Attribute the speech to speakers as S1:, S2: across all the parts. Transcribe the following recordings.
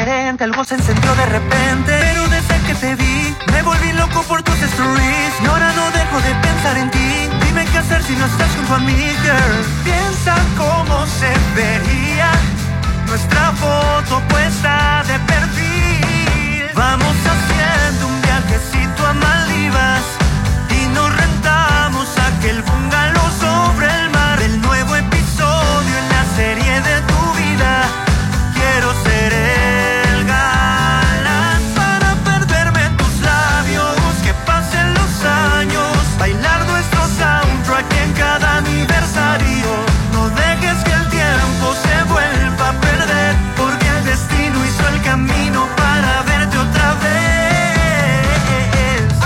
S1: diferente, algo se encendió de repente. Pero desde que te vi, me volví loco por tus stories. Y ahora no dejo de pensar en ti. Dime qué hacer si no estás junto a mí, girl. Piensa cómo se vería nuestra foto puesta de perfil. Vamos haciendo un viajecito a Maldivas y nos rentamos aquel bungalow sobre el mar. El nuevo episodio en la serie de tu vida. Quiero ser el galán para perderme en tus labios. Que pasen los años, bailar nuestro soundtrack en cada aniversario. No dejes que el tiempo se vuelva a perder, porque el destino hizo el camino para verte otra vez. Oh,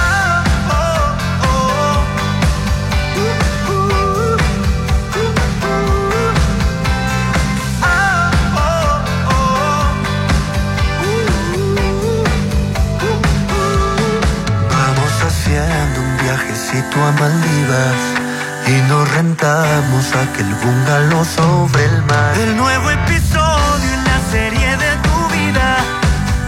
S1: oh, oh. Uh, uh, uh, uh. Ah, oh, oh, oh. Uh, uh. Vamos haciendo un viajecito a Maldivas y nos rentamos aquel bungalow sobre el mar. El nuevo episodio en la serie de tu vida.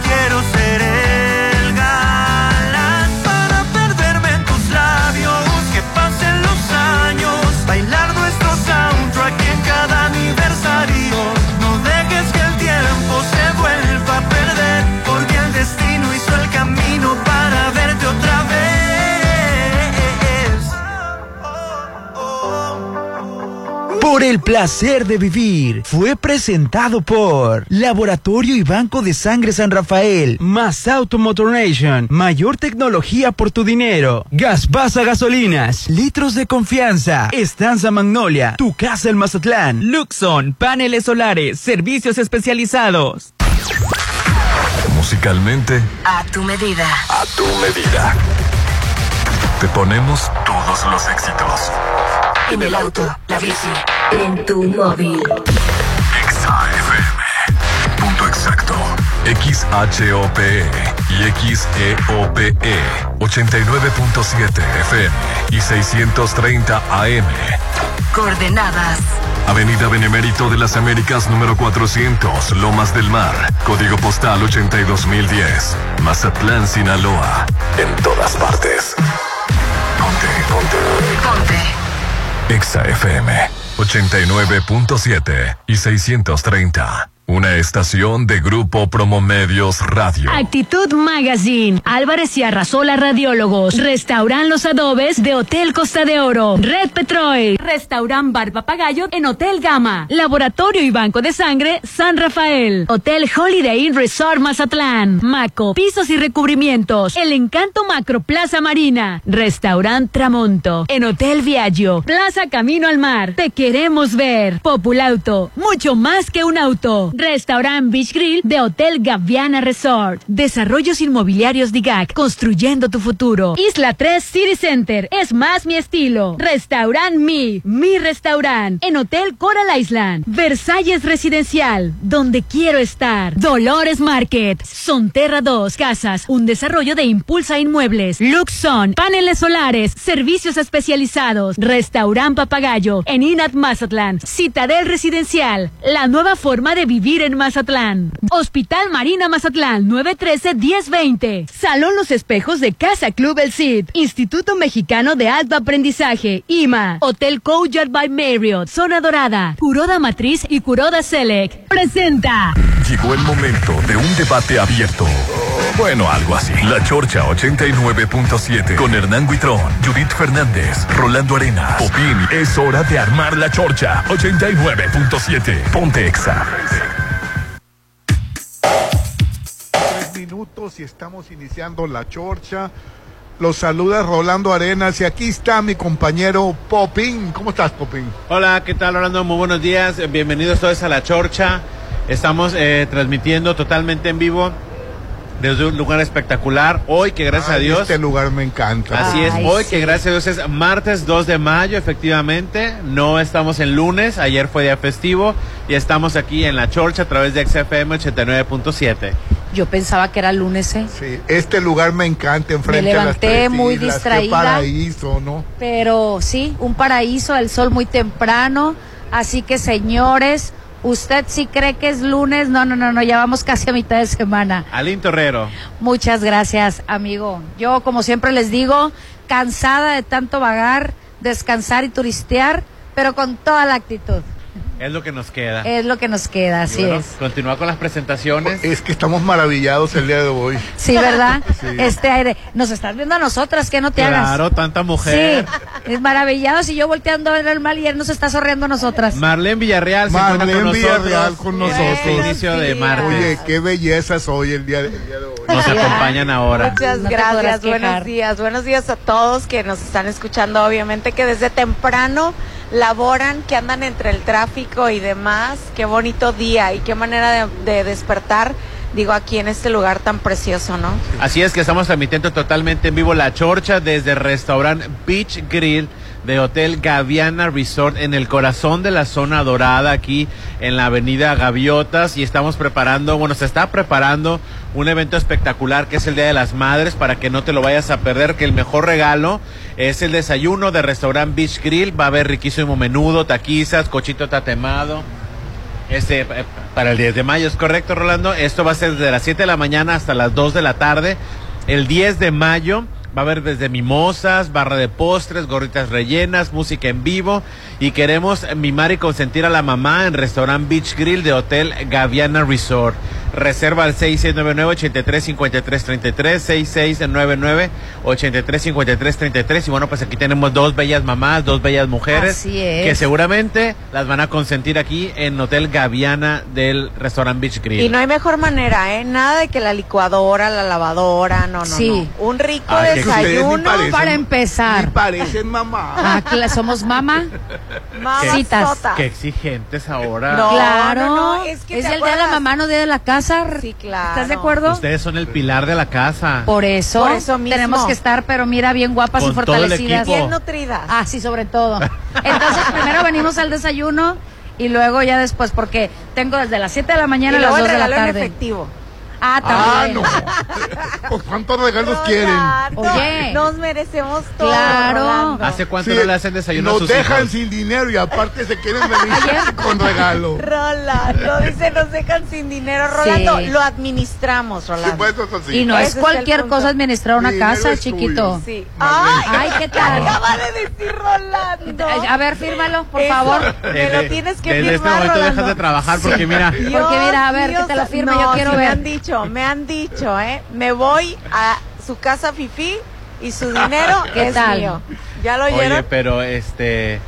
S1: Quiero ser el galán para perderme en tus labios. Que pasen los años, bailar nuestro soundtrack en cada aniversario. No dejes que el tiempo se vuelva a perder, porque el destino hizo el camino para verte otra vez.
S2: Por el placer de vivir fue presentado por Laboratorio y Banco de Sangre San Rafael, más Automotor Nation, mayor tecnología por tu dinero, Gaspasa Gasolinas, litros de confianza, Estanza Magnolia, tu casa en Mazatlán,
S3: Luxon, paneles solares, servicios especializados.
S4: Musicalmente,
S5: A tu medida.
S4: a tu medida. Te ponemos todos los éxitos.
S5: En el auto, la bici, en tu móvil.
S4: Exa FM. Punto exacto. XHOPE E y E XEOPE 89.7 FM y 630 AM.
S5: Coordenadas.
S4: Avenida Benemérito de las Américas número 400, Lomas del Mar. Código postal 82010. Mazatlán, Sinaloa. En todas partes. Ponte, ponte.
S5: Ponte.
S4: Exa FM 89.7 y 630. Una estación de Grupo Promomedios Radio.
S6: Actitud Magazine, Álvarez y Arrasola Radiólogos, Restauran Los Adobes de Hotel Costa de Oro, Red Petroil, Restaurant Bar Papagayo en Hotel Gama, Laboratorio y Banco de Sangre San Rafael, Hotel Holiday Inn Resort Mazatlán, Maco, Pisos y Recubrimientos, El Encanto Macro Plaza Marina, Restaurant Tramonto, en Hotel Viaggio, Plaza Camino al Mar, Te Queremos Ver, Populauto, mucho más que un auto, Restaurant Beach Grill de Hotel Gaviana Resort, Desarrollos Inmobiliarios DIGAC, Construyendo tu Futuro, Isla 3 City Center, es más mi estilo, Restaurant Mi, Mi Restaurant, en Hotel Coral Island, Versalles Residencial, donde quiero estar, Dolores Market, Sonterra 2, Casas, un desarrollo de Impulsa Inmuebles, Luxon, paneles solares, servicios especializados, Restaurant Papagayo, en Inat Mazatlán, Citadel Residencial, la nueva forma de vivir en Mazatlán, Hospital Marina Mazatlán, 913-1020, Salón Los Espejos de Casa Club El Cid, Instituto Mexicano de Alto Aprendizaje, IMA, Hotel Couchard by Marriott, Zona Dorada, Curoda Matriz y Curoda Select, presenta.
S4: Llegó el momento de un debate abierto. Bueno, algo así. La Chorcha 89.7 con Hernán Guitrón, Judith Fernández, Rolando Arenas. Popín, es hora de armar la Chorcha 89.7. Ponte Exa.
S7: tres minutos y estamos iniciando la chorcha. Los saluda Rolando Arenas y aquí está mi compañero Popín. ¿Cómo estás, Popín?
S8: Hola, ¿qué tal Orlando? Muy buenos días. Bienvenidos todos a La Chorcha. Estamos eh, transmitiendo totalmente en vivo desde un lugar espectacular. Hoy que gracias a
S7: Ay,
S8: Dios...
S7: Este lugar me encanta.
S8: Así es,
S6: Ay,
S8: hoy
S6: sí.
S8: que gracias a Dios es martes 2 de mayo, efectivamente. No estamos en lunes, ayer fue día festivo y estamos aquí en La Chorcha a través de XFM 89.7.
S9: Yo pensaba que era lunes, ¿eh?
S7: Sí, este lugar me encanta enfrente
S9: Me levanté
S7: a las tres
S9: muy
S7: islas, qué
S9: distraída.
S7: paraíso, ¿no?
S9: Pero sí, un paraíso, el sol muy temprano. Así que señores, Usted sí cree que es lunes. No, no, no, no. Ya vamos casi a mitad de semana.
S10: Alín Torrero.
S9: Muchas gracias, amigo. Yo, como siempre les digo, cansada de tanto vagar, descansar y turistear, pero con toda la actitud.
S10: Es lo que nos queda.
S9: Es lo que nos queda, Eh, así
S10: Ah. Y bueno,
S9: es.
S10: Continúa con las presentaciones.
S5: Es que estamos maravillados el día de hoy.
S9: Sí, ¿verdad?
S5: Sí.
S9: Este aire. Nos estás viendo a nosotras, que no te hagas.
S10: Claro, tanta mujer.
S9: Sí, es maravillado. Si yo volteando en el mal y él nos está sorriendo a nosotras.
S10: Marlene Villarreal se encuentra
S5: Marlene
S10: con nosotros.
S5: Villarreal con
S10: en este
S5: nosotros.
S10: inicio de
S9: Buenos
S10: martes.
S5: Oye, qué belleza soy el día de, el día de hoy.
S10: Nos acompañan ahora.
S8: Muchas
S9: No te podrás
S8: gracias,
S9: quejar.
S8: buenos días, buenos días a todos que nos están escuchando, obviamente que desde temprano laboran, que andan entre el tráfico y demás, qué bonito día y qué manera de, de despertar, digo, aquí en este lugar tan precioso, ¿no?
S10: Así es que estamos transmitiendo totalmente en vivo la chorcha desde el restaurante Beach Grill de Hotel Gaviana Resort en el corazón de la zona dorada aquí en la avenida Gaviotas y estamos preparando, bueno, se está preparando un evento espectacular que es el Día de las Madres para que no te lo vayas a perder, que el mejor regalo es el desayuno de restaurante Beach Grill, va a haber riquísimo menudo, taquizas, cochito tatemado. Este, eh, para el 10 de mayo, ¿es correcto, Rolando? Esto va a ser desde las 7 de la mañana hasta las 2 de la tarde. El 10 de mayo va a haber desde mimosas, barra de postres, gorritas rellenas, música en vivo. Y queremos mimar y consentir a la mamá en Restaurant Beach Grill de Hotel Gaviana Resort. Reserva al 6699-835333, 6699-835333. Y bueno, pues aquí tenemos dos bellas mamás, dos bellas mujeres
S9: Así es.
S10: que seguramente las van a consentir aquí en Hotel Gaviana del Restaurant Beach Grill.
S8: Y no hay mejor manera, ¿eh? Nada de que la licuadora, la lavadora, no, no,
S9: Sí.
S8: no. Un rico
S10: Ah, que
S5: ustedes ni
S8: desayuno,
S5: parecen-
S9: para empezar.
S5: ni parecen mamá.
S9: Ah, cla- somos mamá.
S8: mamazota.
S10: Qué exigentes ahora.
S8: No,
S9: claro.
S8: no, no, es que te
S9: el día de la
S8: acuerdas.
S9: mamá, no día de la casa.
S8: Sí, claro.
S9: ¿Estás de acuerdo?
S10: Ustedes son el pilar de la casa.
S9: Por eso,
S8: Por eso mismo.
S9: tenemos que estar, pero mira, bien guapas y
S10: Con todo el
S9: fortalecidas.
S10: equipo.
S8: Bien nutridas.
S9: Ah, sí, sobre todo. Entonces, primero venimos al desayuno y luego ya después, porque tengo desde las 7 de la
S8: y
S9: mañana a las
S8: luego
S9: 2
S8: el
S9: de la
S8: regalo en
S9: tarde.
S8: efectivo.
S9: Ah,
S5: Ah,
S9: también.
S5: no. Pues, ¿Cuántos regalos quieren?
S8: Rolando,
S9: Oye.
S8: Nos merecemos todo.
S9: Claro.
S8: Rolando.
S10: ¿Hace cuánto
S5: Sí,
S10: no le hacen desayuno a
S5: Nos
S10: sus
S5: dejan
S10: hijos?
S5: sin dinero y aparte se quieren venir con regalo.
S8: Rolando, dice, nos dejan sin dinero. Rolando,
S9: Sí.
S8: lo administramos,
S5: Sí,
S8: Rolando.
S5: pues, eso sí.
S9: Y no
S8: Ese
S9: es
S8: es el
S9: cualquier
S8: punto.
S9: cosa administrar una
S5: Dinero
S9: casa,
S5: es tuyo.
S9: chiquito.
S8: Sí.
S5: Madre.
S8: ¡Ay!
S9: Ay, ¿qué tal?
S8: Acaba de decir Rolando.
S9: Ay, A ver, fírmalo, por
S8: Eso.
S9: favor.
S8: Me lo tienes que
S10: desde este
S8: firmar,
S10: momento dejas
S8: Rolando.
S10: de trabajar porque mira,
S8: Dios
S9: Porque mira, a ver,
S8: mío,
S9: que te lo firme,
S8: no,
S9: yo quiero
S8: sí
S9: ver.
S8: Me han dicho, me han dicho, ¿eh? Me voy a su casa fifí y su dinero
S9: ¿Qué
S8: es
S9: tal?
S8: mío. ¿Ya lo
S10: oye,
S8: oyeron?
S10: pero este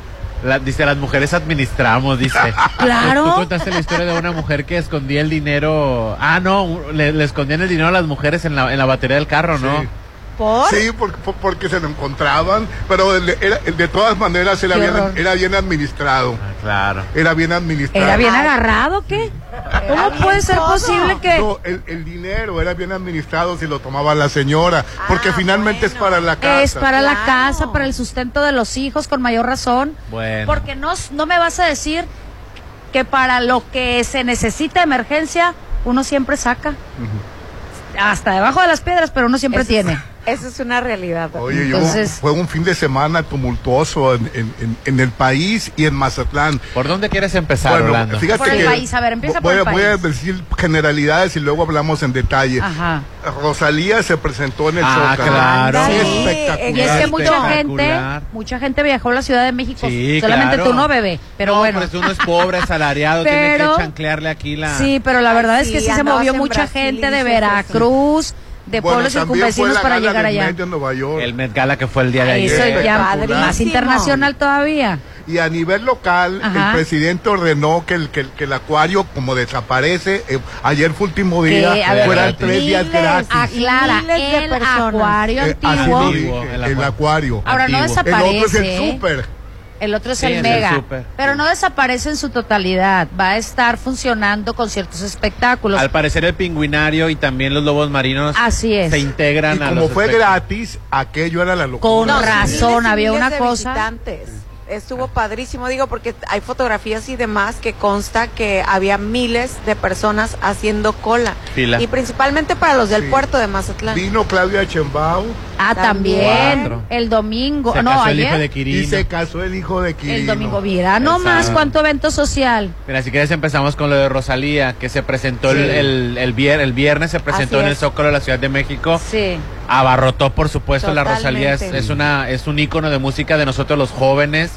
S10: la- dice las mujeres administramos, dice.
S9: Claro.
S10: Tú contaste la historia de una mujer que escondía el dinero. Ah, no, le, le escondían el dinero a las mujeres en la, en la batería del carro, ¿no?
S5: Sí.
S8: ¿Por?
S5: Sí, por- por- porque se lo encontraban, pero el de, era- el de todas maneras era
S9: Qué
S5: bien,
S9: horror.
S5: era bien administrado.
S10: Ah, claro.
S5: Era bien administrado.
S9: ¿Era bien agarrado o qué?
S8: Era
S9: ¿Cómo
S8: bien
S9: puede ser
S8: todo.
S9: posible que.?
S5: No, el, el dinero era bien administrado si lo tomaba la señora, porque
S8: Ah,
S5: finalmente es
S8: bueno.
S5: para la casa.
S9: Es para la
S8: Claro.
S9: casa, para el sustento de los hijos, con mayor razón.
S10: Bueno.
S9: Porque no, no me vas a decir que para lo que se necesita de emergencia, uno siempre saca. Hasta debajo de las piedras, pero uno siempre
S8: Eso es-
S9: tiene.
S8: Eso es una realidad.
S5: Oye, yo-
S9: Entonces-
S5: fue un fin de semana tumultuoso en, en- en- en el país y en Mazatlán.
S10: ¿Por dónde quieres empezar, Rolando?
S5: fíjate
S9: Por el
S5: que
S9: país, a ver, empieza por
S5: voy,
S9: el
S5: voy a
S9: país.
S5: decir generalidades y luego hablamos en detalle.
S9: Ajá.
S5: Rosalía se presentó en el
S10: Ah,
S5: Zócalo.
S10: claro.
S5: Sí,
S8: Sí,
S5: espectacular.
S9: Y es que mucha gente,
S10: Espectacular.
S9: mucha gente viajó a la Ciudad de México.
S10: Sí,
S9: Solamente
S10: claro.
S9: tú no, bebé. Pero
S10: No,
S9: bueno.
S10: pues uno es pobre, asalariado, tiene
S9: Pero-
S10: que chanclearle aquí la.
S9: Sí, pero la verdad
S8: Ay,
S9: es que
S8: sí,
S9: sí se
S8: andabas
S9: movió
S8: en
S9: mucha
S8: Brasil,
S9: gente de
S8: dices,
S9: Veracruz, de
S5: Bueno,
S9: pueblos
S5: también fue
S9: circunvecinos
S5: la
S9: para
S5: gala
S9: llegar
S5: del
S9: allá.
S5: Met de Nueva York.
S10: El Met Gala que fue el día de
S9: Ay,
S10: ayer.
S9: Eso ya
S8: Espectacular.
S9: más internacional todavía.
S5: Y a nivel local,
S9: Ajá.
S5: el presidente ordenó que el, que, el- que el acuario, como desaparece, eh, ayer fue último
S9: Que,
S5: día,
S9: a ver,
S5: fueran tres
S8: miles.
S5: días gratis.
S8: Ah,
S9: Aclara,
S8: Miles de
S9: el
S8: personas.
S9: acuario
S5: Eh, así
S9: antiguo.
S5: lo dije,
S10: Antiguo, el
S5: el
S10: acuario.
S5: acuario.
S9: Ahora no
S10: Antiguo.
S5: El otro es
S9: desaparece. ¿eh?
S5: el súper.
S9: El otro es
S10: Sí,
S9: el
S10: es el
S9: mega.
S10: súper.
S9: pero no desaparece en su totalidad. Va a estar funcionando con ciertos espectáculos.
S10: Al parecer el pingüinario y también los lobos marinos
S9: Así es.
S10: se integran
S5: Y
S10: a
S5: como
S10: los
S5: fue
S10: espect-
S5: gratis, aquello era la locura.
S9: Con
S8: No, sí,
S9: razón,
S8: miles y
S9: había
S8: miles
S9: una
S8: de
S9: cosa.
S8: visitantes. estuvo padrísimo, digo, porque hay fotografías y demás que consta que había miles de personas haciendo cola.
S5: Fila.
S8: Y principalmente para los del puerto de Mazatlán.
S5: Vino Claudia Chembao.
S9: Ah, también. El domingo. no, ayer.
S5: Y se casó el hijo de Quirino.
S9: El domingo viera. No
S10: Exacto.
S9: más cuánto evento social.
S10: Mira, si quieres empezamos con lo de Rosalía, que se presentó el,
S9: Sí.
S10: el, el vier- el viernes, se presentó
S9: Así
S10: en el
S9: es.
S10: Zócalo de la Ciudad de México.
S9: Sí.
S10: Abarrotó, por supuesto, la Rosalía es,
S9: Totalmente.
S10: es una, es un ícono de música de nosotros los jóvenes.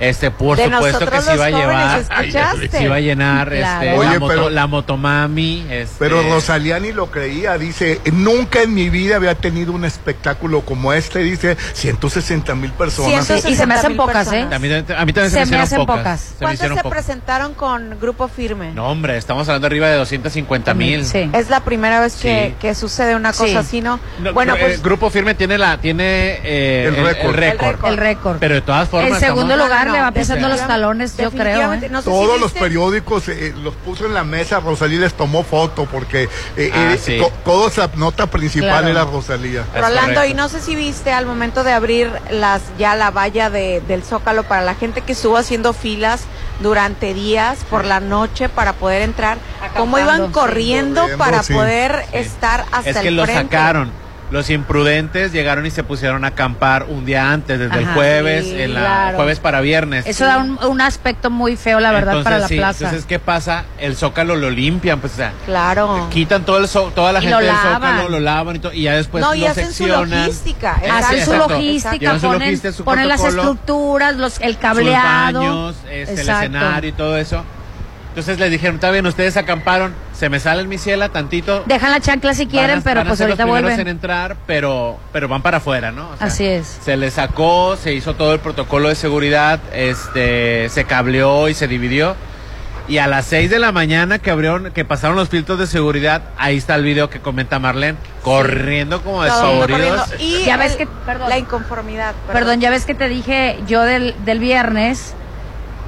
S10: Este, por
S8: De
S10: supuesto
S8: nosotros
S10: que
S8: los
S10: se iba a llevar,
S8: jóvenes, ¿escuchaste?
S10: se iba a llenar
S8: Claro.
S10: este,
S5: Oye,
S10: la, moto-
S5: pero-
S10: la motomami. este,
S5: Pero Rosaliani lo creía, dice, nunca en mi vida había tenido un espectáculo como este, dice, 160 mil personas.
S9: Y se me hacen
S8: 160,000
S9: pocas, ¿eh?
S8: personas.
S10: También- a mí también se,
S9: Se
S10: me
S9: me
S10: hicieron
S9: hacen
S10: pocas.
S9: pocas.
S10: Se me
S8: ¿Cuántos
S10: hicieron
S8: se
S10: pocas.
S8: presentaron con Grupo Firme?
S10: No, hombre, estamos hablando arriba de 250 mil.
S8: Es la primera vez que,
S10: Sí.
S8: que sucede una cosa
S10: Sí.
S8: así, ¿no?
S10: No,
S8: bueno,
S10: pero,
S8: pues
S10: eh, Grupo Firme tiene la tiene eh,
S5: El
S10: el
S5: récord.
S10: el récord.
S9: El récord.
S10: Pero de todas formas.
S9: En segundo
S10: estamos-
S9: lugar
S8: No, no,
S9: le va
S8: no,
S9: pisando los
S8: definitivamente-
S9: talones, yo creo.
S8: definitivamente,
S9: ¿eh?
S8: no sé si
S5: Todos los
S8: viste-
S5: periódicos eh, los puso en la mesa, Rosalía les tomó foto porque eh,
S10: Ah,
S5: eh,
S10: sí.
S5: to- toda esa nota principal
S9: Claro.
S5: era Rosalía.
S10: Es
S8: Rolando,
S10: correcto.
S8: y no sé si viste al momento de abrir las ya la valla de- del Zócalo para la gente que estuvo haciendo filas durante días por la noche para poder entrar, cómo
S9: Acampando.
S8: iban corriendo
S5: Corriendo,
S8: para
S5: sí.
S8: poder estar hasta
S10: Es que
S8: el
S10: lo
S8: frente.
S10: sacaron. Los imprudentes llegaron y se pusieron a acampar un día antes, desde el
S9: Ajá,
S10: jueves,
S9: sí,
S10: en la
S9: claro.
S10: jueves para viernes.
S9: Eso da un, un aspecto muy feo, la verdad,
S10: Entonces,
S9: para la
S10: sí,
S9: plaza.
S10: Entonces, ¿qué pasa? El zócalo lo limpian, pues, o sea,
S8: Claro.
S10: quitan todo el zo- toda la
S9: Y
S10: gente
S9: lo
S10: del
S9: lavan.
S10: zócalo, lo lavan y, todo, y ya después
S8: no,
S10: pues, lo
S8: y hacen su
S10: seccionan.
S8: logística.
S10: Hacen
S8: exacto.
S9: Hacen su
S10: Exacto.
S9: logística,
S10: Llevan su
S9: ponen,
S10: logística, su
S9: ponen las
S10: protocolo.
S9: estructuras, los, el
S10: sus
S9: cableado.
S10: baños, este, el
S9: Exacto.
S10: escenario y todo eso. Entonces les dijeron, está bien, ustedes acamparon, se me sale mi ciela tantito.
S9: Dejan la chancla si quieren,
S10: Van a-
S9: pero
S10: van a
S9: pues
S10: ser los
S9: ahorita
S10: primeros
S9: vuelven.
S10: en entrar, pero, pero van para afuera, ¿no? O sea,
S9: Así es.
S10: Se les sacó, se hizo todo el protocolo de seguridad, este, se cableó y se dividió. Y a las 6 de la mañana que abrieron, que pasaron los filtros de seguridad, ahí está el video que comenta Marlene, corriendo
S8: Todo
S10: como
S8: el mundo
S10: despavoridos.
S8: corriendo. Y
S9: Ya ves
S8: el-
S9: que- perdón.
S8: la inconformidad. perdón.
S9: Perdón, ya ves que te dije yo del, del viernes,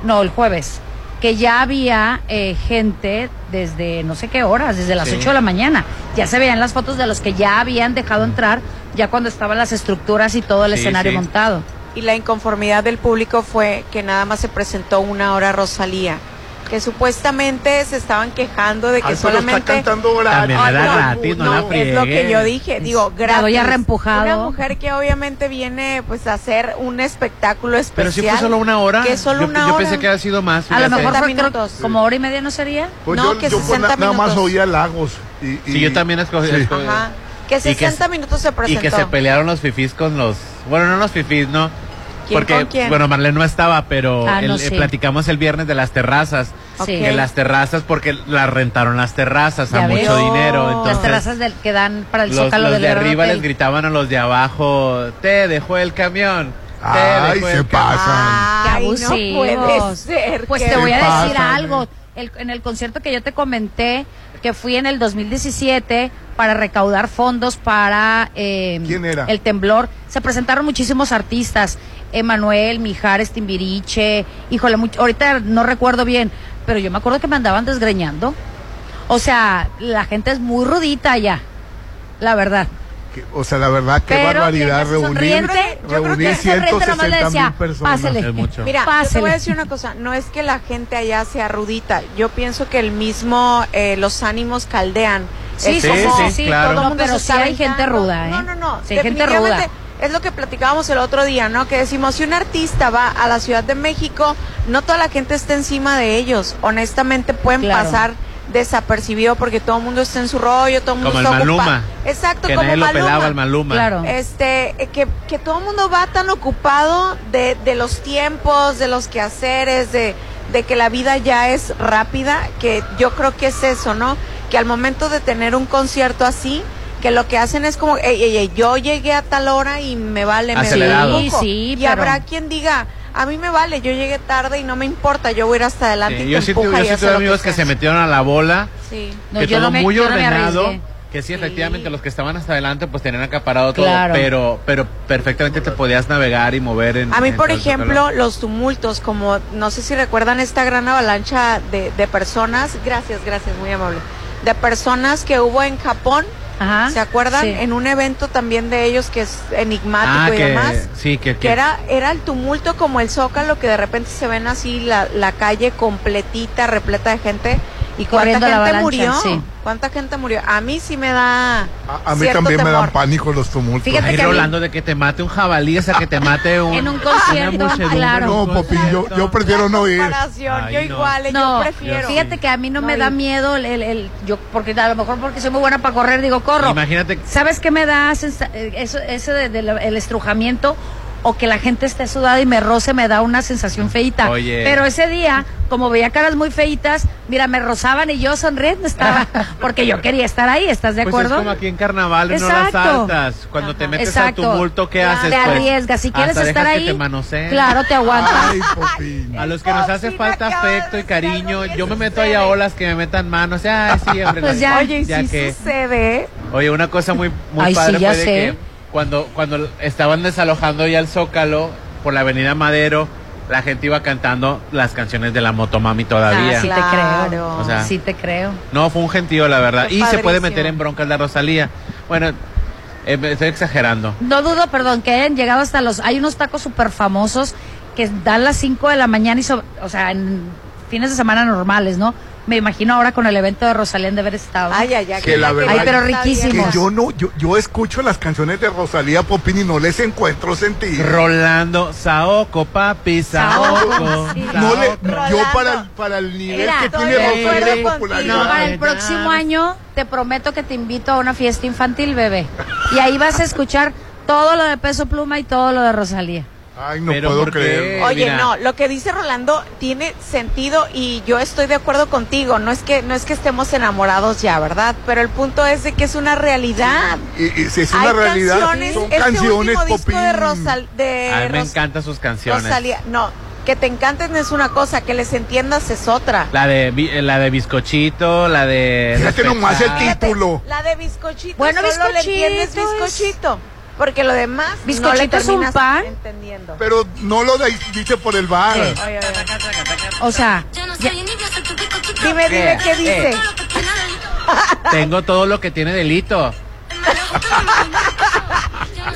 S9: no, el jueves, que ya había eh, gente desde no sé qué horas, desde las
S10: Sí.
S9: 8 de la mañana. Ya se veían las fotos de los que ya habían dejado entrar, ya cuando estaban las estructuras y todo el
S10: Sí,
S9: escenario
S10: sí.
S9: montado.
S8: Y la inconformidad del público fue que nada más se presentó una hora Rosalía, que supuestamente se estaban quejando de que
S10: Ah,
S5: Ay, pero está
S8: solamente
S5: cantando gratis.
S10: También
S8: Ay,
S10: era
S8: no,
S10: gratis, no,
S8: no,
S10: la friegues.
S8: es lo que yo dije, digo,
S9: La
S8: gratis.
S9: doy a reempujado.
S8: Una mujer que obviamente viene pues a hacer un espectáculo especial.
S10: Pero si fue solo una hora.
S8: Que es solo
S10: yo,
S8: una
S10: yo
S8: hora.
S10: pensé que había sido más.
S9: A lo
S10: fíjate.
S9: mejor
S8: 60
S9: fue, creo,
S8: minutos.
S9: como hora y media no sería.
S5: Pues
S8: No,
S5: yo,
S8: que
S5: yo
S8: 60
S5: na- nada más
S8: minutos.
S5: oía lagos. Y, y-
S10: Sí, yo también escogí.
S5: Sí.
S10: escogí-
S8: Ajá. Que
S10: se-
S8: 60 minutos se
S10: Y
S8: presentó.
S10: que se pelearon los fifís con los. Bueno, no los fifís, ¿no?
S8: ¿Quién
S10: Porque,
S8: con quién?
S10: bueno, Marlene no estaba, pero
S9: Ah, no,
S10: el- eh,
S9: sí.
S10: platicamos el viernes de las terrazas.
S8: Ok.
S9: Sí.
S10: Que las terrazas, porque las rentaron las terrazas a
S9: Ya ves.
S10: mucho dinero.
S8: Las
S10: Entonces,
S9: Las terrazas del, que dan para el
S10: los,
S9: zócalo
S10: los
S9: del
S10: de
S9: Gran
S10: arriba
S9: Hotel.
S10: les gritaban a los de abajo: Te dejó el camión. Te
S5: Ay,
S10: dejó el camión".
S5: se pasan.
S8: Ay, no
S9: Abusivos.
S8: puede ser.
S9: Pues
S8: que-
S9: te voy a
S5: Sí
S9: decir
S5: pasa,
S9: algo. El- en el concierto que yo te comenté, que fui en el 2017 para recaudar fondos para eh,
S5: ¿Quién era?
S9: el temblor, se presentaron muchísimos artistas. Emanuel, Mijares, Timbiriche, híjole, much- ahorita no recuerdo bien, pero yo me acuerdo que me andaban desgreñando. O sea, la gente es muy rudita allá, la verdad.
S5: que- o sea, la verdad, qué
S9: Pero
S5: barbaridad
S9: llegas
S5: reunir,
S9: sonriente, yo creo que
S5: reunir
S9: el sonriente nomás le
S5: 160 mil
S9: decía,
S5: personas.
S9: "Pásele".
S10: Es mucho.
S8: Mira, yo te
S9: Pásele.
S8: voy a decir una cosa, no es que la gente allá sea rudita, yo pienso que el mismo, eh, los ánimos caldean.
S9: Sí,
S8: Es
S10: sí,
S8: como-
S10: sí, sí, claro.
S8: todo
S9: No,
S8: mundo se
S9: pero sí
S8: está
S9: hay gente
S8: aventando.
S9: ruda, ¿eh?
S8: No, no, no,
S9: Sí hay gente
S8: definitivamente
S9: ruda.
S8: Es lo que platicábamos el otro día, ¿no? Que decimos, si un artista va a la Ciudad de México, no toda la gente está encima de ellos, honestamente pueden
S9: Claro.
S8: pasar desapercibido porque todo el mundo está en su rollo, todo el mundo
S10: Como el
S8: está ocupado.
S10: Maluma.
S8: Exacto,
S10: Que
S8: como
S10: nadie lo
S8: Maluma
S10: pelaba al Maluma.
S9: Claro.
S8: este eh, que, que todo el mundo va tan ocupado de, de los tiempos, de los quehaceres, de, de que la vida ya es rápida, que yo creo que es eso, ¿no? Que al momento de tener un concierto así, que lo que hacen es como, "Ey, ey, ey, yo llegué a tal hora y me vale, me
S10: Acelerado.
S8: vale un poco".
S9: Sí, sí,
S8: y
S9: pero-
S8: habrá quien diga, a mí me vale, yo llegué tarde y no me importa, yo voy a ir hasta adelante y
S10: Sí,
S8: Ah, te
S10: yo sí, tuve-
S8: empuja
S10: yo
S8: y
S10: sí
S8: hace
S10: tuve
S8: lo
S10: amigos que,
S8: sea.
S10: se metieron a la bola.
S8: Sí.
S9: No,
S10: que
S9: yo
S10: todo
S9: no me-
S10: muy
S9: yo no me
S10: ordenado.
S9: arriesgué.
S10: que sí,
S8: Sí.
S10: efectivamente, los que estaban hasta adelante pues tenían acaparado
S9: Claro.
S10: todo, pero, pero perfectamente te podías navegar y mover en...
S8: A mí,
S10: en
S8: por
S10: todo el
S8: ejemplo,
S10: zócalo.
S8: los tumultos, como no sé si recuerdan esta gran avalancha de, de personas, gracias, gracias, muy amable, de personas que hubo en Japón
S9: Ajá,
S8: ¿Se acuerdan?
S9: sí.
S8: En un evento también de ellos que es enigmático y
S10: Ah, que,
S8: demás.
S10: sí, que,
S8: Que era, era el tumulto como el zócalo que de repente se ven así la, la calle completita, repleta de gente. ¿Y cuánta
S9: Corriendo la
S8: gente
S9: avalancha,
S8: murió?
S9: sí.
S8: ¿Cuánta gente murió? A mí sí me da.
S5: A mí
S8: cierto
S5: también me
S8: temor.
S5: dan pánico los tumultos.
S8: Fíjate
S10: Ay,
S8: que a mí-
S10: Rolando, de que te mate un jabalí, o sea, que te mate un...
S9: En un concierto,
S10: una muchedumbre,
S9: claro.
S5: No, Popín, yo, yo prefiero no ir.
S8: comparación,
S10: Ay,
S8: yo
S10: no.
S8: igual, eh,
S9: No,
S8: yo prefiero.
S9: Fíjate que a mí no,
S8: No,
S9: me da
S8: y-
S9: miedo el, el- el- yo porque a lo mejor porque soy muy buena para correr digo corro.
S10: Imagínate...
S9: ¿Sabes qué me da sensa- eh, eso ese de- del el estrujamiento o que la gente esté sudada y me roce me da una sensación feita?
S10: Oye.
S9: Pero ese día, como veía caras muy feitas, mira, me rozaban y yo sonriendo estaba porque yo quería estar ahí, ¿estás de
S10: Pues
S9: acuerdo?
S10: es como aquí en carnaval
S9: Exacto.
S10: no las saltas. Cuando te metes
S9: Exacto.
S10: al tumulto, ¿qué haces?
S9: Te
S10: pues?
S9: arriesgas, si quieres
S10: Hasta
S9: estar
S10: dejas
S9: ahí,
S10: Que te manoseen.
S9: Claro, te aguantas.
S5: Ay, Popín.
S10: A los que nos hace
S8: Popín
S10: falta
S8: acaba de
S10: afecto y
S8: decir
S10: cariño,
S8: algo bien
S10: yo me meto ahí a
S8: sucede.
S10: olas que me metan manos. Ya, sí, hombre,
S9: Pues
S10: la-
S9: ya.
S8: Oye, y sí
S10: que-
S8: sucede, ¿eh?
S10: Oye, una cosa muy, muy
S9: Ay, sí,
S10: padre
S9: ya
S10: fue de
S9: sé.
S10: que cuando, cuando estaban desalojando ya el Zócalo por la avenida Madero, la gente iba cantando las canciones de la Motomami todavía.
S9: Ah, sí
S8: Claro.
S9: te creo.
S10: O sea,
S9: sí te creo.
S10: No, fue un gentío, la verdad.
S8: Fue
S10: Y se puede
S8: padrísimo.
S10: meter en broncas la Rosalía. Bueno, eh, me estoy exagerando.
S9: No dudo, perdón, que hayan llegado hasta los. Hay unos tacos súper famosos que dan las 5 de la mañana y, sobre- o sea, en fines de semana normales, ¿no? Me imagino ahora con el evento de Rosalía han de haber estado.
S8: Ay, ay, ay.
S5: Que la verdad- Ay,
S9: pero
S8: está bien.
S9: riquísimo.
S5: Que yo no, yo, yo escucho las canciones de Rosalía Popín y no les encuentro sentido.
S10: Rolando, Saoco, papi, Saoco.
S9: Sí.
S5: No le,
S8: Rolando.
S5: yo para el, para el nivel
S9: Mira,
S5: que tiene
S8: estoy
S10: de
S5: Rosalía de
S8: acuerdo
S5: popularidad.
S8: contigo.
S9: Para
S10: ya,
S9: el próximo
S10: ya.
S9: año te prometo que te invito a una fiesta infantil, bebé. Y ahí vas a escuchar todo lo de Peso Pluma y todo lo de Rosalía.
S5: Ay, no
S10: Pero
S5: puedo
S10: ¿por qué?
S5: creer.
S8: Oye,
S10: Mira.
S8: no, lo que dice Rolando tiene sentido y yo estoy de acuerdo contigo. No es que no es que estemos enamorados ya, ¿verdad? Pero el punto es de que es una realidad.
S5: Y- y si es una
S8: Hay
S5: realidad,
S8: canciones,
S5: son
S8: este
S5: canciones
S8: último disco
S5: Popín.
S8: de Rosal de
S10: A mí me
S8: Ros-
S10: encantan sus canciones.
S8: Rosalía, no, que te encanten es una cosa, que les entiendas es otra.
S10: La de, bi- eh, la de bizcochito, la de...
S5: Fíjate nomás el
S10: Respetar.
S8: Fíjate,
S5: título.
S8: La de bizcochito.
S9: Bueno,
S8: solo le entiendes
S9: bizcochito es-
S8: bizcochito, porque lo demás no le
S9: ¿Bizcochito es un
S8: terminas
S9: pan?
S8: entendiendo.
S5: Pero no lo dais- dice por el bar.
S9: ¿Qué?
S8: Oye, oye,
S9: O sea, ya-
S8: Dime, dime qué dice.
S10: Eh. Tengo todo lo que tiene delito.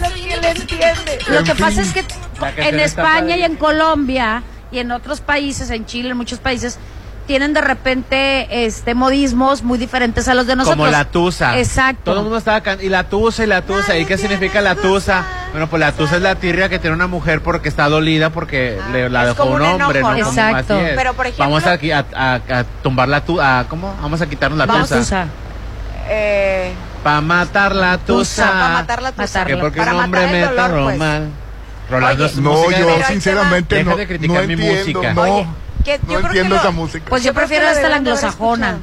S8: Lo que le entiende.
S9: lo
S5: En
S9: que
S5: fin.
S9: pasa es que
S10: La canción
S9: en
S10: está
S9: España y en
S10: padrísima.
S9: Colombia y en otros países, en Chile, en muchos países, tienen de repente este modismos muy diferentes a los de nosotros.
S10: Como la tusa.
S9: Exacto.
S10: Todo el mundo estaba can- y la tusa y la tusa. ¿Y qué significa la tusa? Bueno, pues la tusa es la tirria que tiene una mujer porque está dolida porque
S8: Ah,
S10: le, la
S8: es
S10: dejó
S8: como
S10: un
S8: un
S10: hombre,
S8: enojo,
S10: ¿no?
S8: ¿no?
S10: Como- así
S9: Exacto.
S10: es.
S8: Pero, por ejemplo-
S10: vamos aquí a, a- a tumbar la tusa. ¿Cómo? Vamos a quitarnos la
S9: Vamos,
S10: tusa.
S9: tusa.
S8: Eh,
S10: Para matar la tusa.
S8: tusa, para matar la tusa.
S9: Matarla.
S10: Que porque
S8: para
S10: un hombre
S8: matar el
S10: me
S8: dolor,
S10: torró
S8: pues.
S10: mal. Rolando
S8: Oye,
S10: es
S5: No,
S10: música
S8: Pero ahí
S5: yo
S8: te va.
S5: sinceramente
S10: Deja
S5: no,
S10: de criticar
S5: no
S10: mi
S5: entiendo,
S10: música.
S5: No,
S8: Oye, que
S5: no
S8: yo creo
S5: entiendo
S8: que
S5: esa
S8: lo-
S5: música.
S9: Pues yo
S8: Yo creo
S9: prefiero
S8: que
S9: hasta la
S8: debieron de haber
S9: anglosajona.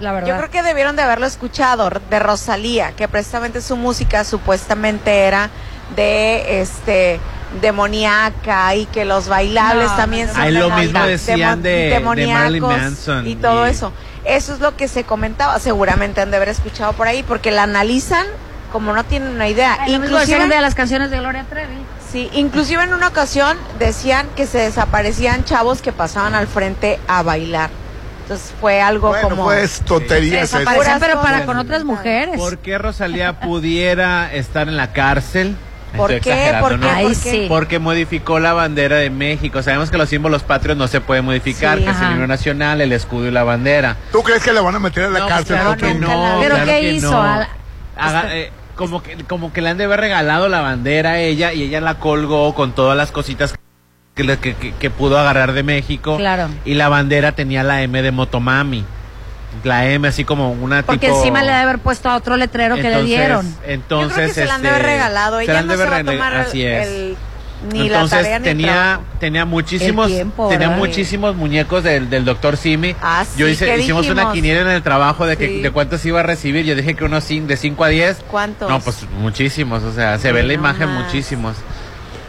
S9: La verdad.
S8: Yo creo que debieron de haberlo escuchado de Rosalía, que precisamente su música supuestamente era de este demoníaca y que los bailables
S9: No,
S8: también
S9: no,
S8: son
S10: Ay,
S8: de
S10: lo
S8: Navidad,
S10: mismo decían de- de Marilyn
S8: demoníacos
S10: Manson
S8: y todo
S10: y-
S8: eso. Eso es lo que se comentaba, seguramente han de haber escuchado por ahí porque la analizan como no tienen una idea.
S9: Ay, lo mismo
S8: Inclusive
S9: decían de las canciones de Gloria Trevi.
S8: Sí, inclusive en una ocasión decían que se desaparecían chavos que pasaban al frente a bailar. Entonces fue algo
S5: bueno,
S8: como...
S5: pues tonterías
S8: Sí.
S5: esas.
S9: Desaparecían, pero para
S8: cosas.
S9: con otras mujeres.
S10: ¿Por qué Rosalía pudiera estar en la cárcel?
S8: ¿Por
S10: Estoy
S8: qué?
S10: exagerando,
S8: ¿Por
S10: ¿no?
S8: qué?
S9: Ay,
S8: ¿Por
S9: sí.
S8: qué?
S10: Porque modificó la bandera de México. Sabemos que los símbolos patrios no se pueden modificar,
S8: Sí,
S10: que es el
S9: ajá.
S10: himno nacional, el escudo y la bandera.
S5: ¿Tú crees que la van a meter a la
S10: No, pues
S5: cárcel,
S10: claro que
S5: Popín?
S10: no,
S9: ¿Pero
S10: claro
S9: qué
S10: que
S9: hizo?
S10: no.
S9: Al-
S10: Haga- eh, como, que, como que le han de haber regalado la bandera a ella y ella la colgó con todas las cositas que, le- que- que- que pudo agarrar de México.
S9: Claro.
S10: Y la bandera tenía la M de Motomami. La M así como una
S9: Porque
S10: tipo-
S9: encima le debe haber puesto a otro letrero que le
S10: Entonces-
S9: dieron.
S10: Entonces,
S8: Yo creo que se la han de
S10: este,
S8: haber regalado.
S10: se
S8: Ella
S10: la han
S8: no
S10: de
S8: se va a
S10: haber
S8: tomar
S10: rele- así es.
S8: el- ni la
S10: Entonces
S8: tarea ni el
S10: tenía
S8: trabajo.
S10: tenía muchísimos
S9: El tiempo,
S10: tenía
S9: ¿verdad?
S10: muchísimos muñecos del, del doctor Simi.
S8: Ah, sí,
S10: yo hice-
S8: ¿qué
S10: hicimos una
S8: dijimos?
S10: quiniela en el trabajo de que
S8: Sí.
S10: de cuántos iba a recibir. Yo dije que unos cin- de 5 a 10.
S8: ¿Cuántos?
S10: No, pues muchísimos, o sea, se ve en la
S8: No
S10: imagen
S8: más.
S10: muchísimos.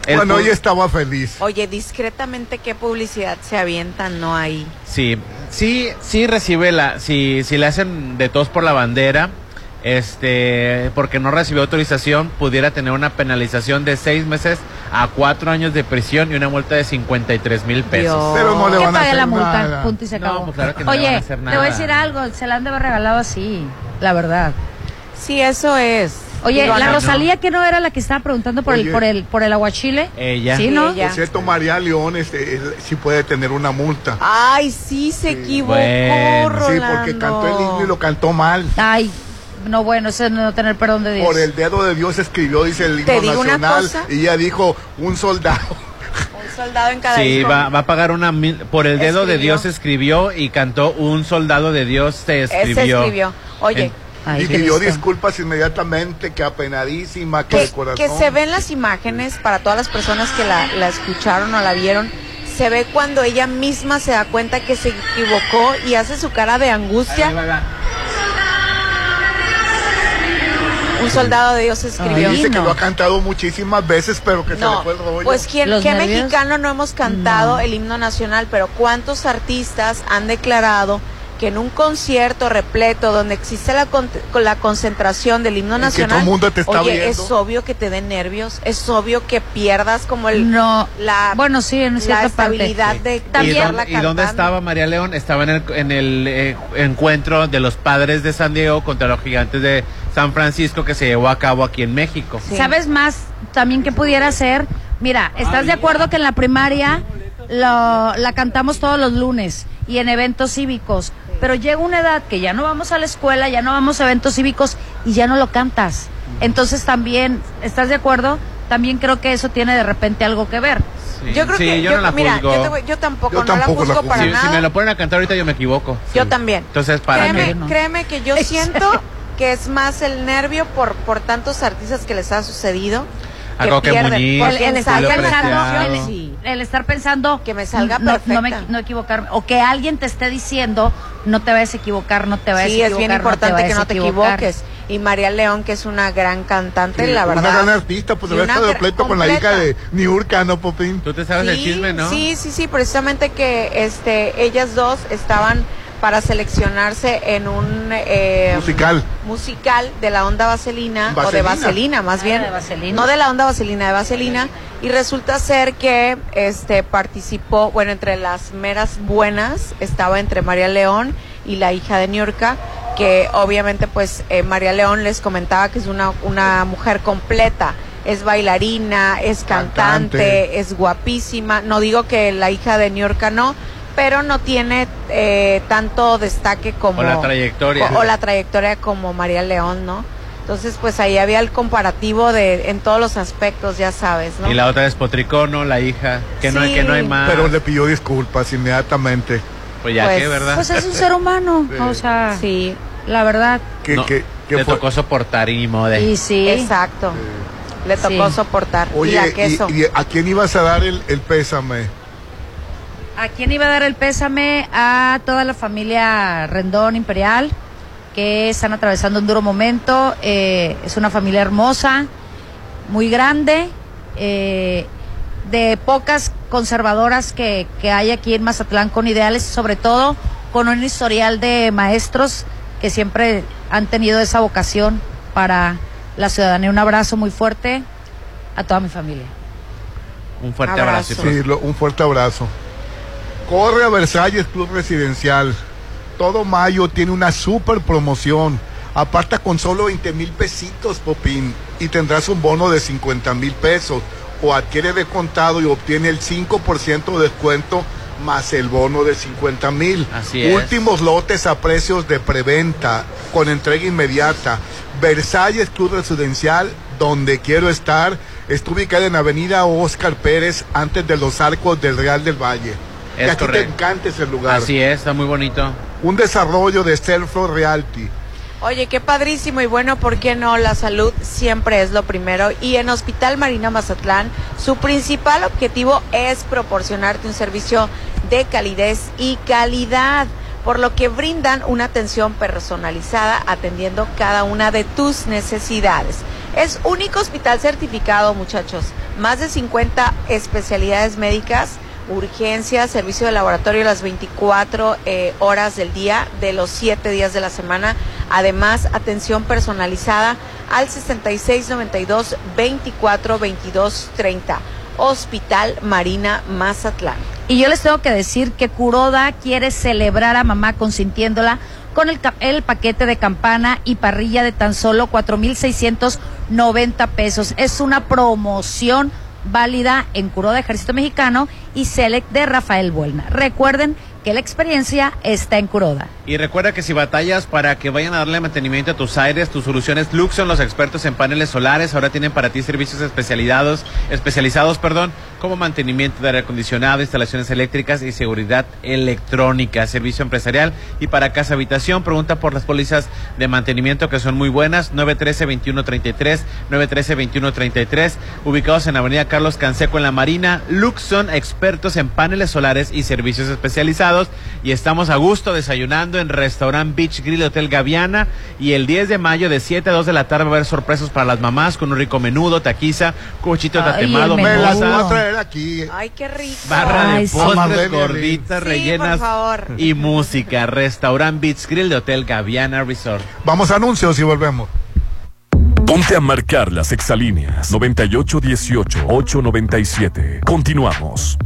S10: El
S5: Bueno,
S10: pu-
S5: ella estaba feliz.
S8: Oye, discretamente, ¿qué publicidad se avientan? No hay.
S10: Sí, sí, sí recibe la, si si le hacen de tos por la bandera, este, porque no recibió autorización, pudiera tener una penalización de seis meses a cuatro años de prisión y una multa de 53 mil pesos.
S8: Dios.
S5: Pero no le
S9: Que
S5: van a
S9: pague
S5: hacer
S9: la multa,
S5: nada.
S9: punto y se
S10: No,
S9: acabó.
S10: pues claro que no le
S9: Oye,
S10: van a hacer
S9: te voy
S10: nada.
S9: a decir algo, se la han de haber regalado así, la verdad.
S8: Sí, eso es.
S9: Oye,
S8: Digo,
S9: la
S8: no, no.
S9: Rosalía que no era la que estaba preguntando por
S5: Oye.
S9: el por el por el aguachile.
S10: Ella.
S9: Sí, ¿no?
S5: Por cierto, María León este, él sí puede tener una multa.
S8: Ay, sí, se equivocó,
S10: Bueno.
S5: Sí,
S8: Rolando.
S5: porque cantó el himno y lo cantó mal.
S9: Ay, no bueno, eso es no tener perdón de Dios.
S5: Por el dedo de Dios escribió, dice el
S8: Te
S5: himno
S8: digo una
S5: nacional.
S8: cosa.
S5: Y ella dijo, un soldado.
S8: Un soldado en cada
S10: Sí,
S8: disco.
S10: va, va a pagar una mil. Por el dedo de
S8: Escribió.
S10: Dios escribió y cantó un soldado de Dios te
S8: Eh, se
S10: escribió.
S8: escribió. Oye,
S10: En-
S9: Ay,
S5: y pidió
S9: Cristo.
S5: disculpas inmediatamente, que apenadísima, que
S8: que,
S5: de corazón.
S8: que se ven las imágenes para todas las personas que la, la escucharon o la vieron. Se ve cuando ella misma se da cuenta que se equivocó y hace su cara de angustia.
S10: Ahí va, ahí va.
S8: Un soldado de Dios
S5: Y
S8: escribió.
S9: Ay,
S5: dice que
S9: no.
S5: lo ha cantado muchísimas veces, pero que se le
S8: No,
S5: fue el rollo.
S8: pues ¿quién,
S9: Los
S8: ¿qué
S9: nervios.
S8: mexicano no hemos cantado
S9: No.
S8: el himno nacional? Pero ¿cuántos artistas han declarado que en un concierto repleto donde existe la, con- con la concentración del himno
S5: En que
S8: nacional,
S5: todo el mundo te está
S8: oye,
S5: viendo.
S8: es obvio que te den nervios, es obvio que pierdas como el,
S9: No.
S8: la,
S9: Bueno, sí, en
S8: la
S9: cierta parte.
S8: estabilidad de verla
S10: ¿Y, dónde, y dónde
S8: cantando.
S10: estaba María León? Estaba en el, en el eh, encuentro de los padres de San Diego contra los gigantes de San Francisco que se llevó a cabo aquí en México.
S8: Sí.
S9: ¿Sabes más también que pudiera ser? Mira, ¿estás de acuerdo que en la primaria lo- la cantamos todos los lunes y en eventos cívicos? Pero llega una edad que ya no vamos a la escuela, ya no vamos a eventos cívicos y ya no lo cantas. Entonces también, ¿estás de acuerdo? También creo que eso tiene de repente algo que ver.
S10: Sí,
S8: Yo creo
S10: sí,
S8: que
S10: yo, no la
S8: mira,
S10: juzgo.
S8: Yo, te voy- yo tampoco,
S5: Yo
S8: no
S5: tampoco
S8: la
S5: la
S8: juzgo
S5: juzgo.
S8: para
S10: si, si
S8: nada.
S10: me lo ponen a cantar ahorita yo me equivoco.
S8: Yo también.
S10: Entonces, para
S8: créeme,
S10: mí.
S9: mí no.
S8: créeme que yo siento que es más el nervio por, por tantos artistas que les ha sucedido.
S10: A Coque
S8: pierden.
S10: Muñiz,
S8: Porque
S9: El, el estar
S8: sacan la
S10: Julio Preciado.
S8: canción,
S9: pensando, el,
S8: sí.
S9: el estar pensando "Mm,
S8: Que me salga
S9: no, no me-
S8: perfecta.
S9: no equivocarme o que alguien te esté diciendo no te vayas a equivocar, no te vayas
S8: Sí,
S9: a equivocar.
S8: es bien
S9: no te
S8: importante que
S9: vayas a
S8: no te
S9: equivocar.
S8: equivoques. Y María León, que es una gran cantante,
S5: Sí,
S8: la verdad.
S5: Una gran artista, pues
S8: Y
S5: había
S8: una
S5: estado
S8: gran-
S5: pleito con la hija
S8: completa.
S5: de Niurka, ¿no, Popín?
S10: Tú te sabes el chisme, ¿no?
S8: Sí, sí, sí, precisamente que este, ellas dos estaban para seleccionarse en un eh,
S5: Musical.
S8: musical de la onda vaselina, o de
S5: Vaselina.
S8: vaselina más
S9: Ah,
S8: bien
S9: de Vaselina.
S8: no de la onda vaselina de vaselina y resulta ser que este participó bueno entre las meras buenas estaba entre María León y la hija de Niurka que obviamente pues eh, María León les comentaba que es una una mujer completa es bailarina es cantante,
S5: Cantante.
S8: es guapísima no digo que la hija de Niurka no pero no tiene eh, tanto destaque como
S10: O la trayectoria.
S8: o, o la trayectoria como María León, ¿no? Entonces, pues ahí había el comparativo de en todos los aspectos, ya sabes, ¿no?
S10: Y la otra es Potricono, la hija. Que, no, hay- que no hay
S8: Sí.
S10: más.
S5: Pero le pidió disculpas inmediatamente.
S10: pues ya
S8: Pues,
S10: que, ¿verdad?
S9: Pues es un ser humano,
S5: Sí.
S9: o sea,
S8: Sí,
S9: la verdad.
S5: Que,
S10: No,
S5: que- que
S10: le
S5: fue-
S10: tocó soportar y mode.
S9: Y sí.
S8: exacto. Le tocó
S9: Sí.
S8: soportar. y
S5: Oye,
S8: la queso.
S5: y, y a quién ibas a dar el, el pésame?
S9: ¿A quién iba a dar el pésame? A toda la familia Rendón Imperial, que están atravesando un duro momento. Eh, es una familia hermosa, muy grande, eh, de pocas conservadoras que, que hay aquí en Mazatlán con ideales, sobre todo con un historial de maestros que siempre han tenido esa vocación para la ciudadanía. Un abrazo muy fuerte a toda mi familia.
S10: Un fuerte
S8: Abrazo.
S10: abrazo. y
S5: Sí, lo- un fuerte abrazo. Corre a Versalles Club Residencial. Todo mayo tiene una super promoción. Aparta con solo 20 mil pesitos, Popín, y tendrás un bono de 50 mil pesos. O adquiere de contado y obtiene el 5% de descuento más el bono de 50 mil.
S10: Así es.
S5: Últimos lotes a precios de preventa, con entrega inmediata. Versalles Club Residencial, donde quiero estar, está ubicada en Avenida Oscar Pérez, antes de los arcos del Real del Valle.
S10: Es
S5: que a ti te
S10: correcto.
S5: encanta ese lugar.
S10: Así es, está muy bonito.
S5: Un desarrollo de Selfro Realty.
S8: Oye, qué padrísimo y bueno, ¿por qué no? La salud siempre es lo primero y en Hospital Marina Mazatlán su principal objetivo es proporcionarte un servicio de calidez y calidad, por lo que brindan una atención personalizada atendiendo cada una de tus necesidades. Es único hospital certificado, muchachos, más de 50 especialidades médicas urgencias, servicio de laboratorio las 24 eh, horas del día, de los 7 días de la semana. Además, atención personalizada al 6692-242230. Hospital Marina Mazatlán.
S9: Y yo les tengo que decir que Kuroda quiere celebrar a mamá consintiéndola con el, ca- el paquete de campana y parrilla de tan solo 4,690 pesos. Es una promoción válida en Curo de Ejército Mexicano y Select de Rafael Buelna. Recuerden que la experiencia está en Curoda.
S10: Y recuerda que si batallas para que vayan a darle mantenimiento a tus aires, tus soluciones Luxon, los expertos en paneles solares, ahora tienen para ti servicios especializados, especializados, perdón, como mantenimiento de aire acondicionado, instalaciones eléctricas y seguridad electrónica, servicio empresarial y para casa habitación. Pregunta por las pólizas de mantenimiento que son muy buenas, 913-2133, 913-2133, ubicados en la Avenida Carlos Canseco en la Marina, Luxon, expertos en paneles solares y servicios especializados. Y estamos a gusto desayunando en Restaurant Beach Grill Hotel Gaviana. Y el 10 de mayo de 7 a 2 de la tarde va a haber sorpresas para las mamás con un rico menudo, taquiza, cuchito
S9: Ay,
S10: tatemado,
S9: el menudo.
S5: Las voy a
S10: mimosa,
S5: traer aquí.
S11: Ay, qué rico.
S10: barra de
S9: Ay, sí.
S10: postres,
S5: Amadeli.
S10: gorditas,
S11: Sí,
S10: rellenas
S11: por favor.
S10: y música. Restaurant Beach Grill de Hotel Gaviana Resort.
S5: Vamos a anuncios y volvemos.
S4: Ponte a marcar las exalíneas 9818-897. Continuamos.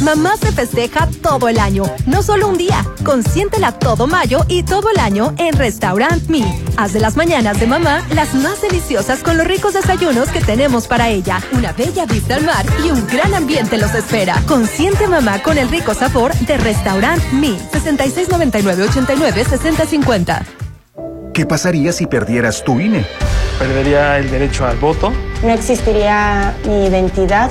S12: Mamá se festeja todo el año, no solo un día. Consiéntela todo mayo y todo el año en Restaurant Me. Haz de las mañanas de mamá las más deliciosas con los ricos desayunos que tenemos para ella. Una bella vista al mar y un gran ambiente los espera. Consiente a mamá con el rico sabor de Restaurant Me. 6699896050.
S13: ¿Qué pasaría si perdieras tu E? INE?
S14: Perdería el derecho al voto,
S8: No existiría mi identidad,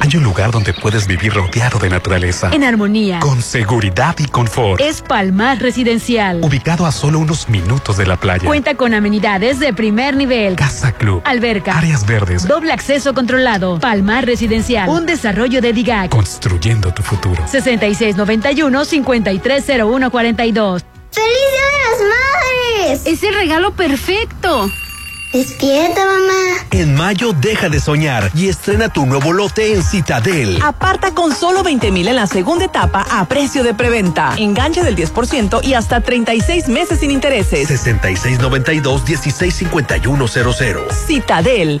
S15: Hay un lugar donde puedes vivir rodeado de naturaleza.
S6: En armonía.
S15: Con seguridad y confort.
S6: Es Palmar Residencial.
S15: Ubicado a solo unos minutos de la playa.
S6: Cuenta con amenidades de primer nivel.
S15: Casa Club.
S6: Alberca.
S15: Áreas verdes.
S6: Doble acceso controlado. Palmar Residencial. Un desarrollo de DIGAC.
S15: Construyendo tu futuro.
S6: 6691-530142.
S16: ¡Feliz Día de las Madres! Es el regalo perfecto. Despierta, mamá.
S17: En mayo deja de soñar y estrena tu nuevo lote en Citadel.
S18: Aparta con solo 20 mil en la segunda etapa a precio de preventa. Enganche del 10% y hasta 36 meses sin intereses.
S17: 6692-165100.
S18: Citadel.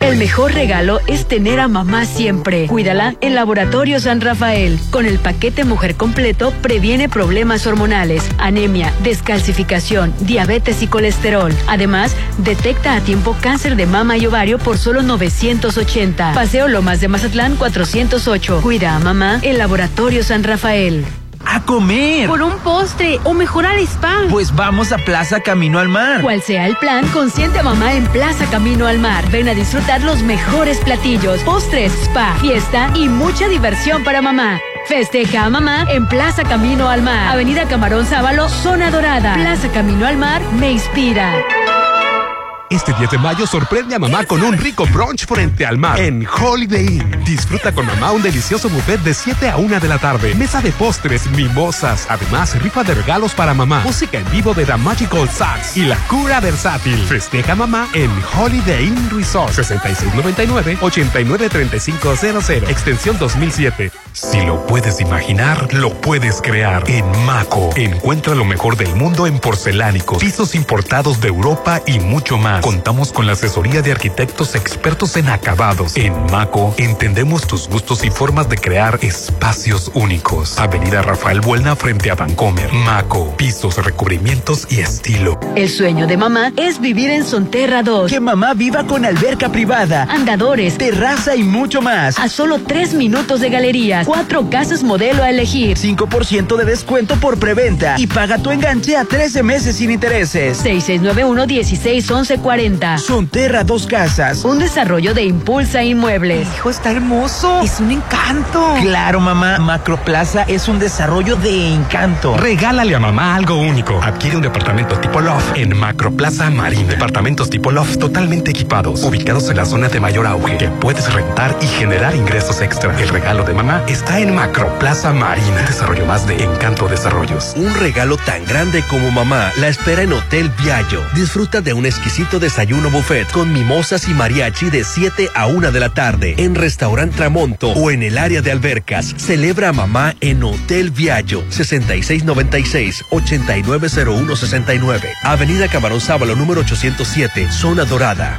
S6: El mejor regalo es tener a mamá siempre. Cuídala en Laboratorio San Rafael. Con el paquete Mujer Completo previene problemas hormonales, anemia, descalcificación, diabetes y colesterol. Además, detecta a tiempo cáncer de mama y ovario por solo 980. Paseo Lomas de Mazatlán 408. Cuida a mamá en Laboratorio San Rafael.
S2: ¡A comer!
S6: Por un postre o mejorar spa.
S2: Pues vamos a Plaza Camino al Mar.
S6: Cual sea el plan, consiente a mamá en Plaza Camino al Mar. Ven a disfrutar los mejores platillos, postres, spa, fiesta y mucha diversión para mamá. Festeja a mamá en Plaza Camino al Mar. Avenida Camarón Sábalo, Zona Dorada. Plaza Camino al Mar me inspira.
S15: Este 10 de mayo sorprende a mamá con un rico brunch frente al mar en Holiday Inn. Disfruta con mamá un delicioso buffet de 7 a 1 de la tarde, mesa de postres, mimosas, además rifa de regalos para mamá, música en vivo de The Magical Sax y la cura versátil. Festeja a mamá en Holiday Inn Resort 6699-893500, extensión 2007. Si lo puedes imaginar, lo puedes crear. En Maco, encuentra lo mejor del mundo en porcelánicos, pisos importados de Europa y mucho más. Contamos con la asesoría de arquitectos expertos en acabados. En Maco, entendemos tus gustos y formas de crear espacios únicos. Avenida Rafael Buelna frente a Vancomer. Maco, pisos, recubrimientos y estilo.
S6: El sueño de mamá es vivir en Sonterra 2.
S2: Que mamá viva con alberca privada,
S6: andadores,
S2: terraza y mucho más.
S6: A solo 3 minutos de galerías, cuatro casas modelo a elegir.
S2: 5% de descuento por preventa y paga tu enganche a 13 meses sin intereses.
S6: 6691 1611 40.
S19: Sonterra Dos Casas.
S6: Un desarrollo de Impulsa Inmuebles.
S20: Hijo, está hermoso. Es un encanto.
S19: Claro, mamá. Macroplaza es un desarrollo de encanto.
S15: Regálale a mamá algo único. Adquiere un departamento tipo loft en Macroplaza Marín. Departamentos tipo loft totalmente equipados, ubicados en la zona de mayor auge, que puedes rentar y generar ingresos extra. El regalo de mamá está en Macroplaza Marín. Desarrollo más de Encanto Desarrollos.
S17: Un regalo tan grande como mamá la espera en Hotel Viallo. Disfruta de un exquisito desayuno buffet con mimosas y mariachi de 7 a 1 de la tarde en Restaurant Tramonto o en el área de albercas. Celebra a mamá en Hotel Viallo 6696-890169. Avenida Camarón Sábalo número 807, Zona Dorada.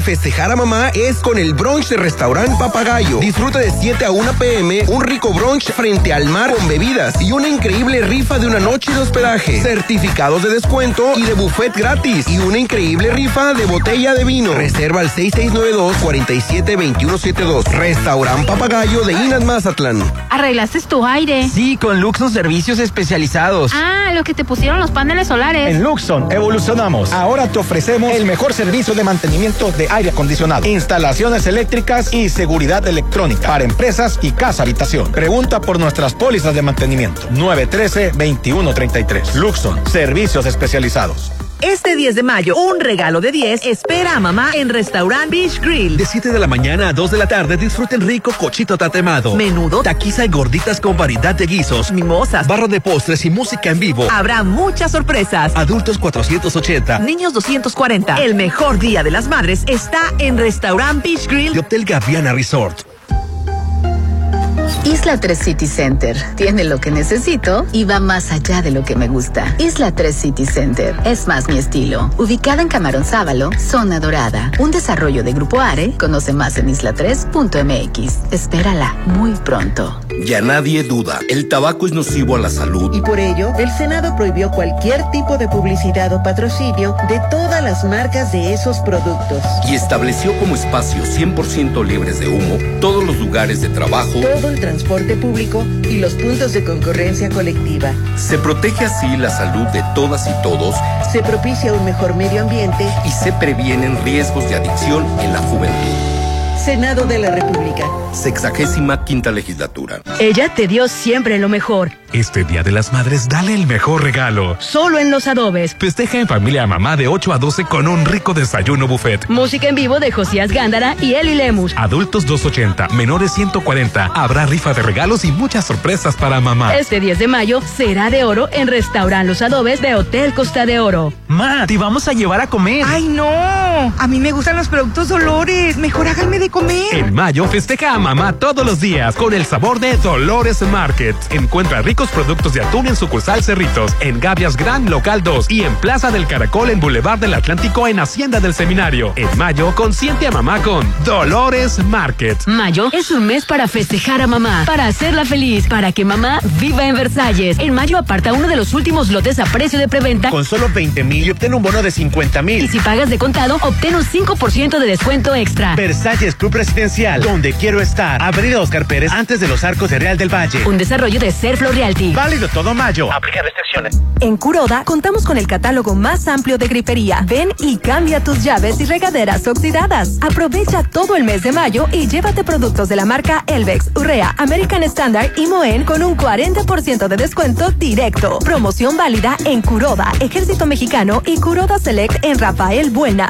S17: festejar a mamá es con el brunch de restaurante Papagayo. Disfruta de 7 a 1 pm, un rico brunch frente al mar con bebidas y una increíble rifa de una noche de hospedaje, certificados de descuento y de buffet gratis y una increíble rifa de botella de vino. Reserva al 6692-472172. Restaurante Papagayo de Inas Mazatlán.
S6: ¿Arreglaste tu aire?
S19: Sí, con Luxon Servicios Especializados.
S6: Ah, los que te pusieron los paneles solares.
S21: En Luxon evolucionamos. Ahora te ofrecemos el mejor servicio de mantenimiento de aire acondicionado, instalaciones eléctricas y seguridad electrónica para empresas y casa habitación. Pregunta por nuestras pólizas de mantenimiento. 913-2133. Luxon, servicios especializados.
S18: Este 10 de mayo, un regalo de 10 espera a mamá en Restaurant Beach Grill.
S17: De 7 de la mañana a 2 de la tarde disfruten rico cochito tatemado, menudo, taquiza y gorditas con variedad de guisos,
S18: mimosas,
S17: barra de postres y música en vivo.
S18: Habrá muchas sorpresas.
S17: Adultos 480,
S18: Niños 240. El mejor día de las madres está en Restaurant Beach Grill
S17: de Hotel Gaviana Resort.
S22: Isla 3 City Center tiene lo que necesito y va más allá de lo que me gusta. Isla 3 City Center es más mi estilo. Ubicada en Camarón Sábalo, zona dorada, un desarrollo de Grupo Are, conoce más en isla3.mx. Espérala muy pronto.
S23: Ya nadie duda, el tabaco es nocivo a la salud.
S24: Y por ello, el Senado prohibió cualquier tipo de publicidad o patrocinio de todas las marcas de esos productos.
S23: Y estableció como espacios 100% libres de humo todos los lugares de trabajo.
S24: Todo el transporte público y los puntos de concurrencia colectiva.
S23: Se protege así la salud de todas y todos.
S24: Se propicia un mejor medio ambiente.
S23: Y se previenen riesgos de adicción en la juventud.
S24: Senado de la República.
S23: Sexagésima quinta legislatura.
S6: Ella te dio siempre lo mejor.
S15: Este Día de las Madres, dale el mejor regalo.
S6: Solo en Los Adobes.
S15: Festeja en familia a mamá de 8 a 12 con un rico desayuno buffet.
S6: Música en vivo de Josías Gándara y Eli Lemus.
S15: Adultos 280, menores 140. Habrá rifa de regalos y muchas sorpresas para mamá.
S6: Este 10 de mayo será de oro en Restaurant Los Adobes de Hotel Costa de Oro.
S19: Ma, te vamos a llevar a comer.
S20: ¡Ay, no! A mí me gustan los productos Dolores. Mejor háganme de comer.
S15: En mayo festeja a mamá todos los días con el sabor de Dolores Market. Encuentra ricos productos de atún en sucursal Cerritos, en Gavias Gran Local 2 y en Plaza del Caracol en Boulevard del Atlántico en Hacienda del Seminario. En mayo consiente a mamá con Dolores Market.
S6: Mayo es un mes para festejar a mamá, para hacerla feliz, para que mamá viva en Versalles. En mayo aparta uno de los últimos lotes a precio de preventa.
S10: Con solo 20 mil y obtén un bono de 50 mil.
S6: Y si pagas de contado, obtén un 5% de descuento extra.
S10: Versalles Club Residencial, donde quiero estar. Avenida Oscar Pérez, antes de los arcos de Real del Valle.
S6: Un desarrollo de Ser Realty.
S10: Válido todo mayo. Aplica restricciones.
S12: En Curoda contamos con el catálogo más amplio de grifería. Ven y cambia tus llaves y regaderas oxidadas. Aprovecha todo el mes de mayo y llévate productos de la marca Elvex, Urrea, American Standard y Moen con un 40% de descuento directo. Promoción válida en Curoda, Ejército Mexicano y Curoda Select en Rafael Buena.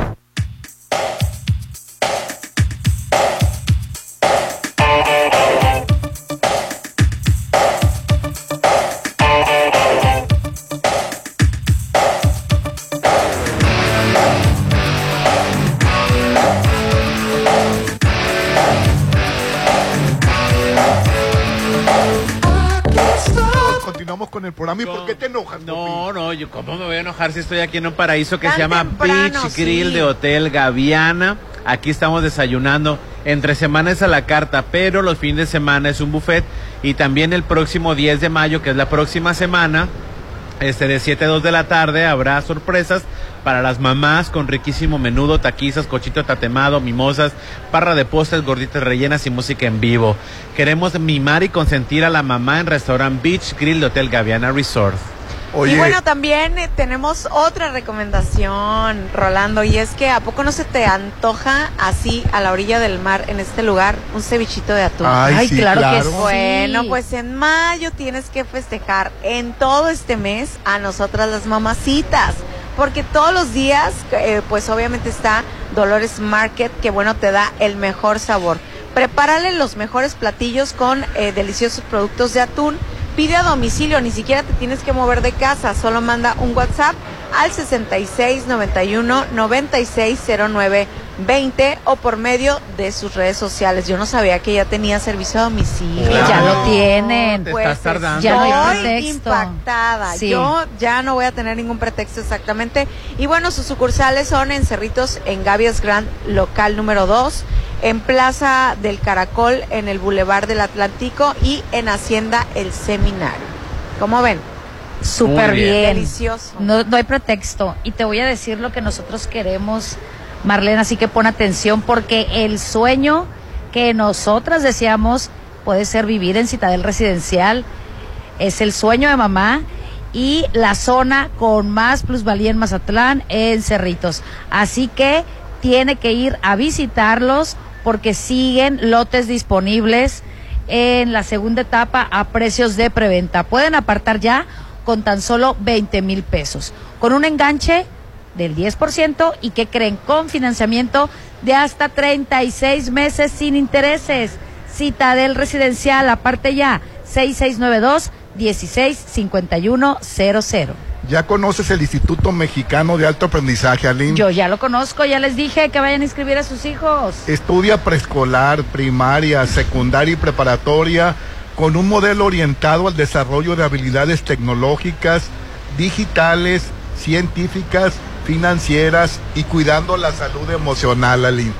S5: con el programa y por qué te enojas.
S10: No, no, yo cómo me voy a enojar si estoy aquí en un paraíso que
S5: Tan
S10: se llama
S5: temprano,
S10: Beach Grill
S5: sí.
S10: de Hotel Gaviana. Aquí estamos desayunando. Entre semanas a la carta, pero los fines de semana es un buffet. Y también el próximo 10 de mayo, que es la próxima semana, este de 7 a 2 de la tarde, habrá sorpresas para las mamás con riquísimo menudo, taquizas, cochito tatemado, mimosas, parra de postres, gorditas rellenas y música en vivo. Queremos mimar y consentir a la mamá en restaurant Beach Grill de Hotel Gaviana Resort.
S8: Y bueno, también eh, tenemos otra recomendación, Rolando, y es que ¿a poco no se te antoja así a la orilla del mar, en este lugar, un cevichito de atún?
S5: Ay, Ay, sí, claro que claro. sí.
S8: Bueno, pues en mayo tienes que festejar en todo este mes a nosotras las mamacitas. Porque todos los días, eh, pues obviamente está Dolores Market, que bueno, te da el mejor sabor. Prepárale los mejores platillos con eh, deliciosos productos de atún. Pide a domicilio, ni siquiera te tienes que mover de casa, solo manda un WhatsApp al 6691 9609 20 o por medio de sus redes sociales. Yo no sabía que ya tenía servicio a domicilio. Pues,
S9: Claro. Ya lo tienen.
S10: Te estás tardando.
S9: Ya no hay
S8: Estoy
S9: pretexto.
S8: impactada.
S9: Sí.
S8: Yo ya no voy a tener ningún pretexto exactamente. Y bueno, sus sucursales son en Cerritos, en Gavias Grand, local número 2, en Plaza del Caracol, en el Boulevard del Atlántico y en Hacienda El Seminario. ¿Cómo ven?
S9: Súper bien.
S8: Delicioso.
S9: No, no hay pretexto. Y te voy a decir lo que nosotros queremos, Marlene, así que pon atención porque el sueño que nosotras deseamos puede ser vivir en Citadel Residencial. Es el sueño de mamá y la zona con más plusvalía en Mazatlán, en Cerritos. Así que tiene que ir a visitarlos porque siguen lotes disponibles en la segunda etapa a precios de preventa. Pueden apartar ya con tan solo 20 mil pesos, con un enganche del 10% y que creen con financiamiento de hasta 36 meses sin intereses. Citadel Residencial, aparte ya, 6692 165100.
S5: Ya conoces el Instituto Mexicano de Alto Aprendizaje, Aline.
S9: Yo ya lo conozco, ya les dije que vayan a inscribir a sus hijos.
S5: Estudia preescolar, primaria, secundaria y preparatoria con un modelo orientado al desarrollo de habilidades tecnológicas, digitales, científicas, financieras y cuidando la salud emocional, Aline.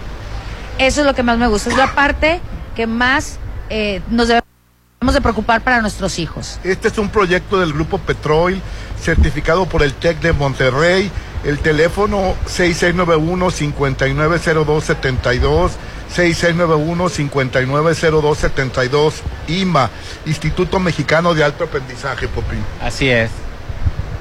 S9: Eso es lo que más me gusta, es la parte que más eh, nos debemos de preocupar para nuestros hijos.
S5: Este es un proyecto del Grupo Petroil, certificado por el TEC de Monterrey. El teléfono 6691-590272, 6691-590272, IMA, Instituto Mexicano de Alto Aprendizaje, Popín.
S10: Así es.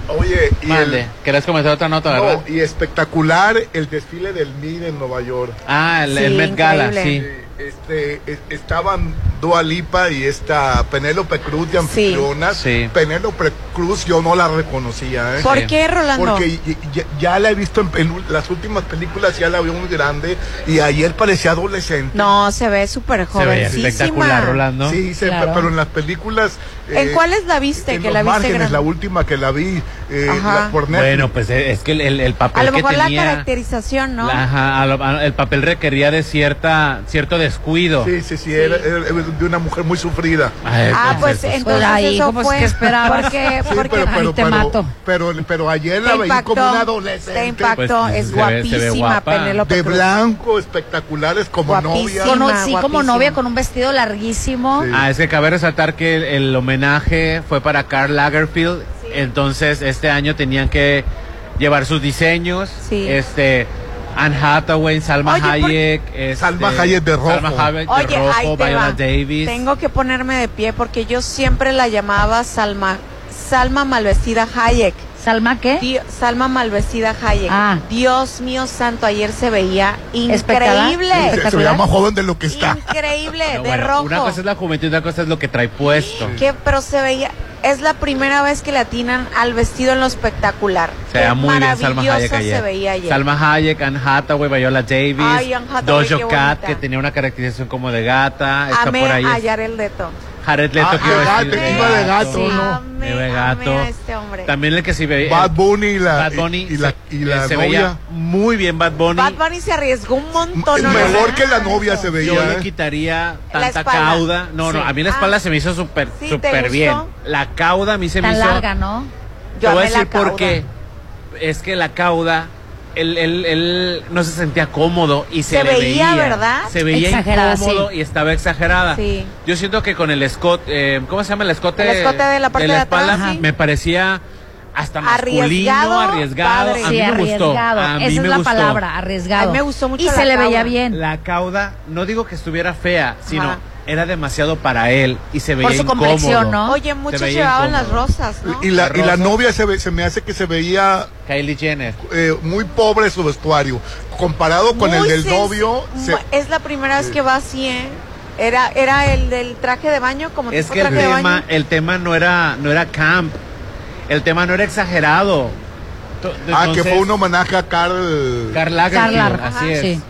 S5: Oye, y,
S10: Mande.
S5: el-
S10: ¿Querés comenzar otra nota,
S5: no,
S10: verdad?
S5: y espectacular el desfile del MID en Nueva York.
S10: Ah, el- el Sí, Met Gala, increíble.
S5: Este, es- estaban Dua Lipa y esta Penélope Cruz de anfitrionas. Penélope Cruz yo no la reconocía. ¿eh?
S8: ¿Por Sí. qué, Rolando?
S5: Porque y- y- ya, ya la he visto en, en las últimas películas, ya la veo muy grande y ayer parecía adolescente.
S8: No, se ve súper jovencísima.
S5: Sí, se-
S8: Claro.
S5: pero en las películas...
S8: ¿En
S5: eh,
S8: cuáles la viste?
S5: en
S8: Que
S5: los
S8: la viste
S5: márgenes,
S8: grande.
S5: la última que la vi eh,
S8: Ajá.
S5: la- por Netflix.
S10: Bueno, pues eh, es que el, el- el papel
S8: A lo
S10: que
S8: mejor
S10: tenía...
S8: la caracterización, ¿no?
S10: la- ajá, a lo- a- el papel requería de cierta cierto descuido.
S5: Sí, sí, sí, Era, era- era de una mujer muy sufrida.
S8: Ah, pues entonces eso fue porque,
S5: Sí,
S8: porque
S5: pero,
S8: ay,
S5: pero,
S8: te
S5: pero-
S8: mato.
S5: pero, pero ayer la
S8: Te
S5: veí como
S8: impactó,
S5: una adolescente.
S8: te impactó, Pues, es se ve- se ve guapísima guapa. Penélope
S5: De
S8: Cruz.
S5: blanco, espectaculares, como novia.
S9: Con un- sí, como novia, con un vestido larguísimo.
S10: Ah, es que cabe resaltar que el, el homenaje fue para Karl Lagerfeld. Entonces, este año tenían que llevar sus diseños. Este. Anne Hathaway, Salma Hayek. este,
S5: Salma Hayek de rojo.
S10: Salma Hayek de
S8: Oye,
S10: rojo,
S8: ahí te
S10: Viola
S8: va.
S10: Davis.
S8: Tengo que ponerme de pie porque yo siempre la llamaba Salma Salma Malvestida Hayek.
S9: ¿Salma qué?
S8: Salma Malvestida Hayek. Dios mío santo, ayer se veía
S10: Espectacular.
S8: increíble.
S5: Se, se veía más joven de lo que está.
S8: Increíble, de
S10: No, bueno,
S8: rojo.
S10: Una cosa es la juventud, otra cosa es lo que trae puesto.
S8: Que, pero se veía, es la primera vez que le atinan al vestido en lo espectacular.
S10: Se veía muy bien Salma
S8: maravillosa
S10: Hayek ayer.
S8: se veía ayer.
S10: Salma Hayek, Anne Hathaway, Viola Davis,
S8: Ay, Anne Hathaway, qué
S10: Dojo Cat,
S8: bonita.
S10: que tenía una caracterización como de gata. Está
S8: Amé
S10: por ahí.
S8: a Jared Leto.
S10: Jared este Leto
S8: Ah,
S10: que iba
S8: de
S10: vestido
S8: gato, iba de gato, Sí. ¿no?
S10: Iba de gato.
S8: Amé a este hombre.
S10: También el que se veía.
S5: Bad Bunny y la,
S10: Bad Bunny
S5: y la, y la
S10: se- se
S5: novia.
S10: veía muy bien Bad Bunny.
S8: Bad Bunny se arriesgó un montón. ¿no?
S5: Mejor que la novia se veía.
S10: Yo
S5: ¿eh?
S10: le quitaría
S8: La
S10: tanta
S8: espalda.
S10: cauda. No, no,
S8: Sí. Ah.
S10: a mí la espalda se me hizo súper
S8: Sí, ¿te
S10: súper
S8: gustó?
S10: bien. La cauda a mí se me
S9: Tan
S10: hizo.
S9: larga, ¿no?
S10: Te voy a decir por
S9: por
S10: qué. Es que la cauda, él, él- él no se sentía cómodo y se,
S8: Se
S10: le
S8: veía,
S10: veía.
S8: ¿verdad?
S10: Se veía
S8: Exagerada,
S10: incómodo
S8: sí.
S10: y estaba exagerada.
S8: Sí.
S10: Yo siento que con el escote, eh, ¿cómo se llama el escote?
S8: El escote de la parte de atrás,
S10: espalda,
S8: sí.
S10: me parecía hasta masculino,
S8: Arriesgado,
S10: arriesgado.
S8: padre.
S10: A mí
S9: Sí,
S10: me gustó.
S9: arriesgado.
S10: A mí
S9: Esa
S10: me
S9: es la
S10: gustó.
S9: palabra, arriesgado.
S8: A mí me gustó mucho
S9: Y
S8: la
S9: se le veía
S8: cauda.
S9: bien.
S10: La cauda, no digo que estuviera fea, sino
S8: Ajá.
S10: era demasiado para él y se veía
S9: su
S10: incómodo.
S9: complexión,
S8: Oye, muchos llevaban las rosas, ¿no?
S5: Y la, y
S10: Rosa.
S5: la novia se, ve- se me hace que se veía eh,
S10: Kylie Jenner.
S5: muy pobre su vestuario. Comparado con
S8: Muy
S5: el del
S8: sensi-
S5: novio, se-
S8: mu- Es la primera vez que va así, ¿eh? Era, era el del traje de baño, como
S10: Es
S8: tipo
S10: que el
S8: traje de
S10: tema,
S8: baño.
S10: el tema no era, no era camp, el tema no era exagerado. To-
S5: ah, que
S10: entonces-
S5: fue un homenaje a Carl.
S10: Karl Lagerfeld, Karl Lagerfeld, así es. sí.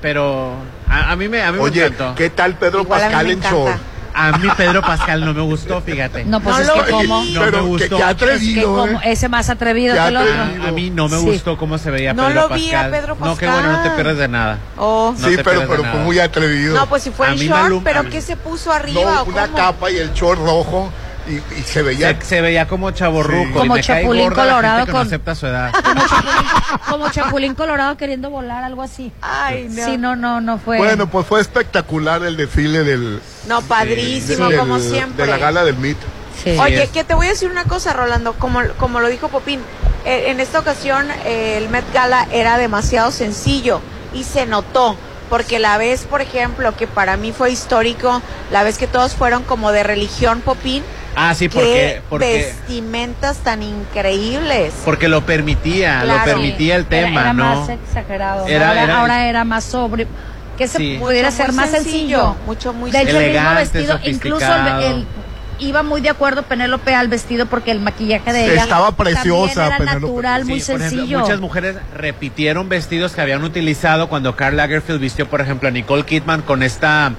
S10: Pero a, a mí me, a mí
S5: Oye,
S10: me encantó.
S5: ¿qué tal Pedro
S10: Igual a mí
S5: Pascal
S10: me
S5: en
S10: encanta.
S5: short?
S10: A mí Pedro Pascal no me gustó, fíjate.
S9: No, pues
S10: No
S9: es
S10: lo
S9: que
S10: vi,
S9: como.
S10: no me
S9: Es que
S10: gustó.
S5: ¿eh?
S10: ¿eh?
S9: como- Ese más atrevido
S10: A,
S9: que el otro.
S10: a mí no me
S9: Sí.
S10: gustó cómo se veía
S9: No
S10: Pedro
S9: lo
S10: Pascal.
S9: vi a Pedro
S10: No, qué bueno, no te
S8: Pascal.
S10: pierdes de nada.
S8: Oh.
S10: No
S5: sí,
S10: te pierdes
S5: pero, pero
S10: de
S5: fue
S10: nada.
S5: muy atrevido.
S8: No, pues si fue
S10: A
S8: en
S10: mí
S8: short,
S10: Malum- a
S8: pero
S10: mí-
S8: ¿qué se puso arriba?
S5: No,
S8: o
S5: una
S8: cómo?
S5: capa y el short rojo y, y se veía.
S10: Se, se veía como chaborruco.
S9: Como Chapulín Colorado
S10: con...
S9: con-
S10: acepta su edad.
S9: Como Chapulín Colorado queriendo volar, algo así.
S8: Ay,
S9: Sí, no, no, no fue.
S5: Bueno, pues fue espectacular el desfile del.
S8: No, padrísimo,
S5: del-
S8: como siempre.
S5: De la gala del MIT.
S8: Oye, que te voy a decir una cosa, Rolando, como, como lo dijo Popín, eh, en esta ocasión eh, el Met Gala era demasiado sencillo y se notó, porque la vez, por ejemplo, que para mí fue histórico, la vez que todos fueron como de religión, Popín,
S10: Ah, sí,
S8: qué
S10: porque, porque,
S8: vestimentas tan increíbles.
S10: porque lo permitía, lo
S8: Claro.
S10: permitía el
S9: Era-
S10: tema,
S9: era
S10: ¿no?
S9: más este, exagerado. ¿no?
S10: Era-
S9: ahora,
S10: era-
S9: ahora era más sobre que se
S10: Sí.
S9: pudiera
S8: Mucho,
S9: ser
S8: muy
S9: más
S8: sencillo,
S9: sencillo.
S8: mucho, muy
S9: de hecho,
S10: Elegante,
S9: el mismo vestido, incluso el,
S10: sofisticado.
S9: el- iba muy de acuerdo Penélope al vestido porque el maquillaje de
S10: Sí.
S9: ella
S10: Estaba
S9: también
S10: preciosa,
S9: era
S10: Penélope.
S9: natural, muy
S10: Por ejemplo,
S9: sencillo.
S10: muchas mujeres repitieron vestidos que habían utilizado cuando Karl Lagerfeld vistió, por ejemplo, a Nicole Kidman con esta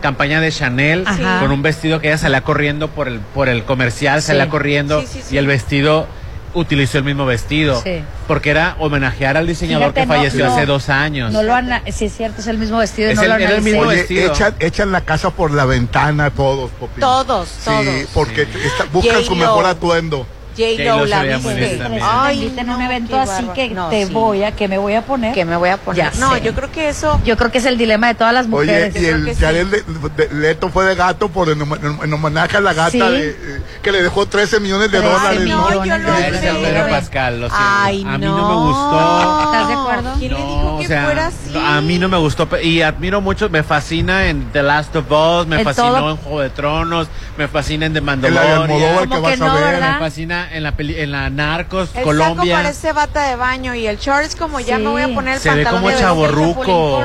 S10: campaña de Chanel,
S9: Ajá.
S10: con un vestido que ella salía corriendo por el, por el comercial,
S9: Sí.
S10: salía corriendo
S9: Sí, sí, sí.
S10: y el vestido utilizó el mismo vestido.
S9: Sí.
S10: Porque era homenajear al diseñador
S9: Fíjate,
S10: que
S9: no,
S10: falleció
S9: no.
S10: hace dos años.
S9: No lo ana- sí es cierto, es el mismo vestido, y
S10: Es
S9: no
S10: el-
S9: lo
S10: era el
S9: analicé.
S10: mismo
S5: Oye,
S10: vestido.
S5: echan, echan la casa por la ventana todos, Popín.
S8: Todos,
S5: Sí,
S8: todos.
S5: porque está- buscan su
S8: J-Lo.
S5: mejor atuendo.
S8: J-Lo la viste.
S9: Te
S8: Ay,
S9: invitan a un evento así
S8: bárbaro.
S9: que
S8: No,
S9: te
S8: sí.
S9: voy a, que me voy a poner. Que
S8: me voy a poner. No, yo creo que eso.
S9: Yo creo que es el dilema de todas las
S5: Oye,
S9: mujeres.
S5: y el Jared Le- de- Leto fue de gato por en, hom- en homenaje a la gata
S9: Sí.
S5: de- eh, que le dejó 13 millones de dólares.
S8: no,
S5: ¿no?
S8: yo no
S10: Gracias a Pedro Pascal, lo siento.
S8: Ay,
S10: a mí no. me gustó.
S9: ¿Estás de acuerdo?
S8: ¿Quién le
S10: No,
S8: dijo que
S10: o sea,
S8: fuera así?
S10: A mí no me gustó pe- y admiro mucho, me fascina en The Last of Us, me
S8: En
S10: fascinó
S8: todo.
S10: en Juego de Tronos, me fascina en The Mandalorian,
S5: Almodóvar que Como vas que a no, ver. ¿verdad?
S10: me fascina en la peli- en la Narcos
S8: El saco
S10: Colombia.
S8: parece bata de baño y el short es como ya
S9: Sí.
S8: me voy a poner el
S10: se ve
S8: pantalón
S10: como
S8: de
S10: chaborruco.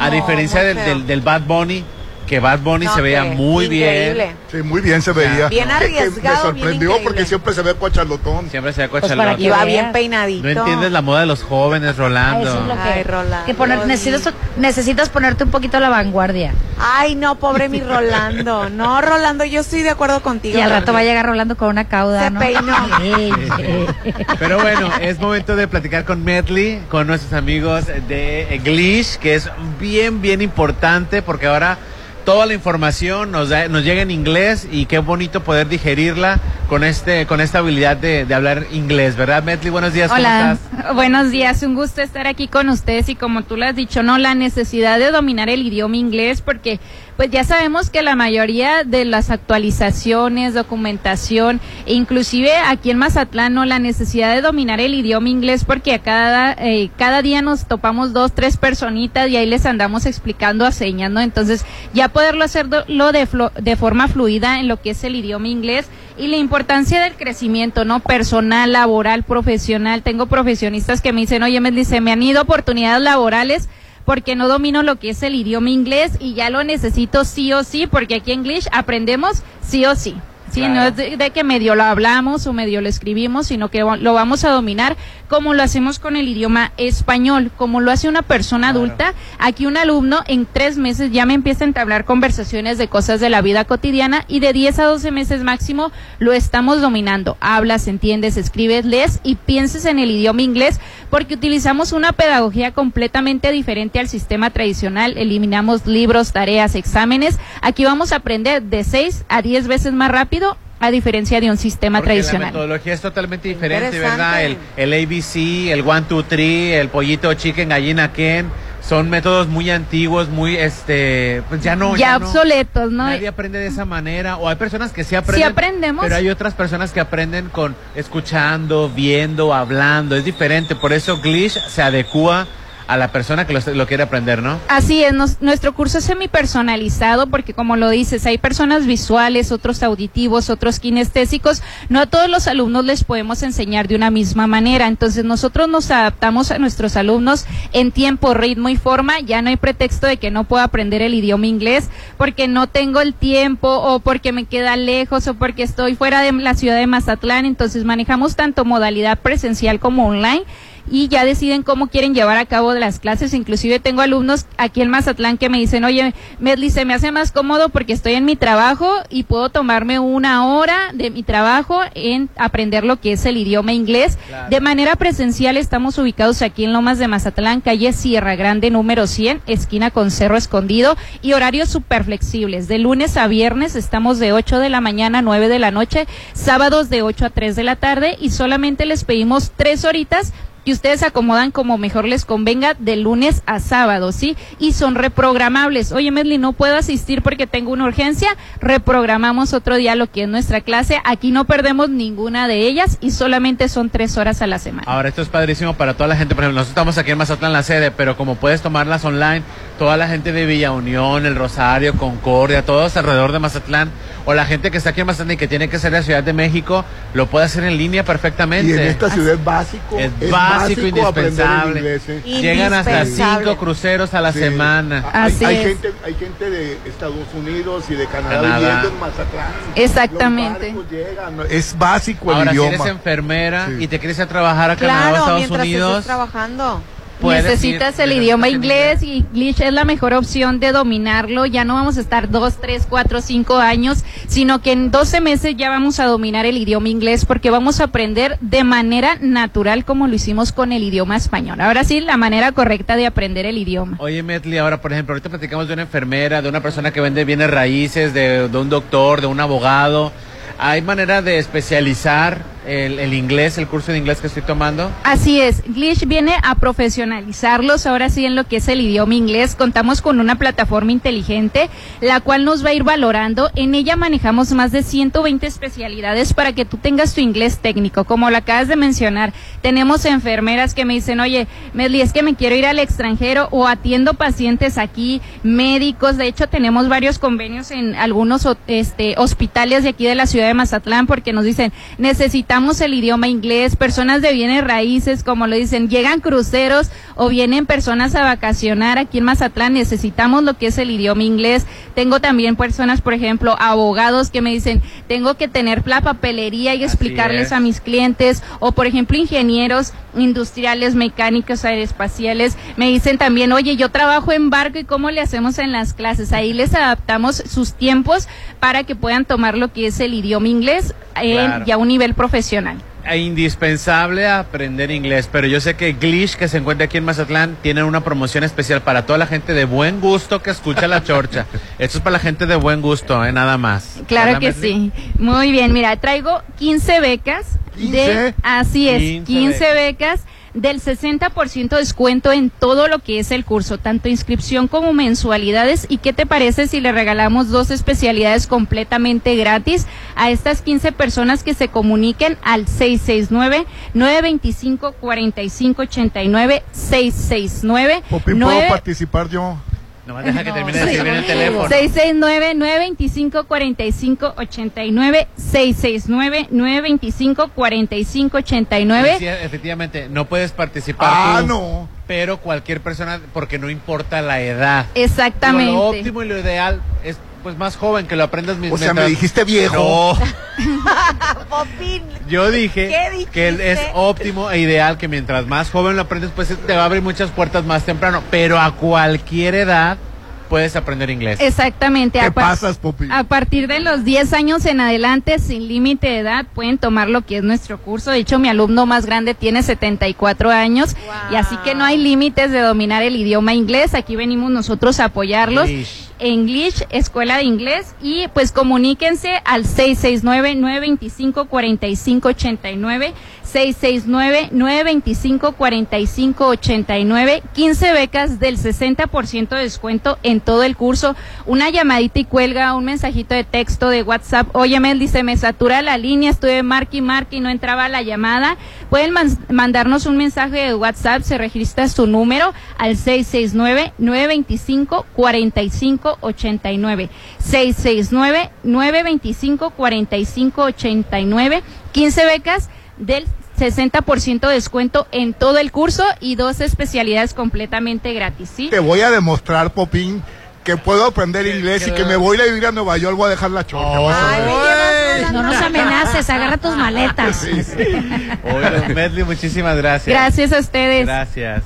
S10: A diferencia del,
S8: del
S10: del, del Bad Bunny, que Bad Bunny
S8: No,
S10: se veía
S8: hombre,
S10: muy
S8: increíble.
S10: bien.
S5: Sí, muy bien se veía.
S8: Bien Pues
S5: Que- que
S8: arriesgado,
S5: Me sorprendió
S8: bien
S5: porque siempre se ve cochalotón.
S10: Siempre se ve
S9: para
S10: cochalón.
S9: que
S8: Va
S9: veas.
S8: bien peinadito.
S10: No entiendes la moda de los jóvenes,
S9: Ah, eso es
S10: Rolando.
S9: lo que,
S8: Ay, Rolando,
S9: que poner, necesitas, necesitas ponerte un poquito a la vanguardia.
S8: Ay, no, pobre mi Rolando. No, Rolando, yo estoy de acuerdo contigo.
S9: Y al rato va a llegar Rolando con una cauda.
S8: Se
S9: ¿no?
S8: peinó.
S9: Sí, sí.
S8: Pues
S10: Pero bueno, es momento de platicar con Medley, con nuestros amigos de Glish, que es bien, bien importante porque ahora toda la información nos, da- nos llega en inglés y qué bonito poder digerirla con, este, con esta habilidad de, de hablar inglés, ¿verdad, Medley? Buenos días, ¿cómo
S25: Hola,
S10: estás?
S25: buenos días, un gusto estar aquí con ustedes y como tú lo has dicho, no, la necesidad de dominar el idioma inglés porque pues ya sabemos que la mayoría de las actualizaciones, documentación, e inclusive aquí en Mazatlán, no, la necesidad de dominar el idioma inglés porque a cada, eh, cada día nos topamos dos, tres personitas y ahí les andamos explicando a señas, ¿no? Entonces ya poderlo hacerlo de, flo- de forma fluida en lo que es el idioma inglés y la importancia del crecimiento, ¿no? Personal, laboral, profesional. Tengo profesionistas que me dicen, oye, me dice, me han ido oportunidades laborales porque no domino lo que es el idioma inglés y ya lo necesito sí o sí, porque aquí en English aprendemos sí o sí. Sí, no es de, de que medio lo hablamos o medio lo escribimos, sino que va- lo vamos a dominar como lo hacemos con el idioma español, como lo hace una persona adulta. Aquí un alumno en tres meses ya me empieza a entablar conversaciones de cosas de la vida cotidiana y de 10 a 12 meses máximo lo estamos dominando. Hablas, entiendes, escribes, lees y pienses en el idioma inglés porque utilizamos una pedagogía completamente diferente al sistema tradicional. Eliminamos libros, tareas, exámenes. Aquí vamos a aprender de 6 a 10 veces más rápido a diferencia de un sistema
S10: Porque La
S25: tradicional.
S10: metodología es totalmente diferente,
S25: Interesante.
S10: ¿verdad? El, el ABC, el one, two, three, el pollito chicken, gallina Ken, son métodos muy antiguos, muy, este, pues ya no.
S25: ya,
S10: no.
S25: obsoletos, ¿no?
S10: Nadie aprende de esa manera, o hay personas que sí
S25: Si
S10: aprenden.
S25: aprendemos,
S10: Pero hay otras personas que aprenden con escuchando, viendo, hablando, es diferente, por eso Glitch se adecua a la persona que lo, lo quiere aprender, ¿no?
S25: Así es, nos- nuestro curso es semipersonalizado porque como lo dices, hay personas visuales, otros auditivos, otros kinestésicos. No a todos los alumnos les podemos enseñar de una misma manera. Entonces nosotros nos adaptamos a nuestros alumnos en tiempo, ritmo y forma. Ya no hay pretexto de que no puedo aprender el idioma inglés porque no tengo el tiempo o porque me queda lejos o porque estoy fuera de la ciudad de Mazatlán. Entonces manejamos tanto modalidad presencial como online y ya deciden cómo quieren llevar a cabo las clases. Inclusive tengo alumnos aquí en Mazatlán que me dicen, oye, Medli, se me hace más cómodo porque estoy en mi trabajo y puedo tomarme una hora de mi trabajo en aprender lo que es el idioma inglés. De manera presencial estamos ubicados aquí en Lomas de Mazatlán, calle Sierra Grande número 100, esquina con Cerro Escondido y horarios súper flexibles. De lunes a viernes estamos de 8 de la mañana a 9 de la noche, sábados de 8 a 3 de la tarde y solamente les pedimos tres horitas que ustedes acomodan como mejor les convenga de lunes a sábado, ¿sí? Y son reprogramables. Oye, Medli, no puedo asistir porque tengo una urgencia. Reprogramamos otro día lo que es nuestra clase. Aquí no perdemos ninguna de ellas y solamente son tres horas a la semana.
S10: Ahora, esto es padrísimo para toda la gente. Por ejemplo, nosotros estamos aquí en Mazatlán, la sede, pero como puedes tomarlas online, toda la gente de Villa Unión, El Rosario, Concordia, todos alrededor de Mazatlán, o la gente que está aquí en Mazatlán y que tiene que ser de la Ciudad de México, lo puede hacer en línea perfectamente.
S5: Y en esta ciudad es básico.
S10: es, básico,
S5: aprender
S10: indispensable.
S5: inglés, ¿eh?
S10: Llegan hasta
S5: Indispensable.
S10: cinco cruceros a la
S5: Sí.
S10: semana.
S5: Hay- hay, gente, hay gente de Estados Unidos y de Canadá,
S10: Canadá.
S5: viviendo en Mazatlán.
S25: Exactamente.
S5: Es básico el
S10: Ahora, si
S5: idioma.
S10: eres enfermera y te quieres ir a trabajar a Canadá o
S8: Claro,
S10: Estados
S8: mientras estés
S10: Unidos,
S8: trabajando.
S10: puedes ir-
S25: Necesitas el idioma inglés y Glitch es la mejor opción de dominarlo. Ya no vamos a estar dos, tres, cuatro, cinco años, sino que en 12 meses ya vamos a dominar el idioma inglés porque vamos a aprender de manera natural como lo hicimos con el idioma español. Ahora sí, la manera correcta de aprender el idioma.
S10: Oye, Metli, ahora, por ejemplo, ahorita platicamos de una enfermera, de una persona que vende bienes raíces, de, de un doctor, de un abogado. ¿Hay manera de especializar el, el inglés, el curso de inglés que estoy tomando?
S25: Así es, Glitch viene a profesionalizarlos ahora sí en lo que es el idioma inglés. Contamos con una plataforma inteligente, la cual nos va a ir valorando. En ella manejamos más de 120 especialidades para que tú tengas tu inglés técnico. Como lo acabas de mencionar, tenemos enfermeras que me dicen, oye, Medley, es que me quiero ir al extranjero o atiendo pacientes aquí, médicos. De hecho, tenemos varios convenios en algunos ho- este, hospitales de aquí de la ciudad de Mazatlán porque nos dicen, necesitamos el idioma inglés, personas de bienes raíces, como lo dicen, llegan cruceros o vienen personas a vacacionar aquí en Mazatlán, necesitamos lo que es el idioma inglés. Tengo también personas, por ejemplo, abogados que me dicen, tengo que tener la papelería y explicarles
S26: es.
S25: a mis clientes, o por ejemplo, ingenieros industriales, mecánicos, aeroespaciales, me dicen también, oye, yo trabajo en barco y cómo le hacemos en las clases. Ahí les adaptamos sus tiempos para que puedan tomar lo que es el idioma inglés en
S10: Claro.
S25: ya un nivel profesional.
S10: E indispensable aprender inglés, pero yo sé que Glitch, que se encuentra aquí en Mazatlán, tiene una promoción especial para toda la gente de buen gusto que escucha la chorcha. Esto es para la gente de buen gusto, eh, nada más.
S25: Claro
S10: ¿Verdad,
S25: que
S10: Metli?
S25: sí. Muy bien, mira, traigo 15 becas de así es, 15,
S10: 15
S25: becas del 60% descuento en todo lo que es el curso, tanto inscripción como mensualidades. ¿Y qué te parece si le regalamos dos especialidades completamente gratis a estas 15 personas que se comuniquen al 669-925-4589? 669
S5: Popín, ¿puedo participar yo?
S10: Nomás deja que termine de escribir en el teléfono.
S25: 669-925-4589. 669-925-4589.
S10: Sí, efectivamente, no puedes participar.
S25: Ah,
S10: no. Pero cualquier persona, porque no importa la edad. Digo, lo
S25: Exactamente.
S10: óptimo y lo ideal es pues más joven, que lo aprendas mis
S5: O sea, me dijiste viejo.
S8: Popín.
S10: Yo dije
S8: ¿Qué dijiste?
S10: que él es óptimo e ideal que mientras más joven lo aprendes, pues te va a abrir muchas puertas más temprano. Pero a cualquier edad puedes aprender inglés.
S25: Exactamente.
S10: ¿Qué
S25: a par-
S10: pasas, Popi?
S25: A partir de los 10 años en adelante, sin límite de edad, pueden tomar lo que es nuestro curso. De hecho, mi alumno más grande tiene 74 años y así que no hay límites de dominar el idioma inglés. Aquí venimos nosotros a apoyarlos.
S10: Ish.
S25: English, Escuela de Inglés y pues comuníquense al 669-925-4589, 669-925-4589, 15 becas del 60% de descuento en todo el curso, una llamadita y cuelga, un mensajito de texto de WhatsApp, oye Mel, dice, me satura la línea, estuve marque y marque y no entraba la llamada, pueden man- mandarnos un mensaje de WhatsApp, se registra su número al 669-925-4589. 669-925-4589. 15 becas del 60% de descuento en todo el curso y dos especialidades completamente gratis, ¿sí?
S5: Te voy a demostrar, Popín, que puedo aprender inglés y que me voy a vivir a Nueva York, voy a dejar la chorcha.
S10: Oh,
S5: vas a ver.
S9: No nos amenaces, agarra tus maletas.
S10: Oye, Medley, muchísimas gracias.
S25: Gracias a ustedes.
S10: Gracias.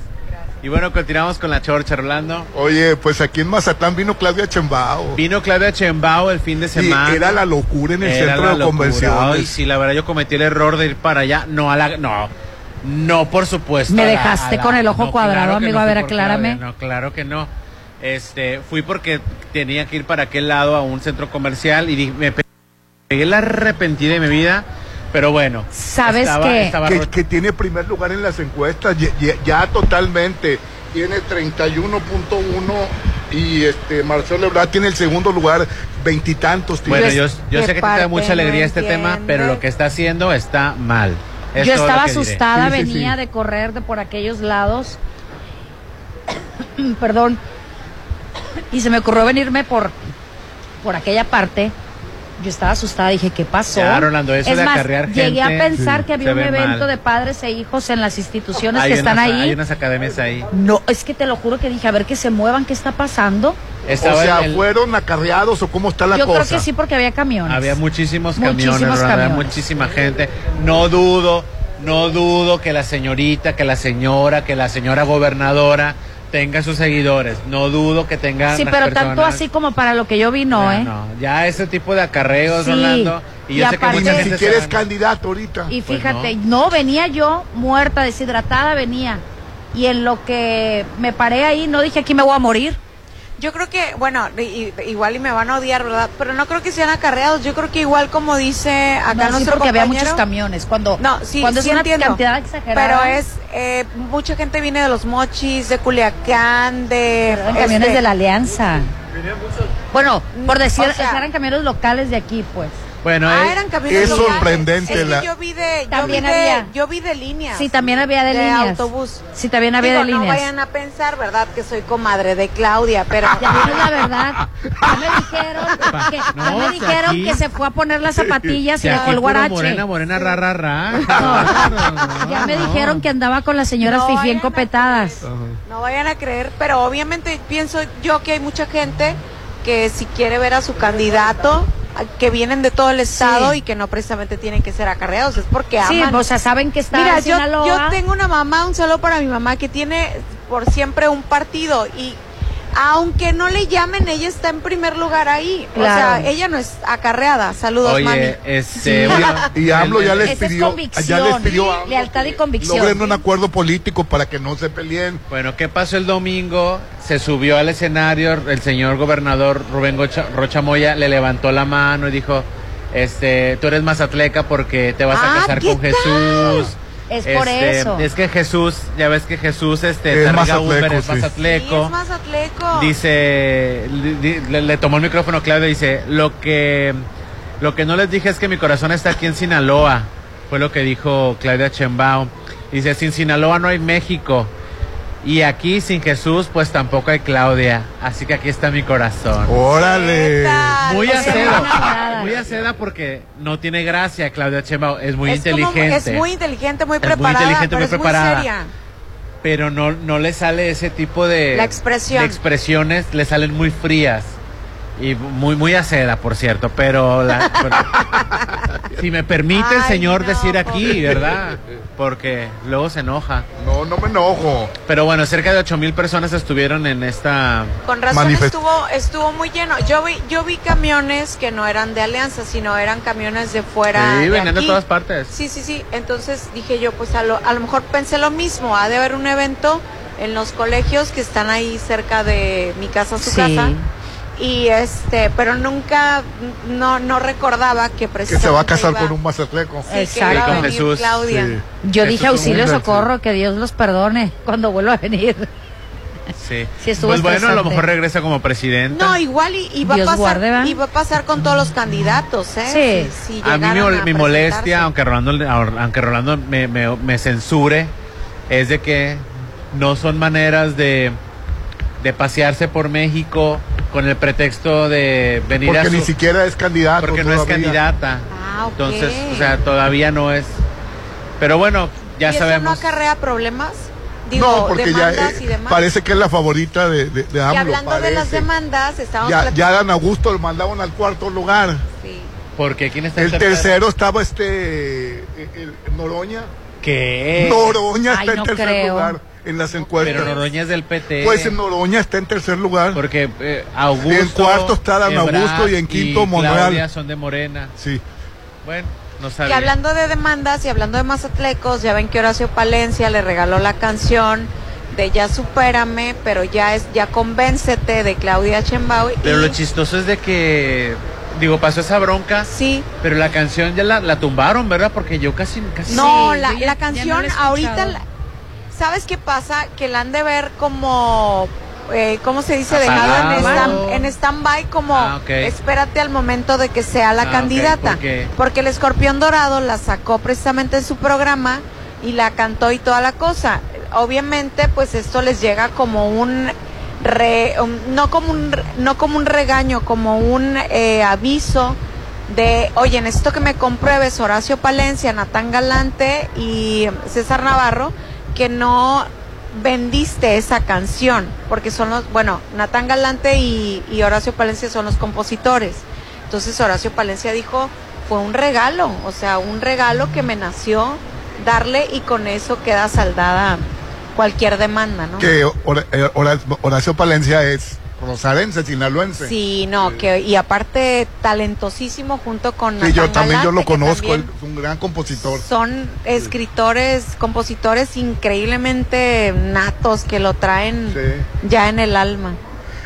S10: Y bueno, continuamos con la chorcha, Rolando.
S5: Oye, pues aquí en Mazatlán vino Claudia Chembao.
S10: Vino Claudia Chembao el fin de
S5: Y
S10: semana.
S5: era la locura en el
S10: Era
S5: centro
S10: la
S5: de
S10: locura. Ay,
S5: convenciones.
S10: sí, la verdad yo cometí el error de ir para allá. No, a la, no, no, por supuesto.
S9: Me
S10: a la-
S9: dejaste
S10: a la-
S9: con el ojo
S10: no,
S9: cuadrado,
S10: claro que
S9: amigo.
S10: no
S9: a
S10: fui
S9: ver,
S10: por Claudia,
S9: aclárame.
S10: No, claro que no. Este, fui porque tenía que ir para aquel lado a un centro comercial y di- me pe- pegué la arrepentida de mi vida, pero bueno.
S9: ¿Sabes
S10: estaba- estaba
S5: que,
S10: rota.
S5: que tiene primer lugar en las encuestas, ye- ye- ya, totalmente. Tiene 31.1 y este Marcelo Ebrard tiene el segundo lugar, veintitantos. tiene.
S10: Bueno, yo, yo sé que te
S25: Pues,
S10: da mucha alegría este tema, pero lo que está haciendo está mal. Es
S9: Yo
S10: todo lo
S9: estaba
S10: que diré.
S9: asustada, venía de correr de por aquellos lados. Perdón. Y se me ocurrió venirme por, por aquella parte. Yo estaba asustada, dije, ¿qué pasó?
S10: Ya, Rolando, eso
S9: es
S10: de
S9: más,
S10: acarrear
S9: llegué
S10: gente,
S9: a pensar
S10: sí,
S9: que había
S10: se
S9: un
S10: ve
S9: evento
S10: mal.
S9: de padres e hijos en las instituciones
S10: Hay
S9: que están
S10: unas-
S9: ahí.
S10: Hay unas academias ahí.
S9: No, es que te lo juro que dije, a ver que se muevan, ¿qué está pasando?
S10: Estaba
S5: o sea,
S10: el-
S5: ¿fueron acarreados o cómo está la
S9: Yo
S5: cosa?
S9: creo que sí porque había camiones.
S10: Había muchísimos camiones,
S9: Muchísimos
S10: Rolando, había
S9: camiones.
S10: muchísima gente. No dudo, no dudo que la señorita, que la señora, que la señora gobernadora tenga sus seguidores. No dudo que tenga.
S9: Sí,
S10: las
S9: pero tanto
S10: personas.
S9: así como para lo que yo vi, no, ¿eh?
S10: No, ya ese tipo de acarreos,
S9: Sí,
S10: Rolando. Y yo
S9: y
S10: sé que
S9: aparte-
S10: mucha
S9: Ni
S10: gente.
S9: siquiera es
S5: candidato ahorita.
S9: Y
S10: Pues
S9: fíjate, no. venía yo muerta, deshidratada, venía. Y en lo que me paré ahí, no dije aquí me voy a morir.
S8: Yo creo que, bueno, i- i- igual y me van a odiar, ¿verdad? Pero no creo que sean acarreados. Yo creo que igual como dice acá
S9: No, sí,
S8: nuestro
S9: porque había
S8: compañero-
S9: muchos camiones. Cuando,
S8: No, sí,
S9: cuando
S8: sí
S9: es una
S8: entiendo.
S9: cantidad exagerada.
S8: Pero es, eh, mucha gente viene de los mochis, de Culiacán, de...
S9: Eran camiones
S8: este,
S9: de la Alianza. Bueno, por decir,
S8: O sea-
S9: eran camiones locales de aquí, pues.
S10: Bueno,
S8: Ah,
S10: eh,
S8: eran camiones
S5: es
S8: locales.
S5: sorprendente
S8: Es que
S5: la-
S8: yo vi de, yo vi
S9: También
S8: de,
S9: había.
S8: yo vi de líneas.
S9: Sí, también había de,
S8: De
S9: líneas.
S8: autobús.
S9: Sí, también había
S8: Digo,
S9: de líneas.
S8: No vayan a pensar, ¿verdad? Que soy comadre de Claudia, pero...
S9: Ya vieron la verdad. Ya me dijeron que, ya
S8: No,
S9: me
S8: si
S9: dijeron
S8: aquí-
S9: que se fue a poner las zapatillas
S10: si
S9: y
S10: aquí
S9: dejó el
S10: puro
S9: guarache.
S10: Morena, morena, ra, ra, ra.
S9: Ya me dijeron que andaba con las señoras
S8: No,
S9: fifí
S8: vayan a
S9: encopetadas.
S8: No vayan a creer, pero obviamente pienso yo que hay mucha gente que si quiere ver a su candidato, a- que vienen de todo el estado y que no precisamente tienen que ser acarreados, es porque
S9: Sí,
S8: aman.
S9: o sea, saben que está
S8: Mira,
S9: en
S8: yo,
S9: Sinaloa.
S8: yo tengo una mamá, un saludo para mi mamá, que tiene por siempre un partido y aunque no le llamen, ella está en primer lugar ahí. O
S5: Claro.
S8: sea, ella no es acarreada. Saludos,
S10: Oye,
S8: mami.
S10: este.
S5: Sí.
S10: una-
S5: eh, Y AMLO ya les
S9: Esa es
S5: pidió, ya
S9: convicción,
S5: les pidió a-
S9: lealtad y convicción.
S5: logren un acuerdo político para que no se peleen.
S10: Bueno, ¿qué pasó el domingo? Se subió al escenario el señor gobernador Rubén Gocha- Rocha Moya, le levantó la mano y dijo, este, tú eres mazatleca porque te vas a
S9: Ah,
S10: casar
S9: ¿qué
S10: con
S9: tal?
S10: Jesús.
S9: Es por
S10: Este,
S9: eso.
S10: Es que Jesús, ya ves que Jesús, este,
S5: Es
S10: Targa
S5: mazatleco,
S10: Uber, es
S5: sí.
S10: mazatleco.
S8: Es Mazatleco.
S10: Dice, li- di- le, le tomó el micrófono a Claudia y dice, lo que, lo que no les dije es que mi corazón está aquí en Sinaloa, fue lo que dijo Claudia Chembao. Dice, sin Sinaloa no hay México. Y aquí sin Jesús, pues tampoco hay Claudia. Así que aquí está mi corazón.
S5: Órale.
S10: Muy
S8: O sea,
S10: aceda. Muy aceda porque no tiene gracia Claudia Chembao. Es muy
S8: Es como-
S10: inteligente.
S8: es muy inteligente, muy
S10: Es muy
S8: preparada,
S10: inteligente,
S8: pero
S10: muy
S8: es
S10: preparada.
S8: muy seria.
S10: pero no, no le sale ese tipo de,
S8: La expresión.
S10: de expresiones, le salen muy frías. Y muy, muy a seda, por cierto, pero, la- pero- si me permite el
S5: Ay,
S10: señor
S5: no,
S10: decir aquí,
S5: pobre.
S10: ¿verdad? Porque luego se enoja.
S5: No, no me enojo.
S10: Pero bueno, cerca de 8 mil personas estuvieron en esta...
S8: Con razón
S10: Manifest-
S8: estuvo estuvo muy lleno. Yo vi yo vi camiones que no eran de Alianza, sino eran camiones de fuera.
S10: Sí,
S8: de
S10: venían de
S8: aquí.
S10: todas partes.
S8: Sí, sí, sí. Entonces dije yo, pues a lo, a lo mejor pensé lo mismo. Ha de haber un evento en los colegios que están ahí cerca de mi casa, su casa. Y este, pero nunca, no, no recordaba que
S5: Que se va a
S8: precisamente
S5: casar
S8: iba-
S5: con un mazatleco.
S8: Sí, que iba a
S9: Exacto.
S8: venir Claudia.
S9: Yo
S5: Eso
S9: dije
S5: es un
S9: auxilio,
S5: mundo, sí.
S9: socorro, que Dios los perdone cuando vuelva a venir.
S10: Sí.
S9: Sí, estuvo
S10: pues bueno, a lo
S9: estresante.
S10: mejor regresa como presidente.
S8: No, igual y, y va a
S9: Dios
S8: pasar,
S9: guarde, ¿va?
S8: y va a pasar con todos los candidatos, ¿eh? Sí. Si- si
S10: a mí mi,
S8: llegaran a
S10: mi molestia, aunque Rolando, aunque Rolando me, me- me censure, es de que no son maneras de, de pasearse por México con el pretexto de venir a
S5: Porque
S10: su-
S5: ni siquiera es candidato.
S10: porque no es
S5: todavía.
S10: candidata.
S8: Ah, ok.
S10: Entonces, o sea, todavía no es. Pero bueno, ya
S8: ¿Y eso
S10: sabemos.
S8: no acarrea problemas? Digo,
S5: no, porque ya
S8: demandas
S5: eh,
S8: y demás.
S5: parece que es la favorita de, de, de
S8: y
S5: AMLO,
S8: hablando de las
S5: parece.
S8: demandas, estábamos
S5: Ya,
S8: platic-
S5: ya Dan Augusto lo mandaban al cuarto lugar.
S10: Porque quién está
S5: El
S10: tercero?
S5: tercero estaba este. el- el Noroña. Eh.
S10: ¿Qué?
S5: Noroña está en tercer lugar en las encuestas.
S10: Pero Noroña es del PT.
S5: Pues en Noroña está en tercer lugar.
S10: Eh, Porque eh, Augusto.
S5: En cuarto está Dan
S10: Ebrard
S5: Augusto y en quinto
S10: Claudia
S5: Monreal.
S10: son de Morena.
S5: Sí.
S10: Bueno, no
S8: y
S10: sabía.
S8: hablando de demandas y hablando de mazatlecos, ya ven que Horacio Palencia le regaló la canción de Ya supérame, pero ya es ya convéncete de Claudia Chembao.
S10: Pero lo chistoso es de que. Digo, pasó esa bronca.
S8: Sí.
S10: Pero la canción ya la, la tumbaron, ¿verdad? Porque yo casi. casi
S8: No,
S9: Sí,
S8: la,
S9: yo
S8: la
S9: ya- ya no la he
S8: canción
S9: escuchado.
S8: ahorita, la- ¿sabes qué pasa? Que la han de ver como, eh, ¿cómo se dice? Dejado en,
S10: Apagado.
S8: stand- en stand-by como
S10: Ah, ok.
S8: espérate al momento de que sea la
S10: Ah, ok,
S8: candidata.
S10: ¿por qué?
S8: Porque el escorpión dorado la sacó precisamente en su programa y la cantó y toda la cosa. Obviamente, pues esto les llega como un... re- un- no, como un re- no como un regaño, como un eh, aviso de, oye, necesito que me compruebes Horacio Palencia, Natán Galante y César Navarro, que no vendiste esa canción, porque son los, bueno, Natán Galante y, y Horacio Palencia son los compositores. Entonces Horacio Palencia dijo, fue un regalo, o sea, un regalo que me nació darle y con eso queda saldada cualquier demanda, ¿no?
S5: Que Hor- eh, Hora- Horacio Palencia es rosarense, sinaloense.
S8: Sí, no, que y aparte talentosísimo junto con
S5: Sí, yo
S8: Natán
S5: también yo
S8: Galante,
S5: lo
S8: que
S5: conozco,
S8: también-
S5: él es un gran compositor.
S8: son escritores, compositores increíblemente natos que lo traen ya en el alma.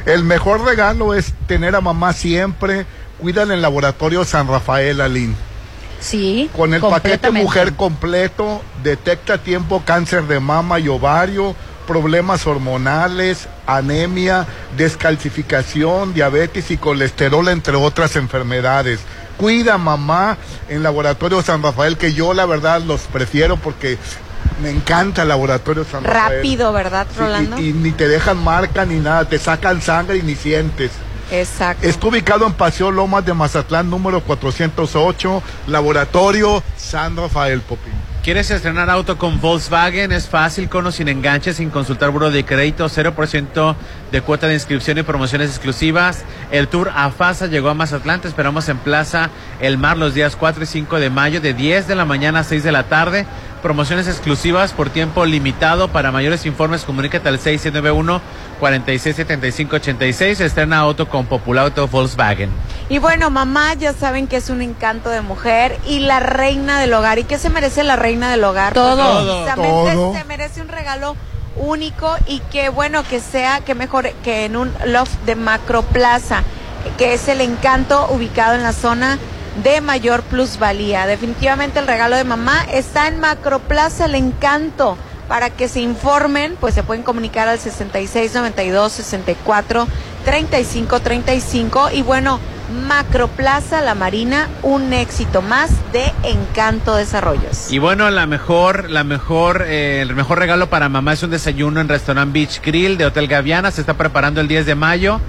S5: El mejor regalo es tener a mamá siempre. Cuídale el laboratorio San Rafael Alín.
S9: Sí.
S5: Con el paquete
S9: completamente.
S5: mujer completo, detecta a tiempo cáncer de mama y ovario, problemas hormonales, anemia, descalcificación, diabetes y colesterol, entre otras enfermedades. Cuida mamá en Laboratorio San Rafael, que yo la verdad los prefiero porque me encanta el Laboratorio San Rafael.
S8: Rápido, ¿verdad,
S5: Sí, y-
S8: Rolando?
S5: y ni te dejan marca ni nada, te sacan sangre y ni sientes.
S8: Exacto.
S5: Está ubicado en Paseo Lomas de Mazatlán, número 408, Laboratorio San Rafael Popín.
S10: ¿Quieres estrenar auto con Volkswagen? Es fácil, con o sin enganche, sin consultar buro de crédito, 0% de cuota de inscripción y promociones exclusivas. El tour a FASA llegó a Mazatlán, te esperamos en Plaza El Mar los días 4 y 5 de mayo, de 10 de la mañana a 6 de la tarde. Promociones exclusivas por tiempo limitado. Para mayores informes, comunícate al 691-467586. Estrena auto con Populauto Volkswagen.
S8: Y bueno, mamá ya saben que es un encanto de mujer y la reina del hogar. ¿Y qué se merece la reina del hogar?
S9: Todo.
S8: Porque
S9: Todo.
S8: precisamente
S9: Todo.
S8: Se merece un regalo único y que bueno que sea, que mejor que en un loft de Macroplaza, que es el encanto ubicado en la zona de mayor plusvalía. Definitivamente el regalo de mamá está en Macroplaza, el encanto. Para que se informen, pues se pueden comunicar al 66 92 64 35 35 y bueno, Macroplaza La Marina, un éxito más de Encanto Desarrollos.
S10: Y bueno, la mejor, la mejor, eh, el mejor regalo para mamá es un desayuno en Restaurant Beach Grill de Hotel Gaviana. Se está preparando el 10 de mayo.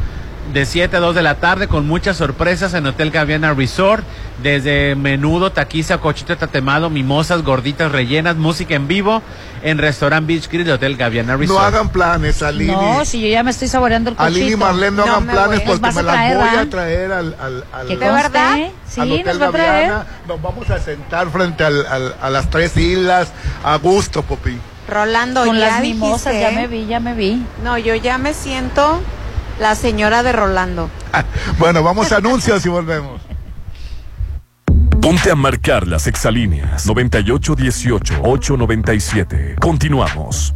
S10: de 7 a 2 de la tarde con muchas sorpresas en Hotel Gaviana Resort, desde menudo, taquiza, cochito tatemado, mimosas, gorditas rellenas, música en vivo en Restaurant Beach Grill de Hotel Gaviana Resort.
S5: No hagan planes, Alini.
S9: No, si yo ya me estoy saboreando el
S5: A
S9: cochito.
S5: Lili y Marlene no, hagan planes
S9: Nos
S5: porque
S9: vas
S5: me
S9: a
S5: las
S9: traer,
S5: voy
S9: ¿verdad?
S5: a traer al, al, al,
S9: ¿Que conste? ¿Eh? Sí,
S5: al Hotel
S9: nos va a traer.
S5: Gaviana. Nos vamos a sentar frente al- al- a las tres islas a gusto, Popi.
S8: Rolando,
S9: Con
S8: ya
S9: las mimosas,
S8: dijiste, ¿eh?
S9: ya me vi, ya me vi.
S8: No, yo ya me siento la señora de Rolando.
S5: Bueno, vamos a anuncios y volvemos.
S4: Ponte a marcar las exalíneas 9818-897. Continuamos.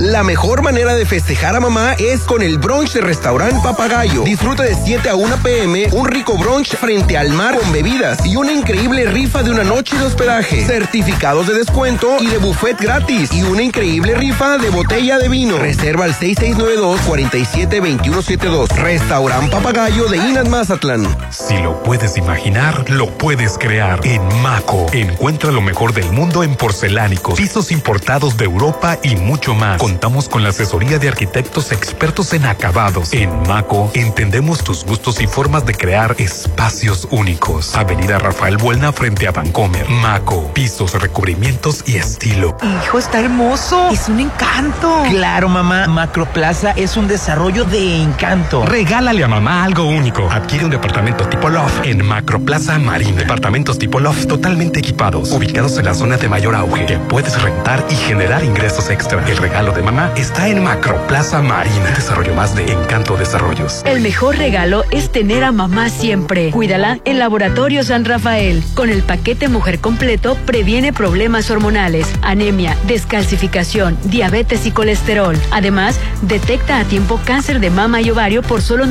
S21: La mejor manera de festejar a mamá es con el brunch de restaurante Papagayo. Disfruta de 7 a 1 pm, un rico brunch frente al mar con bebidas y una increíble rifa de una noche de hospedaje, certificados de descuento y de buffet gratis y una increíble rifa de botella de vino. Reserva al 6692-472172. Restaurante Papagayo de Inas Mazatlán.
S15: Si lo puedes imaginar, lo puedes crear. En Maco, encuentra lo mejor del mundo en porcelánicos, pisos importados de Europa y mucho más. Contamos con la asesoría de arquitectos expertos en acabados. En Maco, entendemos tus gustos y formas de crear espacios únicos. Avenida Rafael Buelna frente a Vancomer. Maco, pisos, recubrimientos y estilo.
S27: Hijo, está hermoso. Es un encanto.
S19: Claro, mamá, Macroplaza es un desarrollo de encanto.
S15: Regálale a mamá algo único. Adquiere un departamento tipo loft en Macroplaza Marina. Departamentos tipo loft totalmente equipados, ubicados en la zona de mayor auge, que puedes rentar y generar ingresos extra. El regalo de mamá está en Macroplaza Marina. Desarrollo más de Encanto Desarrollos.
S6: El mejor regalo es tener a mamá siempre. Cuídala en Laboratorio San Rafael. Con el paquete Mujer Completo previene problemas hormonales, anemia, descalcificación, diabetes y colesterol. Además, detecta a tiempo cáncer de mama y ovario por solo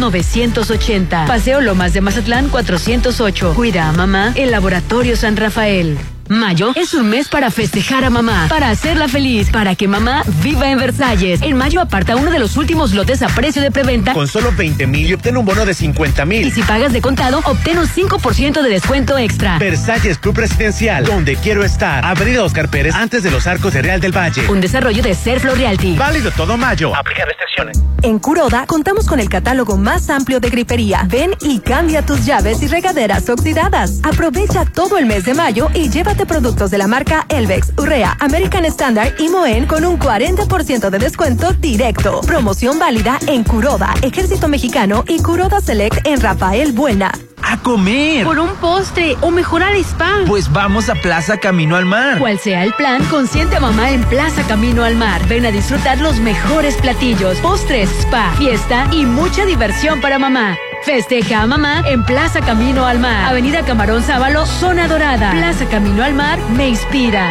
S6: 980. Paseo Lomas de Mazatlán 408. Cuida a mamá en Laboratorio San Rafael. Mayo es un mes para festejar a mamá, para hacerla feliz, para que mamá viva en Versalles. En mayo aparta uno de los últimos lotes a precio de preventa.
S28: Con solo 20 mil y obtén un bono de 50
S6: Y
S28: mil.
S6: si pagas de contado, obtén un 5% de descuento extra.
S28: Versalles Club Residencial, donde quiero estar. Avenida Oscar Pérez, antes de los arcos de Real del Valle.
S6: Un desarrollo de Serflo Realty.
S28: Válido todo mayo. Aplica restricciones.
S29: En Curoda contamos con el catálogo más amplio de grifería. Ven y cambia tus llaves y regaderas oxidadas. Aprovecha todo el mes de mayo y llévate productos de la marca Elvex, Urrea, American Standard y Moen con un 40% de descuento directo. Promoción válida en Curoda, Ejército Mexicano y Curoda Select en Rafael Buena.
S19: A comer.
S6: Por un postre o mejor al spa.
S19: Pues vamos a Plaza Camino al Mar.
S6: Cual sea el plan, consiente a mamá en Plaza Camino al Mar. Ven a disfrutar los mejores platillos, postres, spa, fiesta y mucha diversión para mamá. Festeja a mamá en Plaza Camino al Mar. Avenida Camarón Sábalo, Zona Dorada. Plaza Camino al Mar me inspira.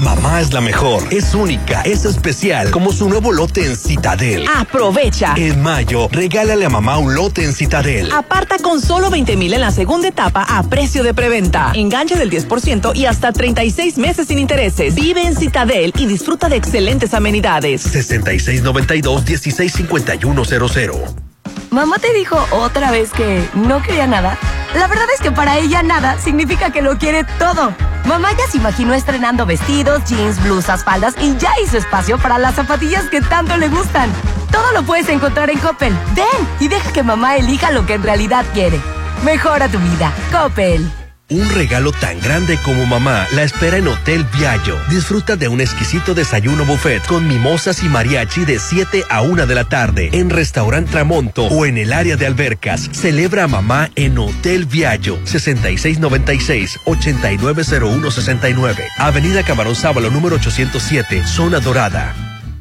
S21: Mamá es la mejor, es única, es especial, como su nuevo lote en Citadel.
S18: Ah. Aprovecha.
S21: En mayo, regálale a mamá un lote en Citadel.
S18: Aparta con solo 20 mil en la segunda etapa a precio de preventa. Enganche del 10% y hasta 36 meses sin intereses. Vive en Citadel y disfruta de excelentes amenidades.
S17: 6692-165100.
S12: Mamá te dijo otra vez que no quería nada. La verdad es que para ella nada significa que lo quiere todo. Mamá ya se imaginó estrenando vestidos, jeans, blusas, faldas y ya hizo espacio para las zapatillas que tanto le gustan. Todo lo puedes encontrar en Coppel. Ven y deja que mamá elija lo que en realidad quiere. Mejora tu vida. Coppel.
S17: Un regalo tan grande como mamá la espera en Hotel Viallo. Disfruta de un exquisito desayuno buffet con mimosas y mariachi de 7 a 1 de la tarde en Restaurant Tramonto o en el área de albercas. Celebra a mamá en Hotel Viallo 6696-890169. Avenida Camarón Sábalo número 807, Zona Dorada.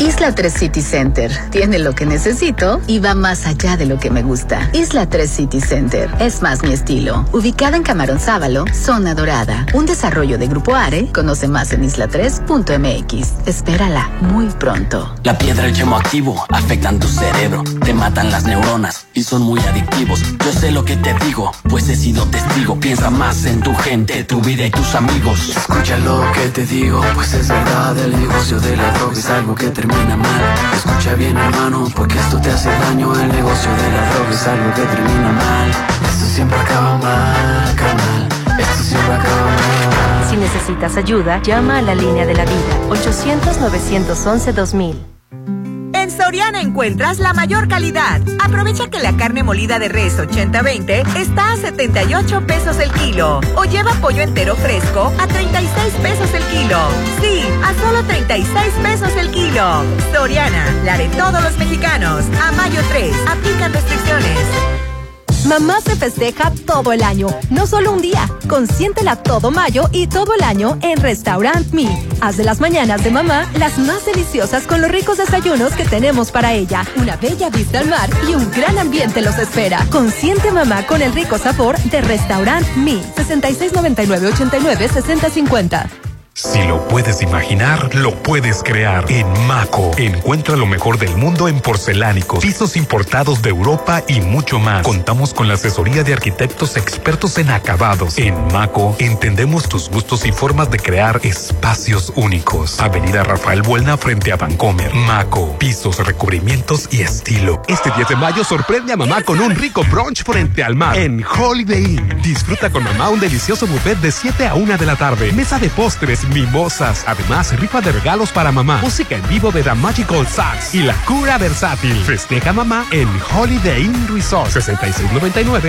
S22: Isla 3 City Center tiene lo que necesito y va más allá de lo que me gusta. Isla 3 City Center es más mi estilo. Ubicada en Camarón Sábalo, Zona Dorada, un desarrollo de Grupo Are. Conoce más en isla3.mx. Espérala muy pronto.
S30: La piedra y el chemo activo afectan tu cerebro, te matan las neuronas y son muy adictivos. Yo sé lo que te digo, pues he sido testigo. Piensa más en tu gente, tu vida y tus amigos.
S2: Escucha lo que te digo, pues es verdad, el negocio de la droga es algo que termina mal. Escucha bien hermano, porque esto te hace daño, el negocio de la droga es algo que termina mal. Esto siempre acaba mal, carnal, esto siempre acaba mal.
S31: Si necesitas ayuda, llama a la línea de la vida 800-911-2000.
S8: En Soriana encuentras la mayor calidad. Aprovecha que la carne molida de res 80-20 está a 78 pesos el kilo. O lleva pollo entero fresco a 36 pesos el kilo. Sí, a solo 36 pesos el kilo. Soriana, la de todos los mexicanos. A mayo 3, aplican restricciones.
S12: Mamá se festeja todo el año, no solo un día. Consiéntela todo mayo y todo el año en Restaurant Me. Haz de las mañanas de mamá las más deliciosas con los ricos desayunos que tenemos para ella. Una bella vista al mar y un gran ambiente los espera. Consiente mamá con el rico sabor de Restaurant Me. 6699 89 6050.
S15: Si lo puedes imaginar, lo puedes crear. En Maco, encuentra lo mejor del mundo en porcelánicos, pisos importados de Europa y mucho más. Contamos con la asesoría de arquitectos expertos en acabados. En Maco, entendemos tus gustos y formas de crear espacios únicos. Avenida Rafael Buelna frente a Vancomer. Maco, pisos, recubrimientos y estilo.
S32: Este 10 de mayo sorprende a mamá con un rico brunch frente al mar en Holiday Inn. Disfruta con mamá un delicioso buffet de 7 a 1 de la tarde, mesa de postres, mimosas, además rifa de regalos para mamá, música en vivo de The Magical Sax y la cura versátil. Festeja mamá en Holiday Inn Resort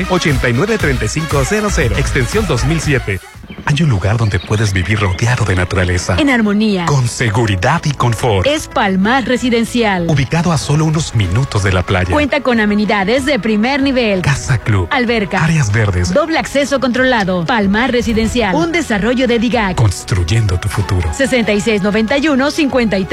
S32: 6699-893500, extensión 2007.
S15: Hay un lugar donde puedes vivir rodeado de naturaleza.
S6: En armonía.
S15: Con seguridad y confort.
S6: Es Palmar Residencial.
S15: Ubicado a solo unos minutos de la playa.
S6: Cuenta con amenidades de primer nivel.
S15: Casa Club.
S6: Alberca.
S15: Áreas verdes.
S6: Doble acceso controlado. Palmar Residencial. Un desarrollo de DIGAC.
S15: Construyendo tu futuro.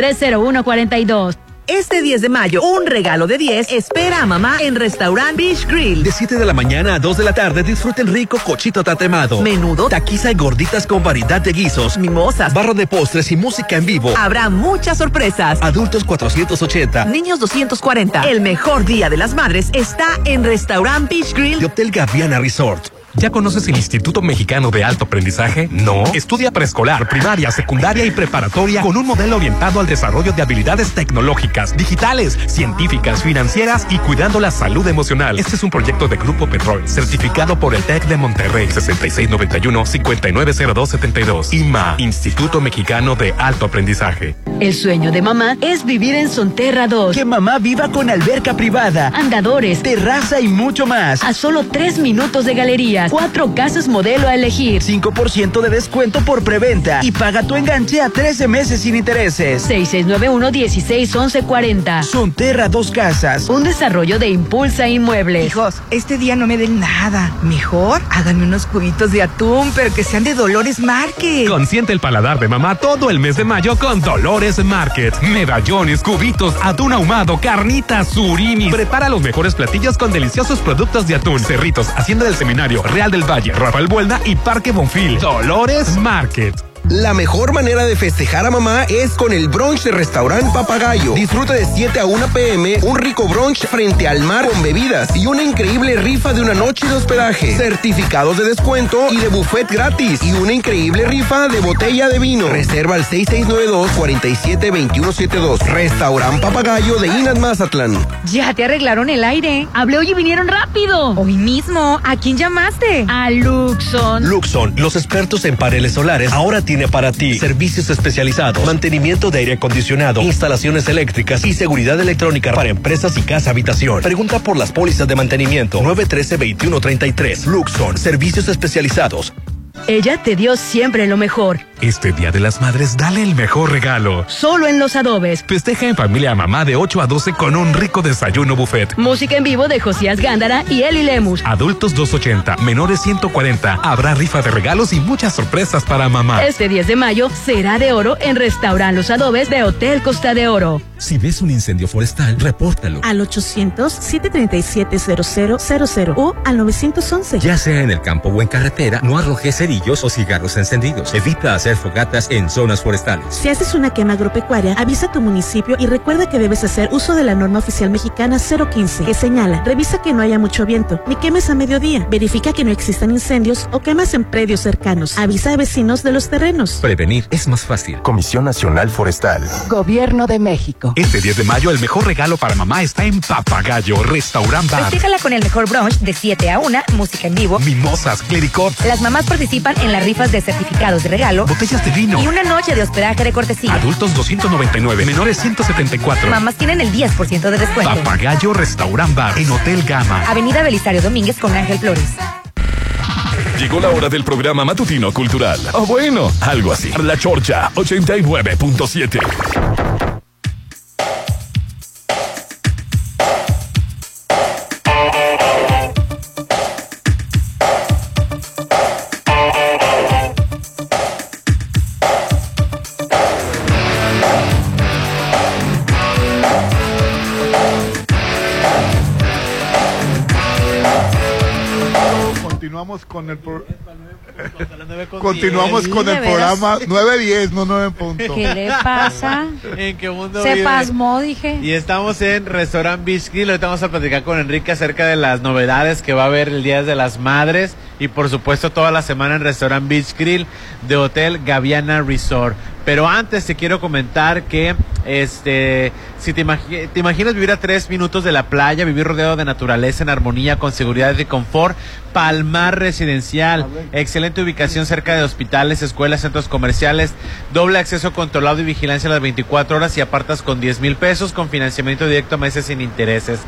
S6: 6691-530142.
S18: Este 10 de mayo, un regalo de 10 espera a mamá en Restaurant Beach Grill.
S17: De 7 de la mañana a 2 de la tarde disfruten rico cochito tatemado,
S18: menudo,
S17: taquiza y gorditas con variedad de guisos,
S18: mimosas,
S17: barra de postres y música en vivo.
S18: Habrá muchas sorpresas.
S17: Adultos 480,
S18: niños 240. El mejor día de las madres está en Restaurant Beach Grill
S17: de Hotel Gaviana Resort.
S15: ¿Ya conoces el Instituto Mexicano de Alto Aprendizaje?
S17: No.
S15: Estudia preescolar, primaria, secundaria y preparatoria con un modelo orientado al desarrollo de habilidades tecnológicas, digitales, científicas, financieras y cuidando la salud emocional. Este es un proyecto de Grupo Petrol, certificado por el TEC de Monterrey, 6691-590272. IMA, Instituto Mexicano de Alto Aprendizaje.
S6: El sueño de mamá es vivir en Sonterra 2.
S33: Que mamá viva con alberca privada,
S6: andadores,
S33: terraza y mucho más.
S6: A solo tres minutos de galería. Cuatro casas modelo a elegir.
S33: 5% de descuento por preventa. Y paga tu enganche a 13 meses sin intereses.
S6: 6691-161140.
S33: Sonterra Dos Casas.
S6: Un desarrollo de Impulsa Inmuebles.
S34: Hijos, este día no me den nada. Mejor háganme unos cubitos de atún, pero que sean de Dolores Market.
S15: Consiente el paladar de mamá todo el mes de mayo con Dolores Market. Medallones, cubitos, atún ahumado, carnitas, surimi. Prepara los mejores platillos con deliciosos productos de atún. Cerritos, Hacienda del Seminario, Real del Valle, Rafael Buelna y Parque Bonfil. Dolores Market.
S21: La mejor manera de festejar a mamá es con el brunch de Restaurant Papagayo. Disfruta de 7 a 1 pm, un rico brunch frente al mar con bebidas y una increíble rifa de una noche de hospedaje, certificados de descuento y de buffet gratis y una increíble rifa de botella de vino. Reserva al 6692-472172. Restaurant Papagayo de Inas Mazatlán.
S6: Ya te arreglaron el aire. Hablé hoy y vinieron rápido. Hoy mismo, ¿a quién llamaste? A Luxon.
S17: Luxon, los expertos en paneles solares, ahora tienen tiene para ti servicios especializados, mantenimiento de aire acondicionado, instalaciones eléctricas y seguridad electrónica para empresas y casa habitación. Pregunta por las pólizas de mantenimiento 913-2133. Luxon, servicios especializados.
S6: Ella te dio siempre lo mejor.
S15: Este Día de las Madres, dale el mejor regalo.
S6: Solo en los adobes.
S15: Festeja en familia a mamá de 8 a 12 con un rico desayuno buffet.
S6: Música en vivo de Josías Gándara y Eli Lemus.
S15: Adultos 280, menores 140. Habrá rifa de regalos y muchas sorpresas para mamá.
S6: Este 10 de mayo será de oro en Restaurant Los Adobes de Hotel Costa de Oro.
S35: Si ves un incendio forestal, repórtalo.
S12: Al 800-737-0000 o al 911.
S35: Ya sea en el campo o en carretera, no arrojes cerillos o cigarros encendidos. Evita hacer fogatas en zonas forestales.
S12: Si haces una quema agropecuaria, avisa a tu municipio y recuerda que debes hacer uso de la norma oficial mexicana 015, que señala, revisa que no haya mucho viento, ni quemes a mediodía, verifica que no existan incendios o quemas en predios cercanos, avisa a vecinos de los terrenos.
S35: Prevenir es más fácil.
S36: Comisión Nacional Forestal.
S9: Gobierno de México.
S15: Este 10 de mayo el mejor regalo para mamá está en Papagayo Restaurant Bar.
S37: Festíjala con el mejor brunch de 7 a 1, música en vivo,
S15: mimosas, clericot.
S37: Las mamás participan en las rifas de certificados de regalo,
S15: botellas de vino
S37: y una noche de hospedaje de cortesía.
S15: Adultos 299, menores 174.
S37: Mamás tienen el 10% de descuento.
S15: Papagayo Restaurant Bar en Hotel Gama.
S37: Avenida Belisario Domínguez con Ángel Flores.
S4: Llegó la hora del programa matutino cultural. O bueno, algo así. La Chorcha 89.7.
S5: Continuamos con el pro- Continuamos con el programa 9-10, no 9 punto.
S8: ¿Qué le pasa?
S10: ¿En qué mundo
S8: Se
S10: vive?
S8: pasmó, dije.
S10: Y estamos en Restaurant Beach Grill. Ahorita vamos a platicar con Enrique acerca de las novedades que va a haber el Día de las Madres y por supuesto toda la semana en Restaurant Beach Grill de Hotel Gaviana Resort. Pero antes te quiero comentar que este si te, imagi- te imaginas vivir a tres minutos de la playa, vivir rodeado de naturaleza en armonía, con seguridad y confort, Palmar Residencial, excelente ubicación cerca de hospitales, escuelas, centros comerciales, doble acceso controlado y vigilancia a las 24 horas y apartas con 10 mil pesos con financiamiento directo a meses sin intereses.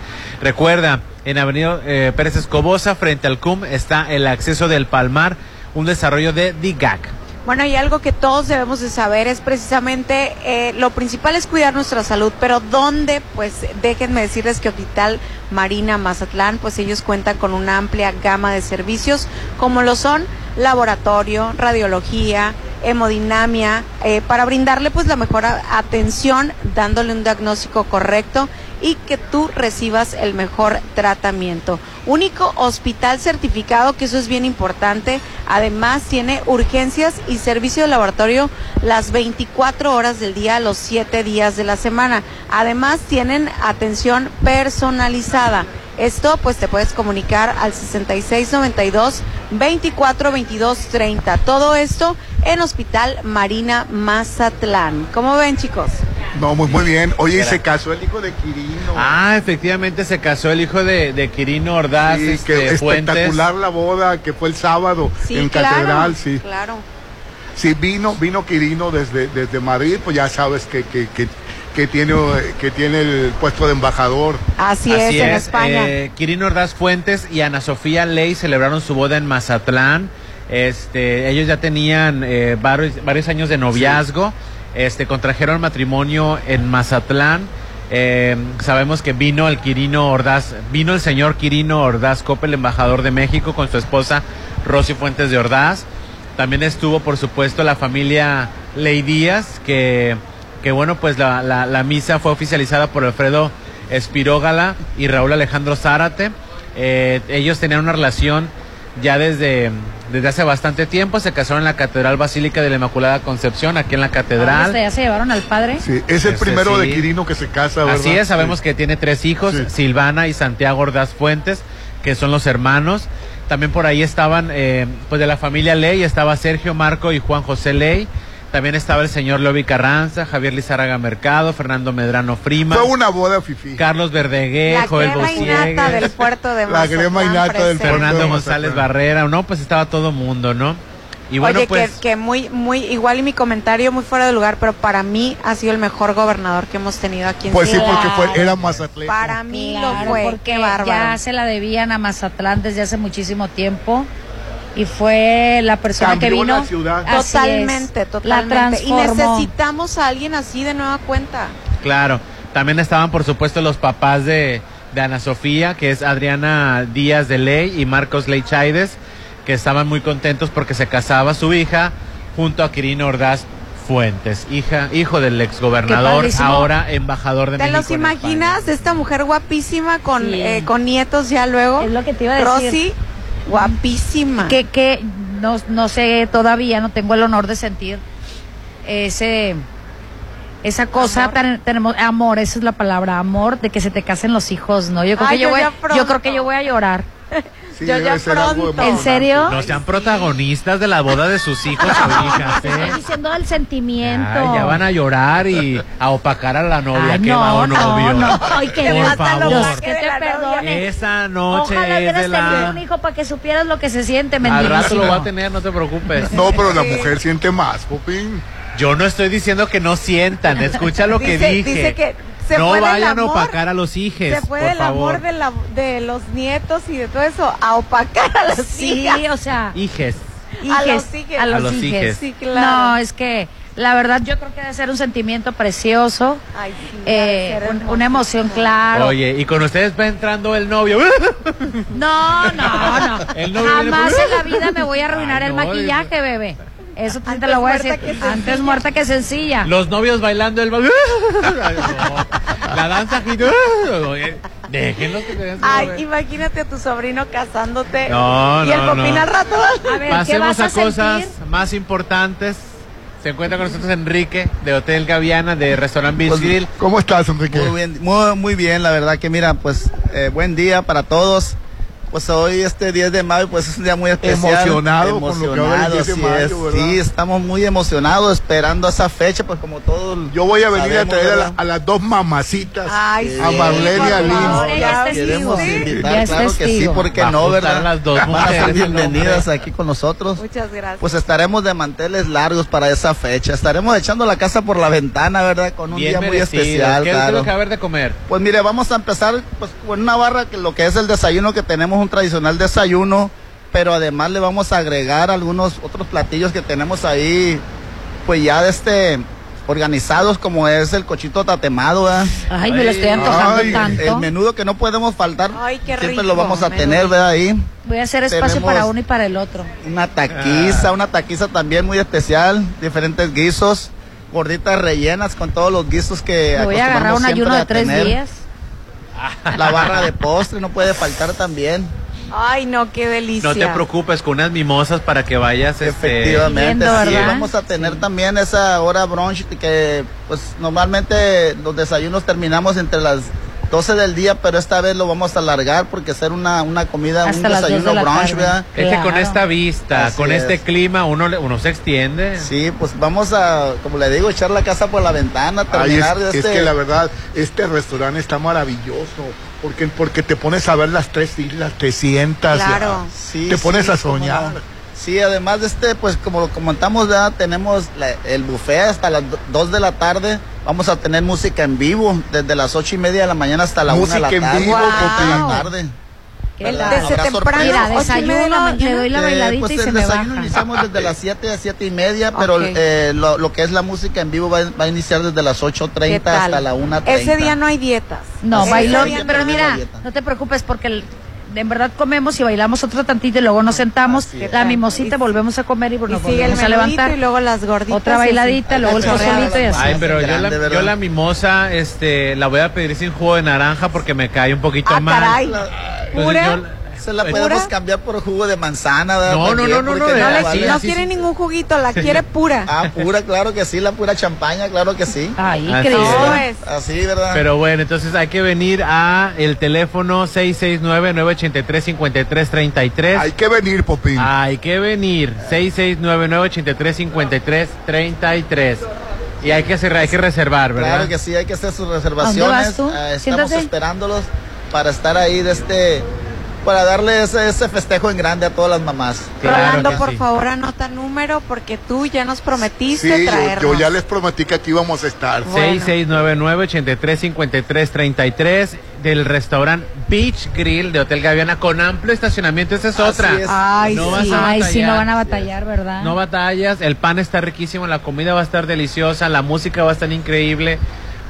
S10: Recuerda, en Avenida eh, Pérez Escobosa, frente al CUM, está el acceso del Palmar, un desarrollo de DIGAC.
S8: Bueno, y algo que todos debemos de saber es precisamente, eh, lo principal es cuidar nuestra salud, pero ¿dónde? Pues déjenme decirles que Hospital Marina Mazatlán, pues ellos cuentan con una amplia gama de servicios, como lo son laboratorio, radiología, hemodinamia, eh, para brindarle pues la mejor a- atención, dándole un diagnóstico correcto y que tú recibas el mejor tratamiento. Único hospital certificado, que eso es bien importante. Además, tiene urgencias y servicio de laboratorio las 24 horas del día, los 7 días de la semana. Además, tienen atención personalizada. Esto pues te puedes comunicar al 6692 242230 Todo esto en Hospital Marina Mazatlán. ¿Cómo ven, chicos?
S5: No, muy, muy bien. Oye, y se casó el hijo de Quirino.
S10: Ah, efectivamente se casó el hijo de, de Quirino Ordaz.
S5: Sí,
S10: este,
S5: que espectacular
S10: Fuentes.
S5: la boda que fue el sábado
S8: Sí,
S5: en
S8: claro,
S5: Catedral, sí.
S8: Claro.
S5: Sí, vino, vino Quirino desde, desde Madrid, pues ya sabes que, que, que, que tiene, eh, que tiene el puesto de embajador.
S10: Así eh, Quirino Ordaz Fuentes y Ana Sofía Ley celebraron su boda en Mazatlán. Este, ellos ya tenían eh, varios, varios años de noviazgo. Este, contrajeron matrimonio en Mazatlán. Eh, sabemos que vino el Quirino Ordaz, vino el señor Quirino Ordaz Coppel, embajador de México, con su esposa Rosy Fuentes de Ordaz. También estuvo, por supuesto, la familia Ley Díaz, que, que bueno, pues la, la- la misa fue oficializada por Alfredo Espirógala y Raúl Alejandro Zárate. Eh, ellos tenían una relación ya desde, desde hace bastante tiempo. Se casaron en la Catedral Basílica de la Inmaculada Concepción, aquí en la
S9: Ah,
S8: Ahora hasta
S10: Catedral.
S8: ya se llevaron al padre.
S5: Es el
S10: Este,
S5: primero de
S10: sí.
S5: Quirino que se casa, ¿verdad?
S10: Así es, sabemos que tiene tres hijos, Silvana y Santiago Ordaz Fuentes, que son los hermanos. También por ahí estaban, eh, pues de la familia Ley, estaba Sergio Marco y Juan José Ley. También estaba el señor Leovi Carranza, Javier Lizárraga Mercado, Fernando Medrano Frima.
S5: Fue una boda, Fifi.
S10: Carlos Verdegué,
S8: La
S10: Joel
S8: crema innata
S10: Bosiegues,
S8: del puerto de
S5: La crema
S8: Mazatlán
S5: innata del
S8: presente.
S10: Fernando González Barrera, no, pues estaba todo mundo, ¿no? Y bueno,
S8: Oye,
S10: pues...
S8: que, que muy, muy, igual y mi comentario muy fuera de lugar, pero para mí ha sido el mejor gobernador que hemos tenido aquí en
S5: Pues sí,
S8: Ciudad.
S5: porque fue, era Mazatlán.
S8: Para mí
S9: Claro,
S8: lo fue,
S9: porque
S8: qué bárbaro.
S9: ya se la debían a Mazatlán desde hace muchísimo tiempo y fue la persona
S5: Cambió
S9: que vino.
S5: la ciudad.
S9: Así es.
S8: Totalmente,
S9: La
S8: totalmente. Y
S9: transformó.
S8: necesitamos a alguien así de nueva cuenta.
S10: Claro, también estaban por supuesto los papás de, de Ana Sofía, que es Adriana Díaz de Ley y Marcos Ley Chaides, que estaban muy contentos porque se casaba su hija junto a Quirino Ordaz Fuentes, hija, hijo del
S8: Qué
S10: exgobernador,
S8: padrísimo.
S10: ahora embajador de
S8: ¿Te
S10: México.
S8: los imaginas? Esta mujer guapísima con,
S9: Sí.
S8: eh, con nietos ya luego. Es lo que te
S9: iba a decir.
S8: Rosy, guapísima.
S9: que, que no, no sé todavía, no tengo el honor de sentir ese esa cosa tan, tan hermo- amor, esa es la palabra, amor de que se te casen los hijos, ¿no? Yo creo
S8: Ay,
S9: que yo,
S8: yo
S9: voy,
S8: ya pronto.
S9: yo creo que yo voy a llorar.
S5: Sí,
S8: Yo ya
S5: debe ser algo
S9: pronto.
S5: emocionante.
S9: ¿En serio?
S10: No sean protagonistas de la boda de sus hijos o hijas, ¿eh?
S9: Estoy diciendo el sentimiento.
S10: Ay, ya van a llorar y a opacar a la novia.
S9: Ay,
S10: que
S9: no,
S10: va o
S9: no,
S10: novio.
S9: no. Ay, que
S10: Por
S9: mata lo
S10: favor.
S9: más que te perdone.
S10: Esa noche
S9: Ojalá
S10: es de
S9: hubieras tenido un
S10: la...
S9: hijo para que supieras lo que se siente,
S10: Al rato
S9: mendigísimo.
S10: lo va a tener, no te preocupes.
S5: No, pero la mujer siente más, Popín.
S10: Yo no estoy diciendo que no sientan, escucha lo que
S8: Dice-
S10: dije.
S8: dice que se
S10: no
S8: fue del
S10: vayan a
S8: amor.
S10: opacar a los hijos,
S8: Se fue
S10: por
S8: del
S10: favor.
S8: amor de, la- de los nietos y de todo eso a opacar a las
S9: Sí,
S8: hijas.
S9: o sea,
S10: Hijes.
S8: A los
S9: hijes,
S8: hijes.
S9: a los
S10: A los
S9: hijes.
S10: hijes.
S8: Sí, claro.
S9: No, es que la verdad yo creo que debe ser un sentimiento precioso,
S8: Ay, sí,
S9: eh,
S8: ha de ser
S9: un- una emoción clara.
S10: Oye, y con ustedes va entrando el novio.
S9: No, no, no.
S10: El novio viene
S9: Jamás
S10: por-
S9: en la vida me voy a arruinar
S10: Ay,
S9: el
S10: no,
S9: maquillaje, bebé. Eso sí te lo voy a decir. Antes muerta que sencilla.
S10: Los novios bailando el... ba- la danza... gitana. Oye, Déjenlos que se den su
S8: Ay,
S10: novio.
S8: imagínate a tu sobrino casándote
S10: No,
S8: y el
S10: no,
S8: popín
S10: no.
S8: al rato.
S9: A ver, ¿qué
S10: Pasemos
S9: vas
S10: a,
S9: a,
S10: cosas
S9: sentir?
S10: más importantes. Se encuentra con nosotros Enrique de Hotel Gaviana de Restaurant
S5: Pues,
S10: Beach Grill.
S5: ¿Cómo estás, Enrique?
S3: Muy bien, muy, muy bien, la verdad que mira, pues eh, buen día para todos. Pues hoy este 10 de mayo, pues es un día muy especial.
S5: Emocionado con lo que va a haber el
S3: emocionado,
S5: 10 de
S3: así
S5: mayo,
S3: es.
S5: ¿verdad?
S3: Sí, estamos muy emocionados esperando esa fecha, pues como todos.
S5: Yo voy a venir
S3: sabemos,
S5: a traer a, la-
S3: ¿verdad?
S5: a las dos mamacitas.
S3: Sí,
S5: a Marlene y a
S3: por favor,
S5: Lynn.
S3: ella es Queremos testigo. invitar, Ya es claro que sí, testigo. porque Va a no, juntar ¿verdad? las dos Van a ser mujeres, el hombre. bienvenidas aquí con nosotros.
S8: Muchas gracias.
S3: Pues estaremos de manteles largos para esa fecha. Estaremos echando la casa por la ventana, ¿verdad? Con un
S10: Bien
S3: día muy
S10: merecidas.
S3: especial,
S10: ¿Qué es
S3: claro.
S10: lo que va a haber de comer?
S3: Pues mire, vamos a empezar pues, con una barra que lo que es el desayuno, que tenemos un tradicional desayuno, pero además le vamos a agregar algunos otros platillos que tenemos ahí, pues ya de este organizados como es el cochito tatemado. ¿verdad?
S9: Ay, me lo estoy antojando
S3: Ay,
S9: tanto.
S3: El menudo que no podemos faltar,
S8: Ay, qué
S3: siempre
S8: rico.
S3: lo vamos a
S8: menudo.
S3: tener, ¿verdad? Ahí
S9: Voy a hacer espacio
S3: Tenemos-
S9: para uno y para el otro.
S3: una
S10: Ah.
S3: taquiza, una taquiza también muy especial, diferentes guisos, gorditas rellenas con todos los guisos que
S9: Me voy a agarrar
S3: acostumbramos
S9: un
S3: siempre
S9: ayuno de
S3: a
S9: tres
S3: tener.
S9: días.
S3: La barra de postre no puede faltar también.
S8: Ay, no, qué delicia.
S10: No te preocupes, con unas mimosas para que vayas. Este,
S3: Efectivamente, sí, vamos a tener también esa hora brunch que pues normalmente los desayunos terminamos entre las 12 del día, pero esta vez lo vamos a alargar porque hacer una, una comida,
S9: Hasta
S3: un
S9: las 2 de
S3: desayuno
S9: la
S3: brunch,
S9: tarde.
S3: ¿verdad?
S10: Es que con
S9: Claro.
S10: esta vista,
S3: Así
S10: con este
S3: es.
S10: clima, uno, le- uno se extiende.
S3: Sí, pues vamos a, como le digo, echar la casa por la ventana,
S5: Ay, es,
S3: terminar de
S5: es
S3: este...
S5: que la verdad, este restaurante está maravilloso. Porque, porque te pones a ver las tres islas, te sientas.
S3: Claro.
S5: ya.
S3: Sí,
S5: te pones
S3: sí,
S5: a
S3: cómo
S5: soñar.
S3: no. Sí, además de este, pues como lo comentamos, ya tenemos la- el buffet hasta las 2 de la tarde. Vamos a tener música en vivo desde las ocho y media de la mañana hasta la 1 de la
S5: Música en
S3: tarde.
S5: vivo,
S3: hasta
S5: Popín.
S3: la tarde.
S9: Qué
S3: ¿Verdad?
S9: lástima.
S3: Habrá sorpresas.
S9: Mira, desayuno, le doy la
S3: Eh,
S9: bailadita
S3: pues
S9: y
S3: el
S9: se me
S3: desayuno
S9: baja.
S3: iniciamos desde las 7 a 7 y media, pero
S8: Ok.
S3: eh, lo, lo que es la música en vivo va, a- va a iniciar desde las
S8: ¿Qué
S3: 8.30
S8: tal?
S3: hasta la 1.30.
S8: Ese día no hay dietas.
S9: No,
S3: Así
S9: bailó,
S3: es, ya
S9: pero
S3: tenemos
S9: mira,
S3: dieta.
S9: no te preocupes porque el- en verdad comemos y bailamos otro tantito y luego nos sentamos,
S3: es.
S9: la mimosita, volvemos a comer y
S8: Y
S9: nos
S8: sigue el
S9: volvemos a
S8: menudito
S9: levantar.
S8: y luego las gorditas.
S9: Otra bailadita, luego el pozolito y así.
S10: Ay, pero yo la,
S3: grande, ¿verdad?
S10: yo la mimosa este, la voy a pedir sin jugo de naranja porque me cae un poquito
S8: Ah,
S10: mal.
S8: caray.
S10: Entonces
S8: ¿Pura?
S10: yo-
S3: Se la
S10: ¿Pura?
S3: podemos cambiar por jugo de manzana, ¿verdad?
S10: No, no,
S3: También,
S10: no, no,
S3: porque
S10: no,
S3: no
S10: no,
S3: vale
S8: No
S3: así,
S8: quiere ningún juguito, la quiere pura.
S3: Ah, pura, claro que sí, la pura champaña, claro que sí.
S9: Ay,
S10: Así
S9: Cristo.
S10: es.
S8: No es.
S3: Así, ¿verdad?
S10: Pero bueno, entonces hay que venir a el teléfono 669-983-5333.
S5: Hay que venir, Popín.
S10: Hay que venir 669-983-5333. Y hay que cerrar, hay que reservar, ¿verdad?
S3: claro que sí, hay que hacer sus
S9: ¿A
S3: reservaciones.
S9: dónde vas tú?
S3: Ah, estamos
S9: Siéntate.
S3: esperándolos para estar ahí de este para darle ese, ese festejo en grande a todas las mamás.
S10: Claro
S8: Rolando,
S10: que
S8: por
S10: sí.
S8: favor, anota número porque tú ya nos prometiste
S5: Sí, yo,
S8: traernos.
S5: yo ya les prometí que aquí vamos a estar.
S10: Bueno. 6699-835333. del restaurante Beach Grill de Hotel Gaviana con amplio estacionamiento. Esa es otra.
S9: Ay,
S10: No vas
S9: sí,
S10: a
S9: ay, sí, no
S10: batallar.
S9: van a batallar, ¿verdad?
S10: No batallas, el pan está riquísimo, la comida va a estar deliciosa, la música va a estar increíble.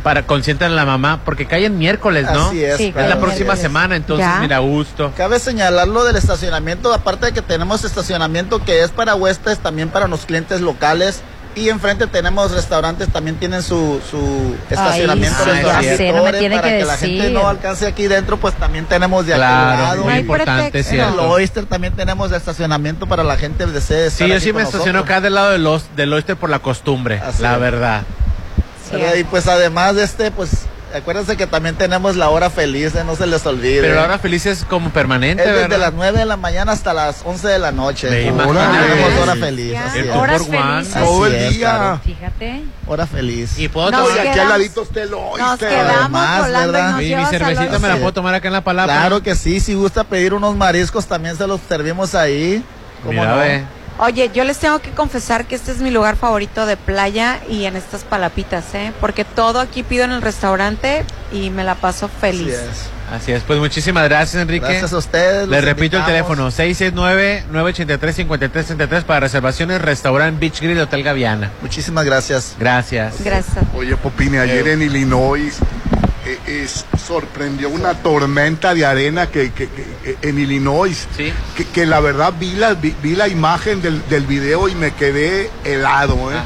S10: Para consientan a la mamá, porque cae en miércoles, ¿no?
S3: Así es, Sí,
S10: es
S3: claro.
S10: la próxima
S3: Así es.
S10: semana, entonces,
S3: Ya.
S10: mira, gusto.
S3: Cabe señalar lo del estacionamiento, aparte de que tenemos estacionamiento que es para huéspedes, también para los clientes locales. Y enfrente tenemos restaurantes, también tienen su, su estacionamiento.
S9: sí,
S3: dentro
S9: ya
S3: de los
S9: sé, no me
S3: sectores,
S9: tiene
S3: para
S9: que
S3: que, la gente
S9: decir.
S3: no alcance aquí dentro, pues también tenemos de
S10: Claro,
S3: aquel lado.
S10: muy No hay importante, pretexto.
S3: En el
S10: cierto.
S3: Oyster también tenemos estacionamiento para la gente que desee estar
S10: Sí, yo
S3: aquí
S10: sí
S3: con
S10: me estaciono
S3: nosotros.
S10: acá del lado del, os- del Oyster por la costumbre, la
S3: es.
S10: verdad.
S3: ¿Verdad? Y pues además de este, pues acuérdense que también tenemos la hora feliz, eh, no se les olvide.
S10: Pero ahora feliz es como permanente,
S3: Es desde
S10: ¿verdad?
S3: las 9 de la mañana hasta las 11 de la noche.
S10: Me
S3: Ahora
S10: imagino.
S3: tenemos
S10: Sí.
S3: hora feliz. así
S10: El
S3: es.
S10: Horas Tumbor One. felices.
S3: Así
S5: Todo el
S3: es,
S5: día.
S3: claro.
S9: Fíjate.
S3: Hora feliz.
S10: Y puedo
S3: No,
S10: tomar-
S3: y aquí al ladito
S5: está el
S3: Nos
S5: Oyster.
S3: quedamos volando y nos
S10: Mi- mi
S3: llevas al
S10: cervecita me la
S3: Oyster.
S10: puedo tomar acá en la palapa.
S3: Claro que sí, si gusta pedir unos mariscos también se los servimos ahí. ¿Cómo
S10: Mira,
S3: no?
S10: ve.
S8: Oye, yo les tengo que confesar que este es mi lugar favorito de playa y en estas palapitas, ¿eh? Porque todo aquí pido en el restaurante y me la paso feliz.
S10: Así es, pues muchísimas gracias, Enrique.
S3: Gracias a ustedes.
S10: Les
S3: los
S10: repito el
S3: invitamos.
S10: teléfono, 669-983-5333 para reservaciones, restaurante Beach Grill Hotel Gaviana.
S3: Muchísimas gracias.
S10: Gracias.
S8: Gracias.
S5: Oye, Popine, ayer en Illinois eh, es- sorprendió una tormenta de arena que, que- que- en Illinois. Que, que la verdad vi la, vi, vi la imagen del, del video y me quedé helado. ¿eh?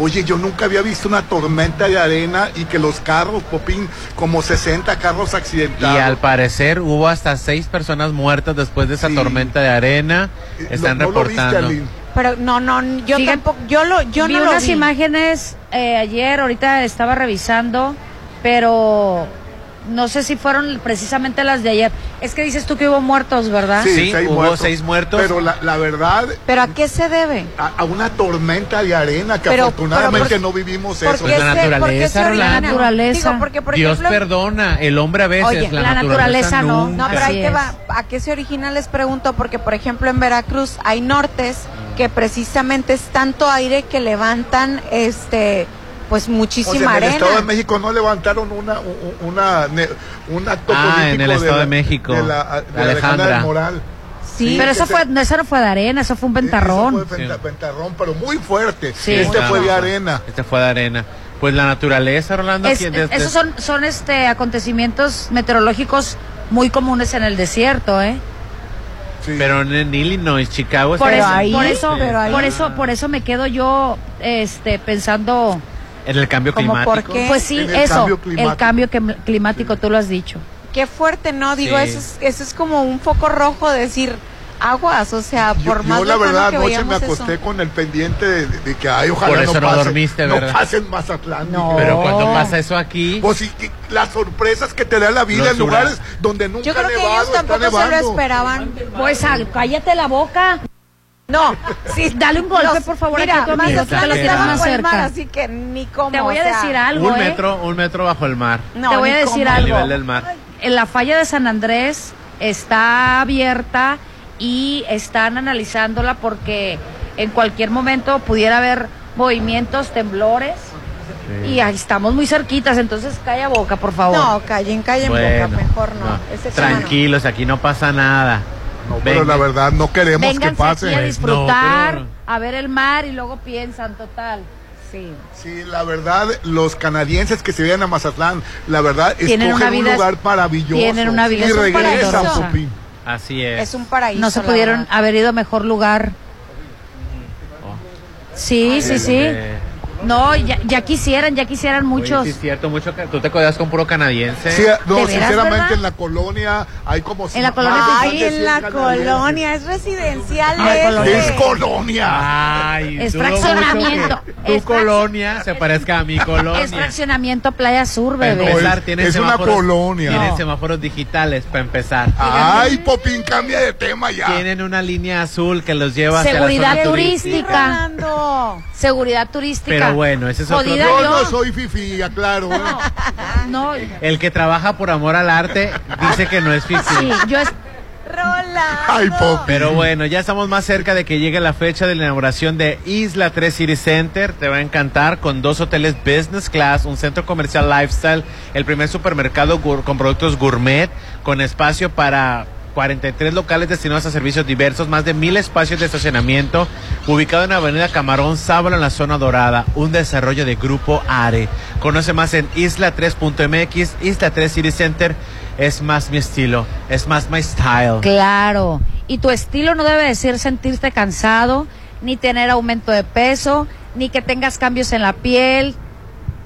S5: Oye, yo nunca había visto una tormenta de arena y que los carros, Popín, como 60 carros
S10: Y
S5: accidentados.
S10: al parecer hubo hasta seis personas muertas después de esa tormenta de arena. Están
S5: Eh, no lo viste,
S10: reportando.
S5: Aline.
S8: Pero no, no, yo
S9: Fíjate,
S8: tampoco, yo lo, yo
S9: vi
S8: no lo
S9: unas
S8: vi.
S9: imágenes eh, ayer, ahorita estaba revisando, pero no sé si fueron precisamente las de ayer. Es que dices tú que hubo muertos, ¿verdad?
S10: muertos.
S5: Pero la, la verdad,
S8: ¿Pero a qué se debe?
S5: a, a una tormenta de arena que
S8: Pero-
S5: afortunadamente
S8: pero
S5: no vivimos
S10: ¿por
S5: eso.
S10: qué La se- por qué naturaleza, se orina?
S8: La
S10: Rolando.
S8: naturaleza. Digo, porque, por
S10: Dios
S8: ejemplo,
S10: perdona, el hombre a veces,
S8: Oye,
S10: la, naturaleza, no.
S8: No, pero
S10: nunca.
S8: ahí te va. ¿A qué se origina? Les pregunto, porque por ejemplo en Veracruz hay nortes que precisamente es tanto aire que levantan este pues
S5: O sea,
S8: muchísima
S5: en el
S8: arena.
S5: Estado de México no levantaron una, u- u- una, ne- un acto
S10: Ah,
S5: político
S10: en el Estado de,
S5: la-
S10: México.
S5: de la, de la Alejandra
S10: Alejandra.
S5: del Moral.
S9: Sí, pero eso,
S5: que
S9: fue, no, eso no fue de arena, eso fue un
S5: se-
S9: ventarrón.
S5: fue penta- pentarrón, pero muy fuerte.
S9: Sí.
S5: este
S10: Claro.
S5: fue de arena.
S10: Este fue de arena. Pues la naturaleza, Rolando.
S9: Es-
S10: aquí
S5: este-
S10: de- de-
S9: esos son, son este acontecimientos meteorológicos muy comunes en el desierto, ¿eh?
S10: Pero en Illinois, Chicago.
S5: Pues
S9: Por
S10: está-
S9: eso, por eso,
S5: este,
S9: por eso, por eso me quedo yo, este, pensando
S10: En el cambio
S9: como
S10: climático.
S9: por qué. Pues sí, eso, el cambio que- climático, tú lo has dicho.
S8: Qué fuerte, ¿no? Digo,
S10: Sí.
S8: eso, es, eso es como un foco rojo decir aguas, o sea, por más
S5: Yo la
S8: lejano
S5: verdad
S8: que
S5: anoche
S8: veamos
S5: me acosté
S8: eso.
S5: con el pendiente de, de que ay, ojalá
S10: Por eso
S5: no
S10: no
S5: pase,
S10: dormiste, ¿verdad?
S5: No pase en Mazatlán. dije.
S10: Pero cuando pasa eso aquí.
S5: Pues sí, que las sorpresas que te da la vida
S10: Los
S5: en lugares donde nunca
S8: Yo creo que
S5: nevado,
S8: ellos
S5: está
S8: tampoco se lo
S5: nevando.
S8: esperaban.
S9: Pues ah, cállate la boca.
S8: No, sí,
S9: dale un golpe,
S8: Los-
S9: por favor,
S8: Mira,
S9: aquí a tu amigo, que te
S8: Mazatlán
S9: lo tienes
S8: está
S9: más
S8: bajo el mar,
S9: cerca.
S8: así que ni cómo.
S9: Te voy a
S8: o sea,
S9: decir algo,
S10: un
S9: ¿eh?
S10: metro, un metro bajo el mar.
S9: Te voy a
S8: ni
S9: decir
S8: cómo.
S10: El
S9: algo.
S10: nivel del mar.
S9: En eh, la falla de San Andrés está abierta y están analizándola porque en cualquier momento pudiera haber movimientos, temblores y ahí estamos muy cerquitas, entonces calla boca, por favor.
S8: No, callen, callen
S10: Bueno,
S8: boca, mejor no.
S10: no.
S8: Ese tema no.
S10: Tranquilos, aquí no pasa nada. Pues No,
S5: Pero la verdad no queremos que
S9: Vénganse
S5: pase.
S9: aquí a disfrutar, a ver el mar y luego piensan, total. Sí.
S5: Sí, la verdad, los canadienses que se vienen a Mazatlán, la verdad,
S9: Tienen
S5: escogen
S9: una vida-
S5: un lugar maravilloso.
S9: tienen una vida-
S5: y
S9: es un
S5: regresan,
S9: paraíso.
S5: Popín.
S10: Así es.
S8: Es un paraíso.
S9: No se
S8: la
S9: pudieron
S8: verdad.
S9: haber ido a mejor lugar.
S5: Oh.
S9: Sí, sí, sí.
S10: Este,
S9: No, ya, ya quisieran, ya quisieran muchos.
S10: Oye, sí es cierto, mucho ca- tú te codeas con puro canadiense.
S5: Sí, no,
S9: ¿De veras,
S5: sinceramente
S9: verdad?
S5: en la colonia hay como...
S9: En la
S5: cinco-
S9: colonia
S5: más
S8: Ay,
S5: de
S8: en
S5: cien
S8: la
S5: canadienses.
S8: colonia, este. es residencial.
S5: Ay,
S8: ese.
S5: es colonia.
S10: Ay,
S9: Es
S10: dudo mucho
S9: fraccionamiento,
S10: que
S9: es
S10: Tu colonia se parezca a mi
S9: Es
S10: colonia.
S9: fraccionamiento Playa Sur,
S10: Para
S9: bebé.
S10: empezar, tienen
S5: es una
S10: semáforos-
S5: colonia.
S10: Tienen
S5: No.
S10: semáforos digitales para empezar.
S5: Ay, Popín, cambia de tema ya.
S10: Tienen una línea azul que los lleva hacia la
S9: Seguridad
S10: zona
S9: turística.
S8: Fernando.
S9: Seguridad turística.
S10: Pero bueno, ese es otro
S9: Jodida
S10: tema.
S5: Yo no
S9: yo.
S5: soy fifi, aclaro. ¿eh?
S9: No,
S10: El que trabaja por amor al arte dice que no es
S9: sí,
S10: difícil.
S9: yo es-
S8: Rolando.
S10: Pero bueno, ya estamos más cerca de que llegue la fecha de la inauguración de Isla 3 City Center. Te va a encantar con dos hoteles business class, un centro comercial lifestyle, el primer supermercado gur- con productos gourmet, con espacio para 43 locales destinados a servicios diversos, más de mil espacios de estacionamiento, ubicado en Avenida Camarón Sábalo en la zona dorada, un desarrollo de Grupo Are. Conoce más en isla3.mx, Isla 3 City Center. Es más mi estilo, es más my style.
S9: Claro. Y tu estilo no debe decir sentirte cansado, ni tener aumento de peso, ni que tengas cambios en la piel,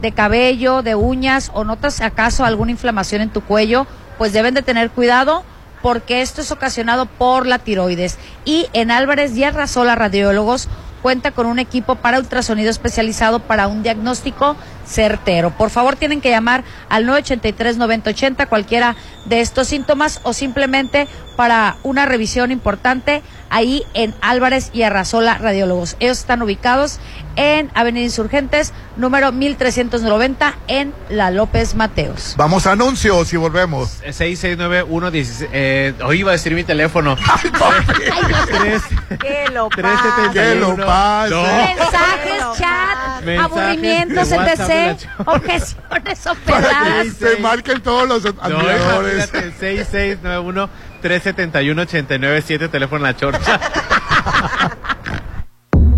S9: de cabello, de uñas, o notas acaso alguna inflamación en tu cuello, pues deben de tener cuidado porque esto es ocasionado por la tiroides. Y en Álvarez y Arrasola Radiólogos cuenta con un equipo para ultrasonido especializado para un diagnóstico certero. Por favor, tienen que llamar al 983-9080 cualquiera de estos síntomas o simplemente para una revisión importante ahí en Álvarez y Arrasola Radiólogos. Ellos están ubicados en Avenida Insurgentes, número 1390, en La López Mateos.
S5: Vamos a anuncios y volvemos.
S10: 669-116. Eh, hoy iba a decir mi teléfono.
S8: Que lo
S10: Que lo pase.
S9: Mensajes, chat,
S5: Mensajes,
S9: aburrimientos,
S5: WhatsApp,
S9: etc. Objeciones o
S5: Para que
S9: pedazos.
S5: se marquen todos los admiradores.
S10: 6691 371 897 teléfono la chorcha.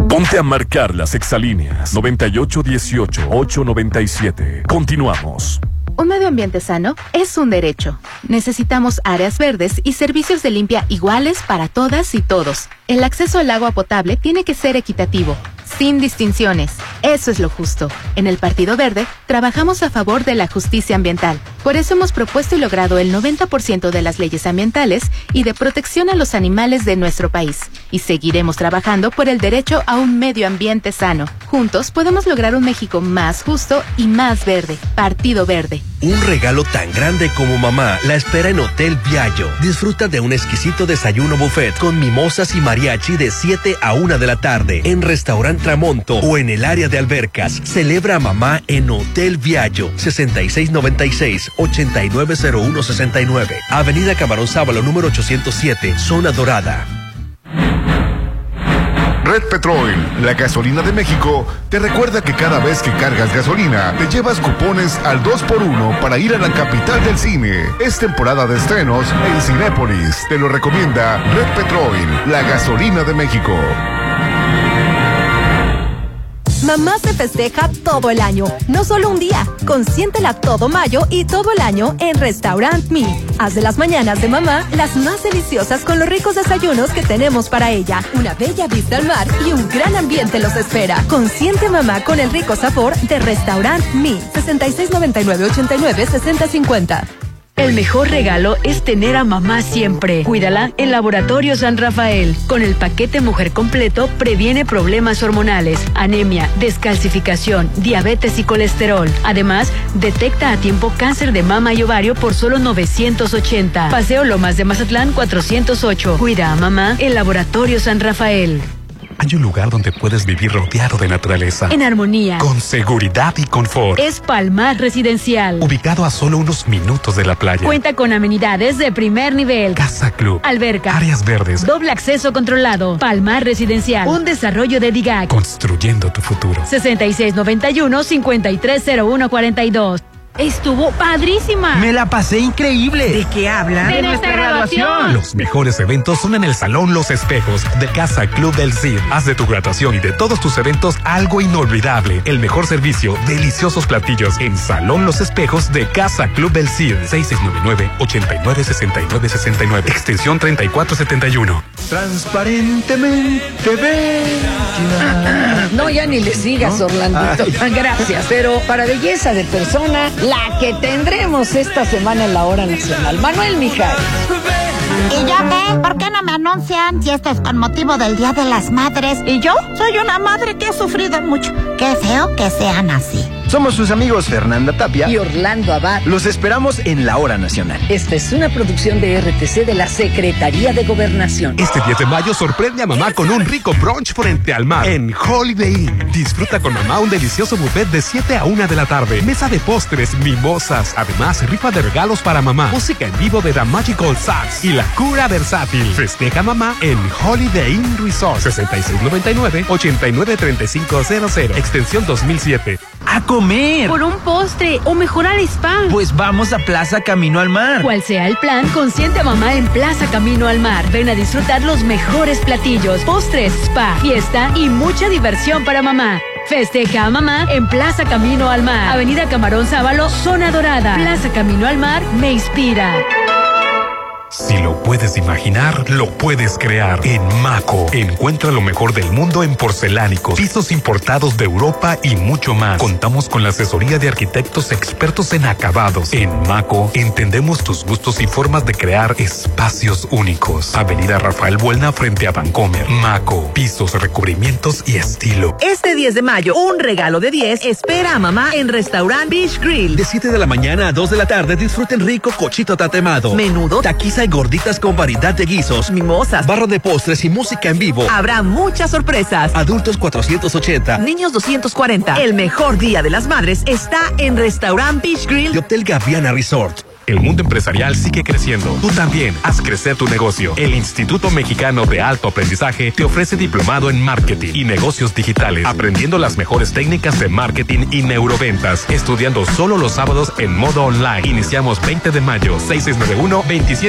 S4: Ponte a marcar las exalíneas 9818-897. Continuamos.
S22: Un medio ambiente sano es un derecho. Necesitamos áreas verdes y servicios de limpia iguales para todas y todos. El acceso al agua potable tiene que ser equitativo, sin distinciones. Eso es lo justo. En el Partido Verde trabajamos a favor de la justicia ambiental. Por eso hemos propuesto y logrado el 90% de las leyes ambientales y de protección a los animales de nuestro país. Y seguiremos trabajando por el derecho a un medio ambiente sano. Juntos podemos lograr un México más justo y más verde. Partido Verde.
S17: Un regalo tan grande como mamá la espera en Hotel Viallo. Disfruta de un exquisito desayuno buffet con mimosas y mariachi de 7 a 1 de la tarde en Restaurant Tramonto o en el área de albercas. Celebra a mamá en Hotel Viallo 6696-890169. Avenida Camarón Sábalo número 807, Zona Dorada.
S38: Red Petrol, la gasolina de México, te recuerda que cada vez que cargas gasolina, te llevas cupones al 2x1 para ir a la capital del cine. Es temporada de estrenos en Cinépolis. Te lo recomienda Red Petrol, la gasolina de México.
S12: Mamá se festeja todo el año, no solo un día. Consiéntela todo mayo y todo el año en Restaurant Me. Haz de las mañanas de mamá las más deliciosas con los ricos desayunos que tenemos para ella. Una bella vista al mar y un gran ambiente los espera. Consiente a mamá con el rico sabor de Restaurant Me. 6699-89-6050.
S6: El mejor regalo es tener a mamá siempre. Cuídala en Laboratorio San Rafael. Con el paquete Mujer Completo previene problemas hormonales, anemia, descalcificación, diabetes y colesterol. Además, detecta a tiempo cáncer de mama y ovario por solo 980. Paseo Lomas de Mazatlán 408. Cuida a mamá en Laboratorio San Rafael.
S15: Hay un lugar donde puedes vivir rodeado de naturaleza.
S6: En armonía.
S15: Con seguridad y confort.
S6: Es Palmar Residencial.
S15: Ubicado a solo unos minutos de la playa.
S6: Cuenta con amenidades de primer nivel.
S15: Casa Club.
S6: Alberca.
S15: Áreas verdes.
S6: Doble acceso controlado. Palmar Residencial. Un desarrollo de DIGAC.
S15: Construyendo tu futuro.
S6: 6691-530142. Estuvo padrísima.
S19: Me la pasé increíble. ¿De qué hablan?
S6: De nuestra graduación.
S15: Los mejores eventos son en el Salón Los Espejos de Casa Club del Cid. Haz de tu graduación y de todos tus eventos algo inolvidable. El mejor servicio, deliciosos platillos en Salón Los Espejos de Casa Club del Cid. 6699-896969. Extensión 3471.
S1: Transparentemente bella. No, ya ni les digas, Orlandito.
S15: Ay.
S1: Gracias. Pero para belleza de persona, la que tendremos esta semana en la Hora Nacional. Manuel Mijal.
S25: ¿Y yo qué? ¿Por qué no me anuncian si esto es con motivo del Día de las Madres? ¿Y yo? Soy una madre que ha sufrido mucho. Qué feo que sean así.
S39: Somos sus amigos Fernanda Tapia
S9: y Orlando Abad.
S39: Los esperamos en la hora nacional.
S9: Esta es una producción de RTC de la Secretaría de Gobernación.
S15: Este 10 de mayo sorprende a mamá con un rico brunch frente al mar en Holiday Inn. Disfruta con mamá un delicioso buffet de 7 a 1 de la tarde, mesa de postres, mimosas, además rifa de regalos para mamá, música en vivo de The Magical Sax y la cura versátil. Festeja mamá en Holiday Inn Resort 6699-893500, extensión 2007.
S2: ¡A comer!
S6: Por un postre o mejor al spa.
S2: Pues vamos a Plaza Camino al Mar.
S6: Cual sea el plan, consiente a mamá en Plaza Camino al Mar. Ven a disfrutar los mejores platillos, postres, spa, fiesta y mucha diversión para mamá. Festeja a mamá en Plaza Camino al Mar. Avenida Camarón Sábalo, Zona Dorada. Plaza Camino al Mar me inspira.
S15: Si lo puedes imaginar, lo puedes crear. En Maco, encuentra lo mejor del mundo en porcelánicos, pisos importados de Europa y mucho más. Contamos con la asesoría de arquitectos expertos en acabados. En Maco, entendemos tus gustos y formas de crear espacios únicos. Avenida Rafael Buelna frente a Vancomer. Maco, pisos, recubrimientos y estilo.
S18: Este 10 de mayo, un regalo de 10 espera a mamá en Restaurant Beach Grill.
S17: De 7 de la mañana a 2 de la tarde disfruten rico cochito tatemado.
S18: Menudo,
S17: taquiza y gorditas con variedad de guisos,
S18: mimosas,
S17: barra de postres y música en vivo.
S18: Habrá muchas sorpresas.
S17: Adultos 480,
S18: niños 240. El mejor día de las madres está en Restaurant Beach Grill
S17: de Hotel Gaviana Resort.
S15: El mundo empresarial sigue creciendo. Tú también haz crecer tu negocio. El Instituto Mexicano de Alto Aprendizaje te ofrece diplomado en marketing y negocios digitales, aprendiendo las mejores técnicas de marketing y neuroventas, estudiando solo los sábados en modo online. Iniciamos 20 de mayo,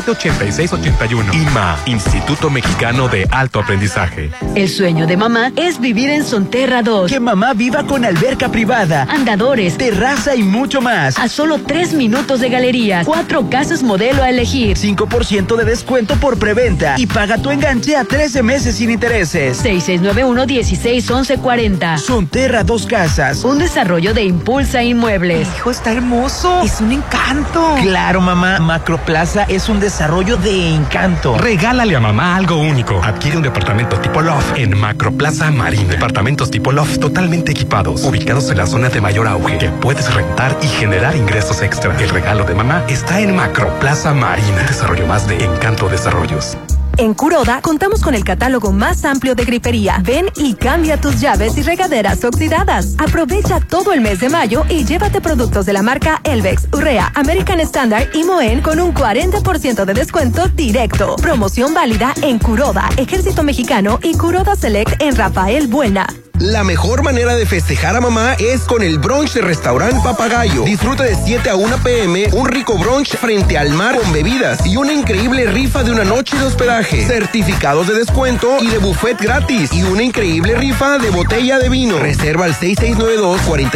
S15: 6691-278681. IMA, Instituto Mexicano de Alto Aprendizaje.
S6: El sueño de mamá es vivir en Sonterra 2.
S2: Que mamá viva con alberca privada,
S6: andadores,
S2: terraza y mucho más.
S6: A solo 3 minutos de galerías cuatro casas modelo a elegir.
S2: 5% de descuento por preventa y paga tu enganche a 13 meses sin intereses.
S6: 6691-161140.
S2: Sonterra Dos Casas.
S6: Un desarrollo de Impulsa Inmuebles.
S18: Hijo, está hermoso. Es un encanto.
S2: Claro, mamá. Macroplaza es un desarrollo de encanto.
S15: Regálale a mamá algo único. Adquiere un departamento tipo Loft en Macroplaza Marina. Departamentos tipo Loft totalmente equipados, ubicados en la zona de mayor auge, que puedes rentar y generar ingresos extra. El regalo de mamá es está en Macroplaza Marina. Desarrollo más de Encanto Desarrollos.
S12: En Curoda contamos con el catálogo más amplio de grifería. Ven y cambia tus llaves y regaderas oxidadas. Aprovecha todo el mes de mayo y llévate productos de la marca Elvex, Urrea, American Standard y Moen con un 40% de descuento directo. Promoción válida en Curoda, Ejército Mexicano y Curoda Select en Rafael Buena.
S21: La mejor manera de festejar a mamá es con el brunch de restaurante Papagayo. Disfruta de 7 a 1 pm, un rico brunch frente al mar con bebidas y una increíble rifa de una noche de hospedaje, certificados de descuento y de buffet gratis y una increíble rifa de botella de vino. Reserva al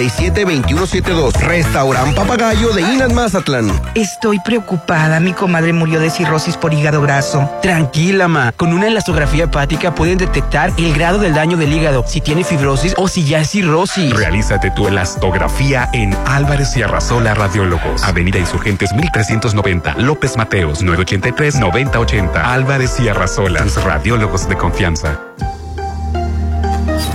S21: 6692-472172. Restaurante Papagayo de Inas Mazatlán.
S19: Estoy preocupada, mi comadre murió de cirrosis por hígado graso.
S2: Tranquila, ma. Con una elastografía hepática pueden detectar el grado del daño del hígado. Si tiene fibrosis o si ya es cirrosis.
S15: Realízate tu elastografía en Álvarez y Arrasola Radiólogos. Avenida Insurgentes 1390. López Mateos 983-9080. Álvarez y Arrasola. Tus radiólogos de confianza.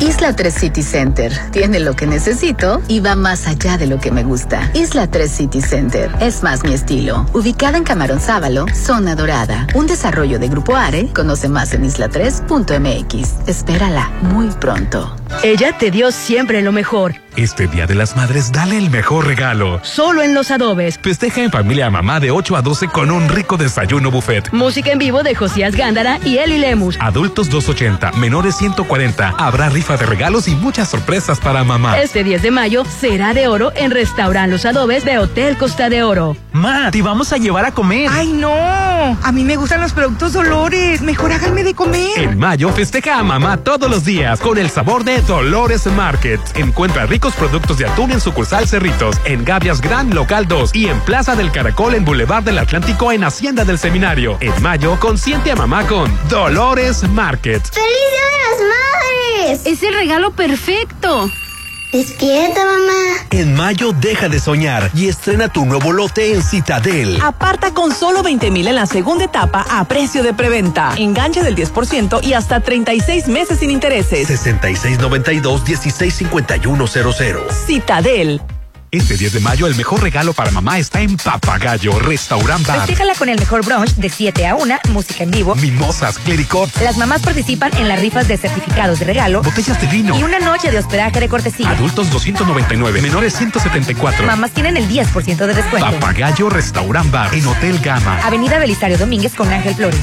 S22: Isla 3 City Center tiene lo que necesito y va más allá de lo que me gusta. Isla 3 City Center es más mi estilo. Ubicada en Camarón Sábalo, zona dorada. Un desarrollo de Grupo Are. Conoce más en isla3.mx. Espérala muy pronto.
S6: Ella te dio siempre lo mejor.
S15: Este Día de las Madres, dale el mejor regalo.
S6: Solo en Los Adobes.
S15: Festeja en familia a mamá de 8 a 12 con un rico desayuno buffet.
S6: Música en vivo de Josías Gándara y Eli Lemus.
S15: Adultos 280, menores 140. Habrá rifa de regalos y muchas sorpresas para
S18: Ah.
S15: mamá.
S6: Este 10 de mayo será de oro en Restaurant Los Adobes de Hotel Costa de Oro.
S2: Ma, te vamos a llevar a comer.
S19: ¡Ay, no! A mí me gustan los productos Dolores. Mejor háganme de comer.
S15: En mayo festeja a mamá todos los días con el sabor de Dolores Market. Encuentra rico productos de atún en sucursal Cerritos, en Gavias Gran Local 2 y en Plaza del Caracol en Boulevard del Atlántico en Hacienda del Seminario. En mayo, consiente a mamá con Dolores Market.
S40: ¡Feliz Día de las Madres!
S6: Es el regalo perfecto.
S40: Despierta, mamá.
S17: En mayo deja de soñar y estrena tu nuevo lote en Citadel.
S18: Aparta con solo 20 mil en la segunda etapa a precio de preventa. Enganche del 10% y hasta 36 meses sin intereses.
S17: 6692-165100.
S18: Citadel.
S15: Este 10 de mayo el mejor regalo para mamá está en Papagayo Restaurant Bar.
S37: Festíjala con el mejor brunch de 7 a 1, música en vivo.
S15: Mimosas, clericot,
S37: Las mamás participan en las rifas de certificados de regalo.
S15: Botellas de vino.
S37: Y una noche de hospedaje de cortesía.
S15: adultos 299, menores 174.
S37: Mamás tienen el 10% de descuento.
S15: Papagayo Restaurant Bar en Hotel Gama.
S37: Avenida Belisario Domínguez con Ángel Flores.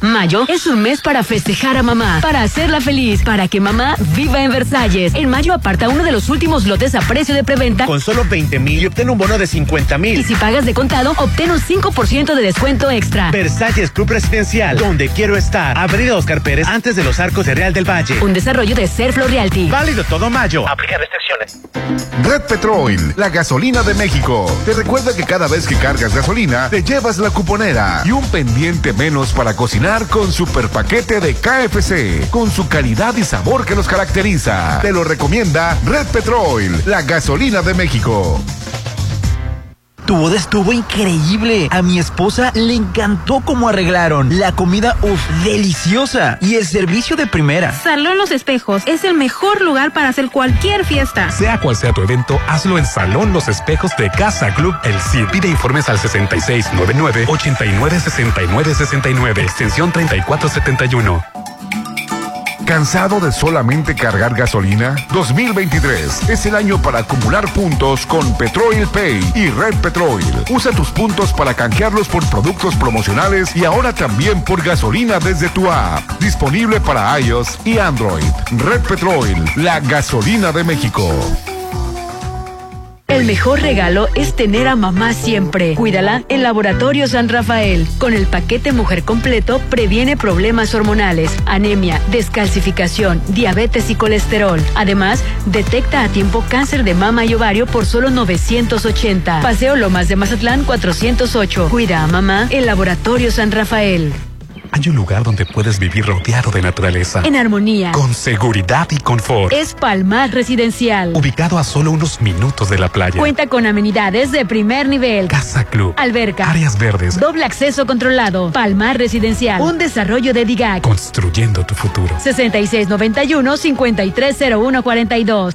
S6: Mayo es un mes para festejar a mamá, para hacerla feliz, para que mamá viva en Versalles. En mayo aparta uno de los últimos lotes a precio de preventa.
S10: Con solo 20 mil y obtén un bono de 50
S6: Y
S10: mil.
S6: si pagas de contado, obtén un 5% de descuento extra.
S10: Versalles Club Residencial, donde quiero estar. Avenida Oscar Pérez, antes de los arcos de Real del Valle.
S6: Un desarrollo de Serflo Realty.
S10: Válido todo mayo. Aplica restricciones.
S38: Red Petrol, la gasolina de México. Te recuerda que cada vez que cargas gasolina, te llevas la cuponera y un pendiente menos para cocinar con super paquete de KFC, con su calidad y sabor que los caracteriza. Te lo recomienda Red Petrol, la gasolina de México.
S19: Tu boda estuvo increíble. A mi esposa le encantó cómo arreglaron. La comida, uff, deliciosa. Y el servicio de primera.
S22: Salón Los Espejos es el mejor lugar para hacer cualquier fiesta.
S15: Sea cual sea tu evento, hazlo en Salón Los Espejos de Casa Club El Cid. Pide informes al 6699-896969, extensión 3471.
S38: ¿Cansado de solamente cargar gasolina? 2023 es el año para acumular puntos con Petroil Pay y Red Petroil. Usa tus puntos para canjearlos por productos promocionales y ahora también por gasolina desde tu app. Disponible para iOS y Android. Red Petroil, la gasolina de México.
S6: El mejor regalo es tener a mamá siempre. Cuídala en Laboratorio San Rafael. Con el paquete Mujer Completo previene problemas hormonales, anemia, descalcificación, diabetes y colesterol. Además, detecta a tiempo cáncer de mama y ovario por solo 980. Paseo Lomas de Mazatlán 408. Cuida a mamá en Laboratorio San Rafael.
S15: Hay un lugar donde puedes vivir rodeado de naturaleza.
S6: En armonía.
S15: Con seguridad y confort.
S6: Es Palmar Residencial.
S15: Ubicado a solo unos minutos de la playa.
S6: Cuenta con amenidades de primer nivel.
S15: Casa Club.
S6: Alberca.
S15: Áreas verdes.
S6: Doble acceso controlado. Palmar Residencial. Un desarrollo de DIGAC.
S15: Construyendo tu futuro.
S6: 6691-530142.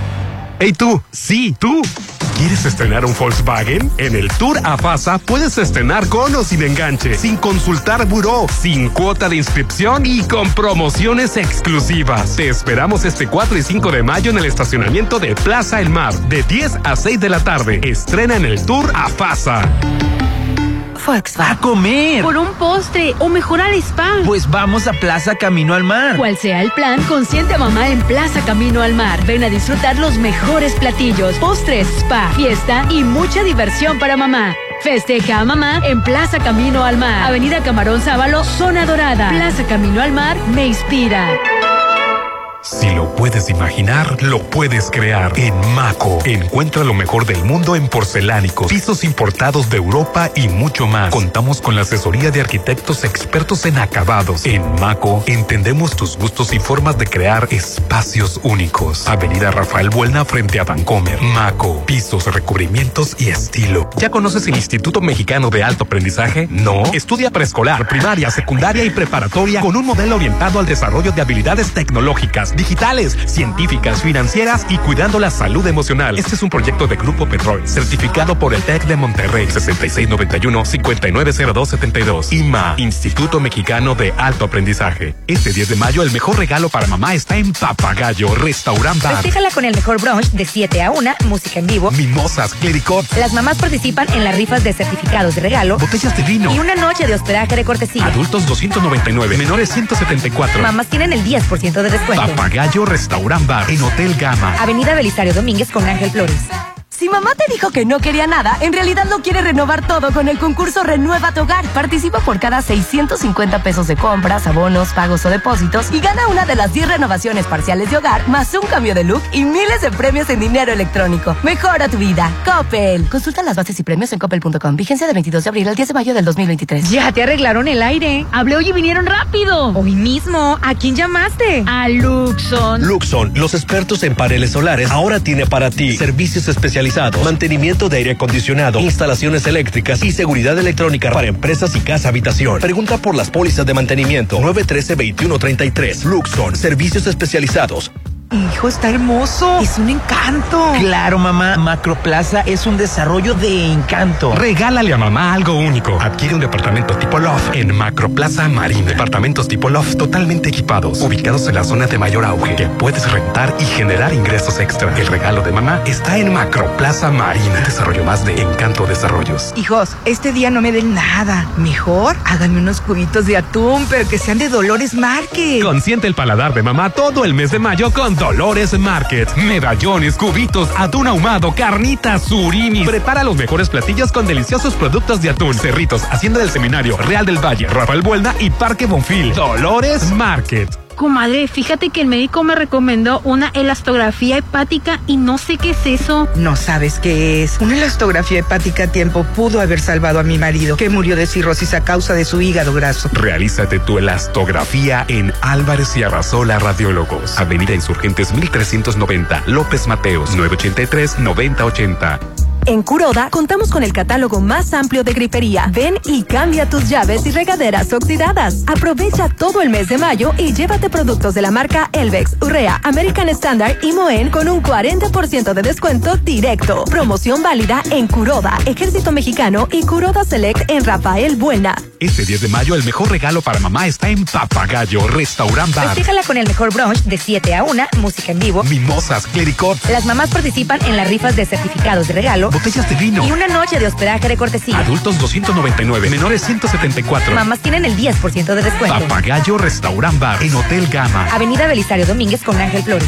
S15: ¡Hey tú! ¡Sí, tú! ¿Quieres estrenar un Volkswagen? En el Tour a FASA puedes estrenar con o sin enganche, sin consultar buró, sin cuota de inscripción y con promociones exclusivas. Te esperamos este 4 y 5 de mayo en el estacionamiento de Plaza El Mar, de 10 a 6 de la tarde. Estrena en el Tour a FASA.
S19: ¡A comer!
S22: Por un postre o mejor al spa.
S19: Pues vamos a Plaza Camino al Mar.
S6: Cual sea el plan, consiente a mamá en Plaza Camino al Mar. Ven a disfrutar los mejores platillos, postres, spa, fiesta y mucha diversión para mamá. Festeja a mamá en Plaza Camino al Mar. Avenida Camarón Sábalo, Zona Dorada. Plaza Camino al Mar me inspira.
S15: Si lo puedes imaginar, lo puedes crear. En Maco, encuentra lo mejor del mundo en porcelánicos, pisos importados de Europa y mucho más. Contamos con la asesoría de arquitectos expertos en acabados. En Maco, entendemos tus gustos y formas de crear espacios únicos. Avenida Rafael Buelna frente a Vancomer. Maco, pisos, recubrimientos y estilo. ¿Ya conoces el Instituto Mexicano de Alto Aprendizaje? No. Estudia preescolar, primaria, secundaria y preparatoria con un modelo orientado al desarrollo de habilidades tecnológicas económicas, digitales, científicas, financieras y cuidando la salud emocional. Este es un proyecto de Grupo Petrol, certificado por el TEC de Monterrey 6691-590272. IMA, Instituto Mexicano de Alto Aprendizaje. Este 10 de mayo el mejor regalo para mamá está en Papagayo, Restaurant Bar.
S37: Festéjala con el mejor brunch de 7 a 1, música en vivo.
S15: Mimosas, clericot,
S37: Las mamás participan en las rifas de certificados de regalo
S15: botellas de vino.
S37: y una noche de hospedaje de cortesía.
S15: Adultos 299, menores 174.
S37: Mamás tienen el 10% de descuento.
S15: Papagayo Restaurant Bar en Hotel Gama.
S37: Avenida Belisario Domínguez con Ángel Flores.
S12: Si mamá te dijo que no quería nada, en realidad lo quiere renovar todo con el concurso Renueva tu Hogar. Participa por cada 650 pesos de compras, abonos, pagos o depósitos y gana una de las 10 renovaciones parciales de hogar, más un cambio de look y miles de premios en dinero electrónico. Mejora tu vida. Coppel. Consulta las bases y premios en coppel.com. Vigencia de 22 de abril al 10 de mayo del 2023.
S37: Ya te arreglaron el aire.
S41: Hablé hoy y vinieron rápido.
S37: Hoy mismo, ¿a quién llamaste?
S41: A Luxon.
S17: Luxon, los expertos en paneles solares, ahora tiene para ti servicios especializados, mantenimiento de aire acondicionado, instalaciones eléctricas y seguridad electrónica para empresas y casa habitación. Pregunta por las pólizas de mantenimiento 913-2133. Luxon, servicios especializados.
S42: Hijo, está hermoso. Es un encanto.
S19: Claro, mamá, Macroplaza es un desarrollo de encanto.
S15: Regálale a mamá algo único. Adquiere un departamento tipo loft en Macroplaza Marín. Departamentos tipo loft totalmente equipados, ubicados en la zona de mayor auge, que puedes rentar y generar ingresos extra. El regalo de mamá está en Macroplaza Marín. Desarrollo más de Encanto Desarrollos.
S42: Hijos, este día no me den nada. Mejor háganme unos cubitos de atún, pero que sean de Dolores Market.
S15: Consiente el paladar de mamá todo el mes de mayo con Dolores Market. Medallones, cubitos, atún ahumado, carnitas, surimi. Prepara los mejores platillos con deliciosos productos de atún. Cerritos, Hacienda del Seminario, Real del Valle, Rafael Buelna y Parque Bonfil. Dolores Market.
S41: Comadre, fíjate que el médico me recomendó una elastografía hepática y no sé qué es eso.
S42: No sabes qué es. Una elastografía hepática a tiempo pudo haber salvado a mi marido, que murió de cirrosis a causa de su hígado graso.
S15: Realízate tu elastografía en Álvarez y Arrasola Radiólogos. Avenida Insurgentes 1390, López Mateos 983-9080.
S12: En Curoda contamos con el catálogo más amplio de grifería. Ven y cambia tus llaves y regaderas oxidadas. Aprovecha todo el mes de mayo y llévate productos de la marca Elvex, Urrea, American Standard y Moen con un 40% de descuento directo. Promoción válida en Curoda, Ejército Mexicano y Curoda Select en Rafael Buena.
S15: Este 10 de mayo el mejor regalo para mamá está en Papagayo Restaurant Bar.
S37: Festéjala con el mejor brunch de 7 a 1, música en vivo.
S15: Mimosas, clericot,
S37: Las mamás participan en las rifas de certificados de regalo
S15: botellas de vino.
S37: y una noche de hospedaje de cortesía.
S15: Adultos 299, menores 174.
S37: Mamás tienen el 10% de descuento.
S15: Papagayo Restaurant Bar en Hotel Gama.
S37: Avenida Belisario Domínguez con Ángel Flores.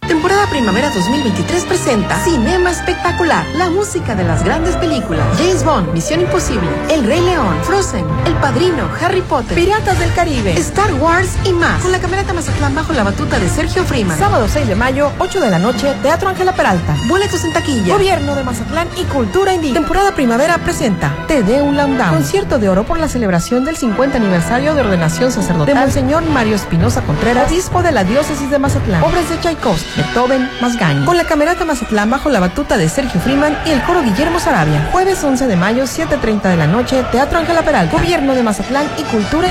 S8: Temporada Primavera 2023 presenta Cinema Espectacular, la música de las grandes películas. James Bond, Misión Imposible, El Rey León, Frozen, El Padrino, Harry Potter, Piratas del Caribe, Star Wars y más. Con la camioneta Mazatlán bajo la batuta de Sergio Freeman. Sábado 6 de mayo, 8 de la noche, Teatro Ángela Peralta. Boletos en taquilla. Gobierno de Mazatlán y Cultura Indígena. Temporada Primavera presenta TD Un Down. Concierto de oro por la celebración del 50 aniversario de ordenación sacerdotal de Monseñor Mario Espinosa Contreras, obispo de la diócesis de Mazatlán. Obras de Tchaikovsky. Beethoven, Masgani. Con la Camerata Mazatlán bajo la batuta de Sergio Freeman y el coro Guillermo Sarabia. Jueves 11 de mayo, 7.30 de la noche, Teatro Ángela Peralta. Gobierno de Mazatlán y Cultura.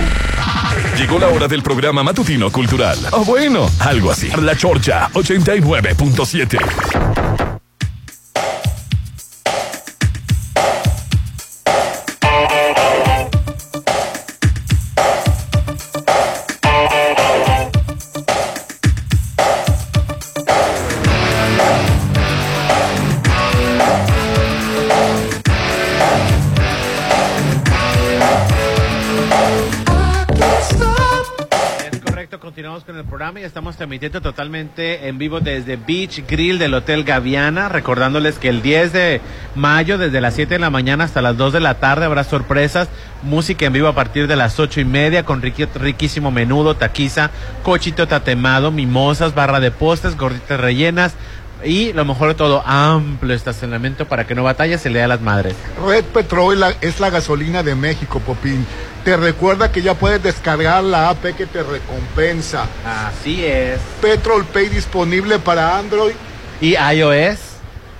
S15: Llegó la hora del programa matutino cultural. O bueno, algo así. La Chorcha 89.7.
S10: continuamos con el programa y estamos transmitiendo totalmente en vivo desde Beach Grill del Hotel Gaviana, recordándoles que el 10 de mayo, desde las 7 de la mañana hasta las 2 de la tarde, habrá sorpresas, música en vivo a partir de las 8 y media con riqui- riquísimo menudo, taquiza, cochito tatemado, mimosas, barra de postres, gorditas rellenas. Y lo mejor de todo, amplio estacionamiento para que no batalles se le dé a las madres.
S5: Red Petrol la- es la gasolina de México, Popín. Te recuerda que ya puedes descargar la AP que te recompensa.
S10: Así es.
S5: Petrol Pay disponible para Android.
S10: ¿Y iOS?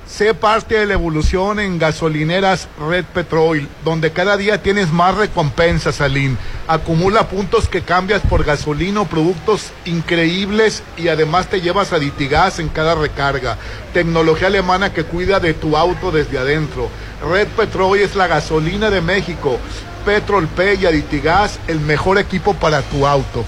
S5: Sé parte de la evolución en gasolineras Red Petrol, donde cada día tienes más recompensas, Salín. Acumula puntos que cambias por gasolina o productos increíbles y además te llevas a Ditigas en cada recarga. Tecnología alemana que cuida de tu auto desde adentro. Red Petrol es la gasolina de México. Petrol P y Aditigas, el mejor equipo para tu auto.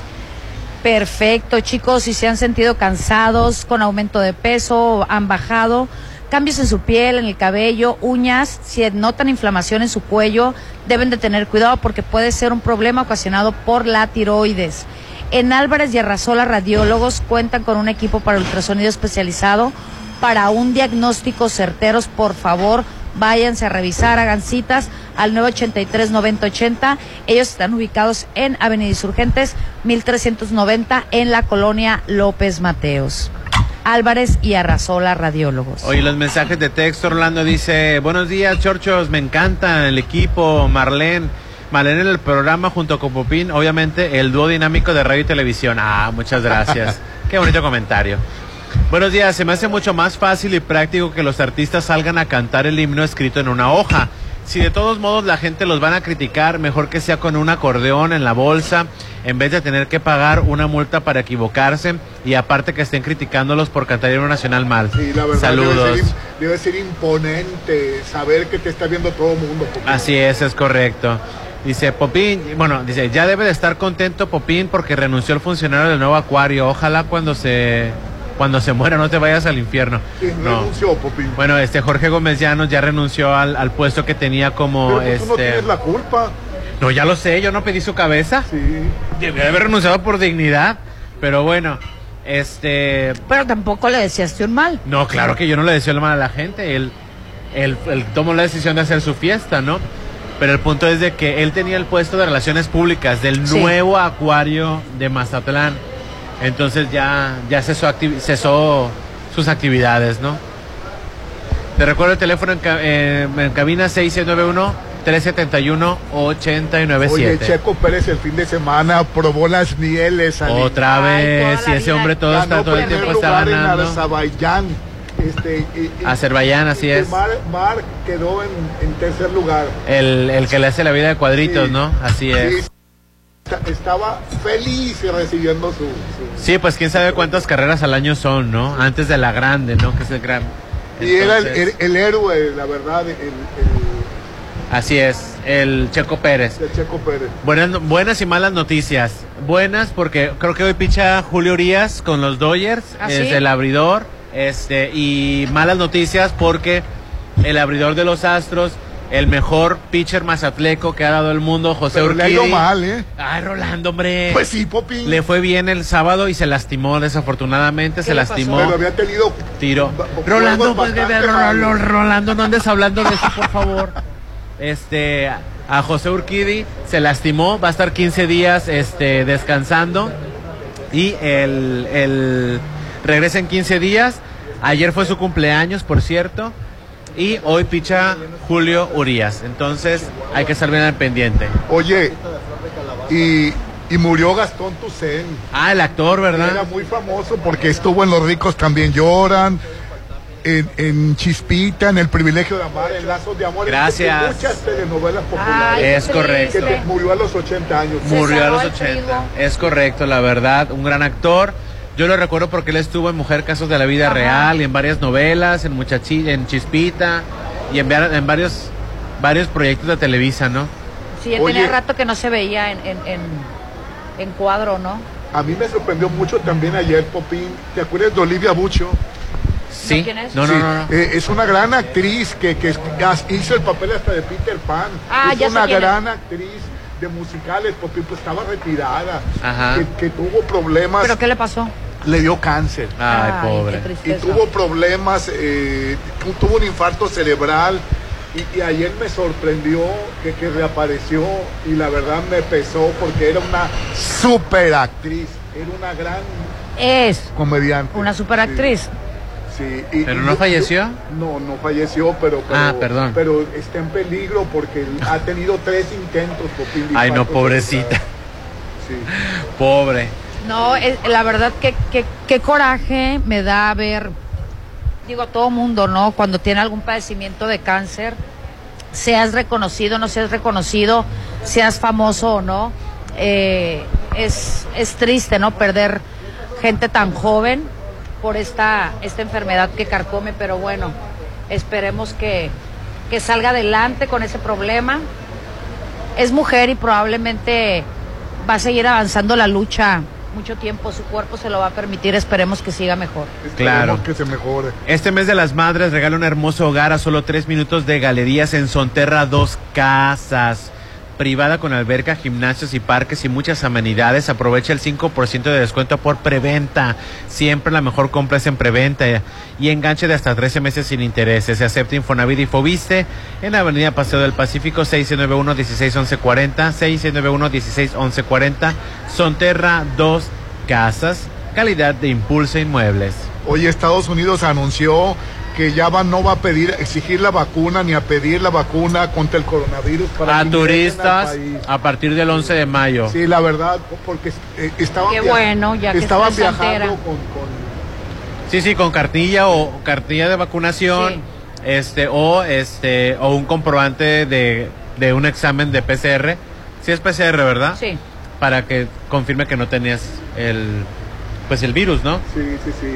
S9: Perfecto, chicos, si se han sentido cansados, con aumento de peso, han bajado, cambios en su piel, en el cabello, uñas, si notan inflamación en su cuello, deben de tener cuidado porque puede ser un problema ocasionado por la tiroides. En Álvarez y Arrasola Radiólogos cuentan con un equipo para ultrasonido especializado para un diagnóstico certeros, por favor, váyanse a revisar, hagan citas al 983-9080. Ellos están ubicados en Avenida Insurgentes 1390 en la colonia López Mateos. Álvarez y Arrasola Radiólogos.
S10: Oye, los mensajes de texto, Orlando dice, buenos días, chorchos, me encantan el equipo, Marlene. Marlene en el programa junto con Popín, obviamente el dúo dinámico de radio y televisión. Ah, muchas gracias. Qué bonito comentario. Buenos días, se me hace mucho más fácil y práctico que los artistas salgan a cantar el himno escrito en una hoja. Si de todos modos la gente los van a criticar, mejor que sea con un acordeón en la bolsa, en vez de tener que pagar una multa para equivocarse y aparte que estén criticándolos por cantar el himno nacional mal.
S5: Y la verdad
S10: Saludos.
S5: Pues, Debe, ser, im- debe ser imponente saber que te está viendo todo el mundo. Popín.
S10: Así es, es correcto. Dice Popín, bueno, dice, ya debe de estar contento Popín porque renunció el funcionario del nuevo acuario. Ojalá cuando se cuando se muera no te vayas al infierno.
S5: Sí,
S10: No.
S5: renunció, Popín.
S10: Bueno, este Jorge Gómez Llanos ya renunció al, al puesto que tenía como
S5: Pero pues tú no
S10: este
S5: tienes la culpa.
S10: No, ya lo sé, yo no pedí su cabeza.
S5: Sí.
S10: Debería haber renunciado por dignidad, pero bueno, este
S9: Pero tampoco le deseaste un mal.
S10: no, claro que yo no le deseo el mal a la gente. Él, él, él tomó la decisión de hacer su fiesta, ¿no? Pero el punto es de que él tenía el puesto de relaciones públicas del
S17: Sí.
S10: nuevo acuario de Mazatlán. Entonces ya, ya cesó, acti- cesó sus actividades, ¿no? Te recuerdo el teléfono en, ca- eh, en cabina 691-371-897.
S5: Oye, Checo Pérez el fin de semana probó las mieles. Aline.
S10: Otra vez, y ese hombre todo
S5: Ganó
S10: está todo el
S5: primer
S10: tiempo está
S5: lugar en
S10: ganando.
S5: Azerbaiyán. Este, y- y-
S10: Azerbaiyán, así
S5: y
S10: es.
S5: Mar, Mar quedó en, en tercer lugar.
S10: El, el que le hace la vida de cuadritos,
S5: Sí.
S10: ¿no? Así es.
S5: Sí, esta- estaba feliz recibiendo su... su-
S10: Sí, pues quién sabe cuántas carreras al año son, ¿no? Antes de la grande, ¿no? Que es el gran.
S5: y era el,
S10: Entonces,
S5: el- el héroe, la verdad, el, el-
S10: Así es, el Checo Pérez.
S5: el Checo Pérez.
S10: Buenas, no- buenas y malas noticias. Buenas porque creo que hoy picha Julio Urias con los Dodgers,
S17: ¿Ah,
S10: es
S17: sí?
S10: el abridor. Este, y malas noticias porque el abridor de los Astros, el mejor pitcher mazatleco que ha dado el mundo, José
S5: Pero le ha ido
S10: Urquidi.
S5: mal, ¿eh?
S10: Ay, Rolando, hombre.
S5: Pues sí, Popín.
S10: Le fue bien el sábado y se lastimó, desafortunadamente se
S5: le
S10: lastimó.
S5: Pero había tenido
S10: Tiro.
S5: Rolando,
S10: Rolando,
S5: pues,
S10: pues,
S5: bastante
S10: bebé, Rolo-
S5: malos.
S10: Rolando, no andes hablando de eso, por favor. Este, a José Urquidi se lastimó, va a estar 15 días este, descansando y el, el regresa en 15 días. Ayer fue su cumpleaños, por cierto, y hoy picha Julio Urias. Entonces hay que estar bien al pendiente.
S5: Oye, y, y murió Gastón Tucen.
S10: Ah, el actor, ¿verdad?
S5: Era muy famoso porque estuvo en Los Ricos también lloran, en, en Chispita, en El Privilegio de Amar, en Lazos de Amor. en
S10: Gracias.
S5: Muchas telenovelas populares.
S10: Ay, qué Es correcto.
S5: Que te- murió a los 80 años.
S10: Murió a los 80. Es correcto, la verdad. Un gran actor. Yo lo recuerdo porque él estuvo en Mujer Casos de la Vida Real y en varias novelas, en Muchachi, en Chispita y en, var- en varios varios proyectos de Televisa, ¿no?
S9: Sí, ya
S5: Oye.
S9: tenía rato que no se veía en, en, en, en cuadro, ¿no?
S5: A mí me sorprendió mucho también ayer, Popín. ¿Te acuerdas de Olivia Bucho?
S10: Sí.
S9: quién es?
S10: No, no,
S5: Sí,
S10: no, no.
S5: eh, es una gran actriz que, que es- que hizo el papel hasta de Peter Pan.
S9: Ah,
S5: es
S9: ya sé
S5: una
S9: quién es.
S5: gran actriz de musicales porque pues, estaba retirada,
S10: Ajá.
S5: que, que tuvo problemas.
S9: ¿Pero qué le pasó?
S5: le dio cáncer.
S10: Ay, Ay, pobre. qué
S5: Y
S9: tristeza.
S5: tuvo problemas, eh, tu- tuvo un infarto cerebral. Y, y ayer me sorprendió que, que reapareció y la verdad me pesó porque era una superactriz, era una gran
S9: Es
S5: comediante.
S9: una superactriz.
S5: Sí, y-
S10: ¿Pero
S5: y
S10: no
S5: yo-
S10: falleció?
S5: yo- no, no falleció, pero, pero,
S10: Ah, perdón.
S5: pero está en peligro porque ha tenido tres intentos. Popín, de
S10: Ay, no,
S5: infarto
S10: pobrecita.
S5: cerebral. Sí.
S10: Pobre.
S9: No, es- la verdad que, que- qué coraje me da ver, digo, a todo mundo, ¿no? Cuando tiene algún padecimiento de cáncer, seas reconocido, no seas reconocido, seas famoso o no, eh, es, es triste, ¿no? Perder gente tan joven por esta, esta enfermedad que carcome, pero bueno, esperemos que, que salga adelante con ese problema. Es mujer y probablemente va a seguir avanzando la lucha mucho tiempo, su cuerpo se lo va a permitir, esperemos que siga mejor.
S10: Claro.
S5: que se mejore.
S10: Este mes de las madres regala un hermoso hogar a solo tres minutos de galerías en Sonterra, dos casas. Privada con alberca, gimnasios y parques y muchas amenidades. Aprovecha el 5% de descuento por preventa. Siempre la mejor compra es en preventa y enganche de hasta 13 meses sin intereses. Se acepta Infonavit y Fobiste en la Avenida Paseo del Pacífico 691-161140. 691-161140. Sonterra, dos casas. Calidad de impulso e inmuebles.
S5: Hoy Estados Unidos anunció que ya va, no va a pedir, exigir la vacuna ni a pedir la vacuna contra el coronavirus para
S10: a
S5: que ingresen al
S10: turistas
S5: país.
S10: a partir del 11 de mayo.
S5: Sí, la verdad, porque eh, estaban,
S9: Qué
S5: viaj-
S9: bueno, ya que
S5: estaban
S9: estás
S5: viajando
S9: soltera.
S5: con, con-
S10: Sí, sí, con cartilla o cartilla de vacunación, este o este o un comprobante de, de un examen de PCR. Sí es PCR, ¿verdad?
S9: Sí.
S10: Para que confirme que no tenías el pues el virus, ¿no?
S5: Sí, sí, sí.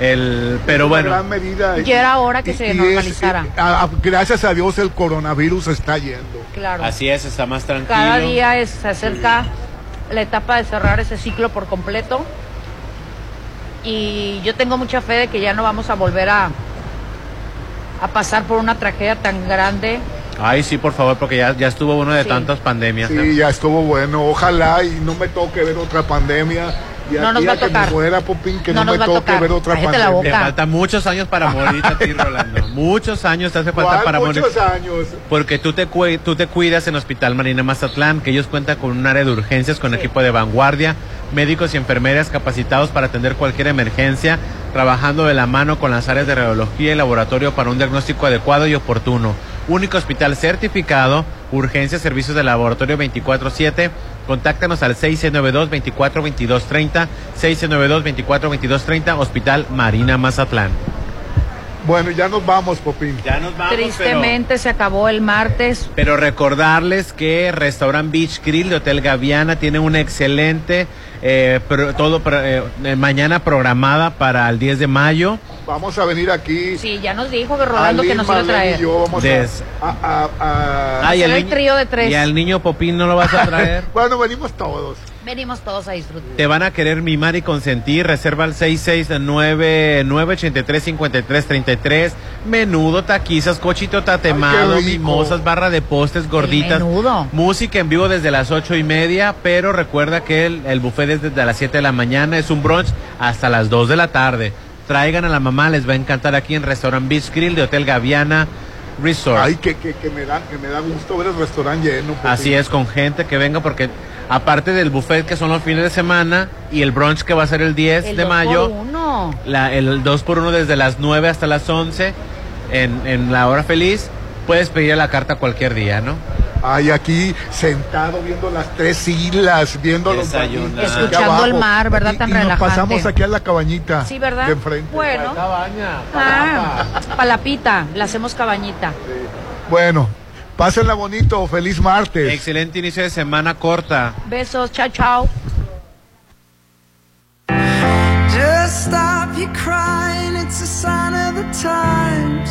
S10: El pero
S5: una
S10: bueno,
S5: gran medida.
S9: Ya era hora que se
S5: es-
S9: normalizara.
S5: a- a- gracias a Dios el coronavirus está yendo.
S9: Claro.
S10: así es, está más tranquilo.
S9: Cada día es- se acerca la etapa de cerrar ese ciclo por completo. Y yo tengo mucha fe de que ya no vamos a volver a, a pasar por una tragedia tan grande.
S10: Ay, sí, por favor, porque ya, ya estuvo uno de
S9: Sí.
S10: tantas pandemias. ¿no?
S5: Sí, ya estuvo bueno. Ojalá y no me toque ver otra pandemia. Y
S9: No nos
S5: aquí
S9: va
S5: a
S9: a
S5: que
S9: tocar.
S5: me muera, Popín, que
S9: No
S5: no,
S9: nos
S5: me
S9: va a
S5: toque
S9: tocar.
S5: ver otra
S9: Cállate la
S5: pandemia.
S10: Te
S9: boca.
S10: faltan muchos años para morir a ti, Rolando. Muchos años te hace falta
S5: ¿Cuál?
S10: para morir.
S5: Muchos años.
S10: Porque tú te, cue- tú te cuidas en Hospital Marina Mazatlán, que ellos cuentan con un área de urgencias con equipo de vanguardia, médicos y enfermeras capacitados para atender cualquier emergencia, trabajando de la mano con las áreas de radiología y laboratorio para un diagnóstico adecuado y oportuno. Único hospital certificado, urgencias, servicios de laboratorio 24-7. Contáctanos al 692-242230, 692-242230, Hospital Marina Mazatlán.
S5: Bueno, ya nos vamos, Popín.
S10: Ya nos vamos.
S9: Tristemente se acabó el martes.
S10: Pero recordarles que Restaurant Beach Grill de Hotel Gaviana tiene una excelente eh, pro- todo pro- eh, eh, mañana programada para el 10 de mayo.
S5: Vamos a venir aquí.
S9: Sí, ya nos dijo que Rolando
S5: Ali,
S9: que nos iba a
S5: Marlene
S9: traer.
S5: y yo vamos a-
S10: Des-
S5: a, a- a-
S10: Ah, y
S9: Será
S10: al
S9: el
S10: niño-
S9: trío de tres.
S10: Y al niño Popín no lo vas a traer.
S5: Bueno, venimos todos.
S9: Venimos todos a disfrutar.
S10: Te van a querer mimar y consentir. Reserva al 669-983-5333. Menudo, taquizas, cochito tatemado,
S5: Ay, qué rico.
S10: mimosas, barra de postres, gorditas.
S9: menudo.
S10: Música en vivo desde las ocho y media, pero recuerda que el, el buffet es desde las 7 de la mañana. Es un brunch hasta las 2 de la tarde. Traigan a la mamá, les va a encantar aquí en Restaurant Beach Grill de Hotel Gaviana Resort.
S5: Ay, que, que, que me da, que me da gusto ver el restaurante lleno. pues, Popín.
S10: Así es, con gente que venga, porque aparte del buffet que son los fines de semana y el brunch que va a ser el 10
S9: El
S10: de
S9: dos
S10: mayo,
S9: por uno.
S10: la- el 2 por 1 desde las 9 hasta las 11 en, en la hora feliz, puedes pedir la carta cualquier día, ¿no?
S5: Ay, aquí sentado viendo las tres islas, viendo los
S10: Desayunar.
S5: barquitos aquí
S9: Escuchando
S5: abajo.
S9: el mar, ¿verdad?
S5: Y-
S9: Tan
S5: y nos
S9: relajante.
S5: pasamos aquí a la cabañita.
S9: Sí, ¿verdad?
S5: De enfrente.
S9: Bueno. Ah, palapita, la hacemos cabañita.
S5: Bueno, pásenla bonito. Feliz martes.
S10: Excelente inicio de semana corta.
S9: Besos, chao, chao.
S43: Just stop your crying, it's a sign of the times.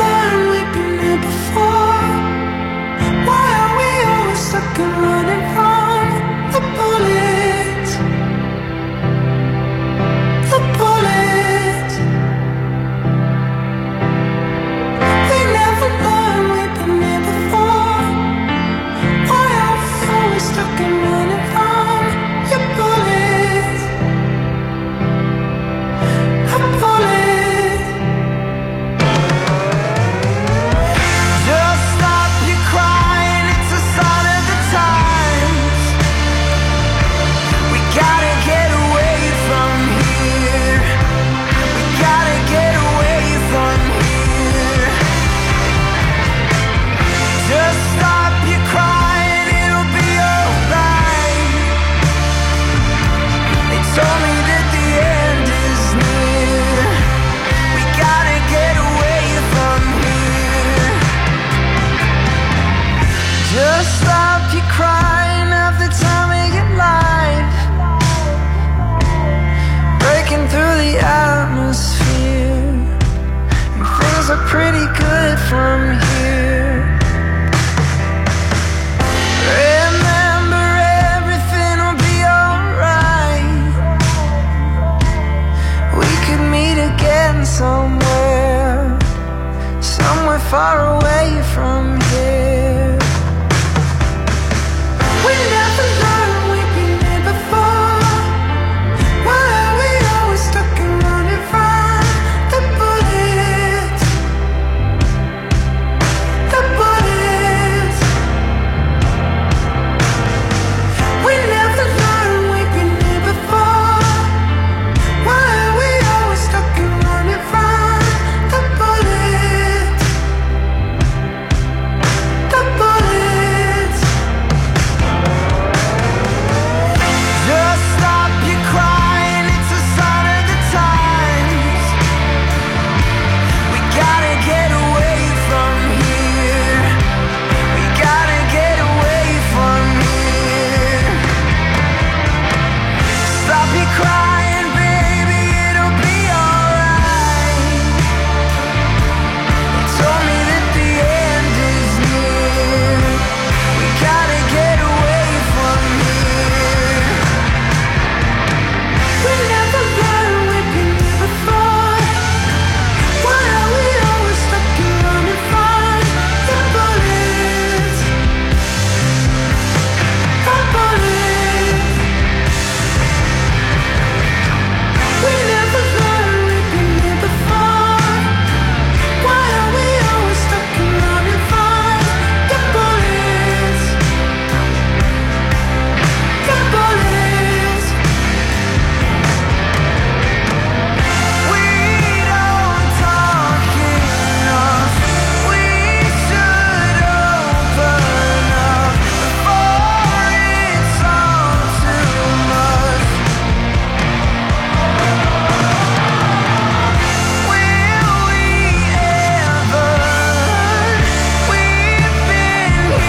S44: learned we've been here before. Why are we always stuck and running from the bullets? The bullets. We never learned we've been here before. Why are we always stuck and running from your bullets? The bullets. Just stop your crying, it's a sign of the times. We gotta get away from here. We gotta get away from here. Just stop your crying, it'll be alright. They told me that the end is near. We gotta get away from here. Just stop your crying of the time of your life. Breaking through the atmosphere. And things are pretty good from here. Remember, everything will be alright. We could meet again somewhere. Somewhere far away from here. We never learned we've been here before. Why are we always stuck and running from the bullets? The bullets. We never learned we've been here before. Why are we always stuck and running from the bullets? The bullets. Just stop your crying, it's a sign of the times. We gotta get away from here. We gotta get away from here. Stop your crying, baby, it'll be alright. They told me that the end is near. We gotta get away from here. We never learned we've been here before. Why are we always stuck and running from the bullets? The bullets. We never learned we've been here before. Why are we always stuck and running from the bullets? The bullets. We don't talk enough. We should open up before it's all too much. Will we ever? We've been here before.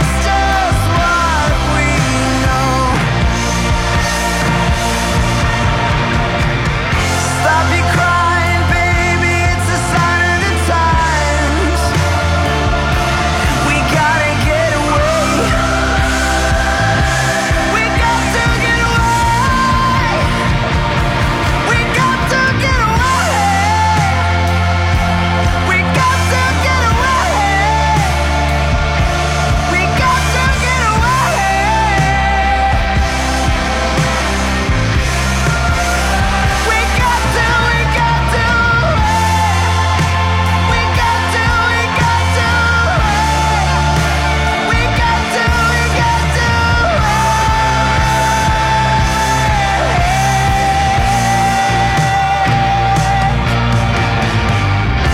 S44: It's just what we know. Stop your crying, baby. It's a sign of the times. We gotta get away. We got to get away. We got to get away. We got to get away. We got to get away. We got to, we got to We got to, we got to We got to, we got to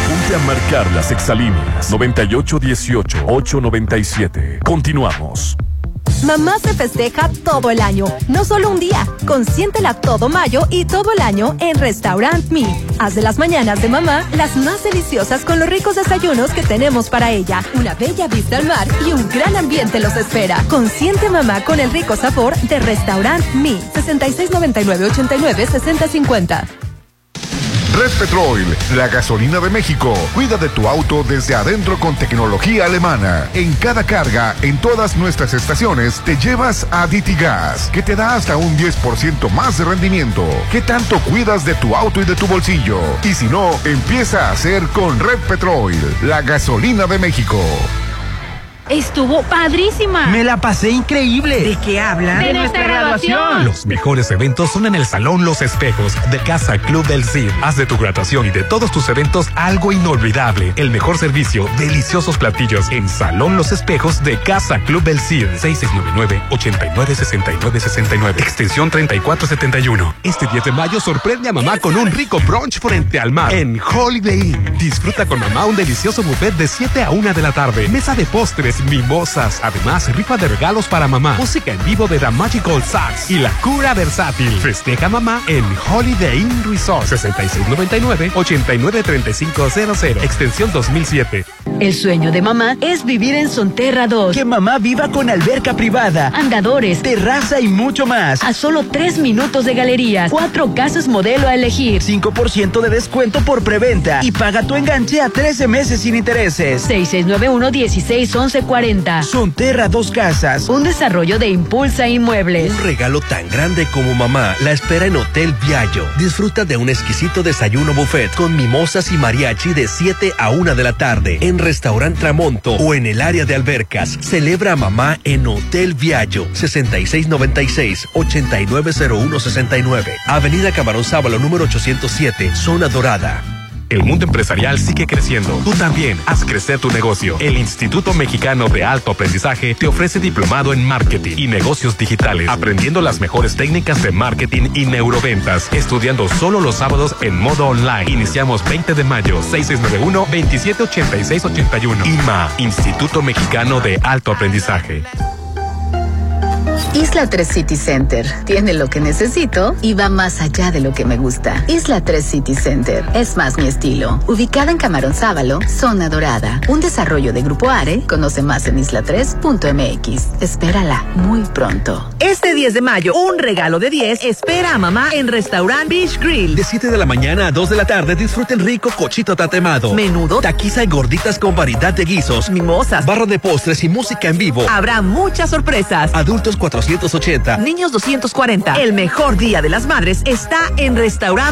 S25: Ponte a marcar las exalíneas 9818-897. Continuamos.
S12: mamá se festeja todo el año, no solo un día. Consiéntela todo mayo y todo el año en Restaurant Me. Haz de las mañanas de mamá las más deliciosas con los ricos desayunos que tenemos para ella. Una bella vista al mar y un gran ambiente los espera. Consiente mamá con el rico sabor de Restaurant Me. 6699 89 6050.
S38: Red Petrol, la gasolina de México. Cuida de tu auto desde adentro con tecnología alemana. En cada carga, en todas nuestras estaciones, te llevas a Ditigas, que te da hasta un 10% más de rendimiento. ¿Qué tanto cuidas de tu auto y de tu bolsillo? Y si no, empieza a hacer con Red Petrol, la gasolina de México.
S6: Estuvo padrísima.
S2: Me la pasé increíble.
S19: ¿De qué hablan?
S6: De nuestra graduación.
S15: Los mejores eventos son en el Salón Los Espejos de Casa Club del Cid. Haz de tu graduación y de todos tus eventos algo inolvidable. El mejor servicio, deliciosos platillos en Salón Los Espejos de Casa Club del Cid. 6699-896969. Extensión 3471. Este 10 de mayo sorprende a mamá con un rico brunch frente al mar en Holiday Inn. Disfruta con mamá un delicioso buffet de 7 a 1 de la tarde. Mesa de postres, mimosas. Además, rifa de regalos para mamá. Música en vivo de The Magical Sax y la cura versátil. Festeja mamá en Holiday Inn Resort. 6699-893500. Extensión 2007.
S6: El sueño de mamá es vivir en Sonterra 2.
S2: Que mamá viva con alberca privada,
S6: andadores,
S2: terraza y mucho más.
S6: A solo 3 minutos de galerías, cuatro casas modelo a elegir.
S2: 5% de descuento por preventa y paga tu enganche a 13 meses sin intereses.
S6: 6691-161140.
S2: Sonterra Dos Casas.
S6: Un desarrollo de Impulsa Inmuebles.
S17: Un regalo tan grande como mamá la espera en Hotel Viallo. Disfruta de un exquisito desayuno buffet con mimosas y mariachi de 7 a 1 de la tarde en Restaurant Tramonto o en el área de albercas. Celebra a mamá en Hotel Viallo 6696-890169. Avenida Camarón Sábalo número 807, Zona Dorada.
S15: El mundo empresarial sigue creciendo. Tú también haz crecer tu negocio. El Instituto Mexicano de Alto Aprendizaje te ofrece diplomado en marketing y negocios digitales, aprendiendo las mejores técnicas de marketing y neuroventas, estudiando solo los sábados en modo online. Iniciamos 20 de mayo, 6691-278681. IMA, Instituto Mexicano de Alto Aprendizaje.
S22: Isla 3 City Center tiene lo que necesito y va más allá de lo que me gusta. Isla 3 City Center es más mi estilo. Ubicada en Camarón Sábalo, Zona Dorada, un desarrollo de Grupo Are. Conoce más en isla3.mx. Espérala muy pronto.
S18: Este 10 de mayo, un regalo de 10 espera a mamá en Restaurant Beach Grill.
S17: De 7 de la mañana a 2 de la tarde disfruten rico cochito tatemado,
S18: menudo,
S17: taquiza y gorditas con variedad de guisos,
S18: mimosas,
S17: barra de postres y música en vivo.
S18: Habrá muchas sorpresas.
S17: Adultos 480.
S18: Niños 240. El mejor día de las madres está en Restaurant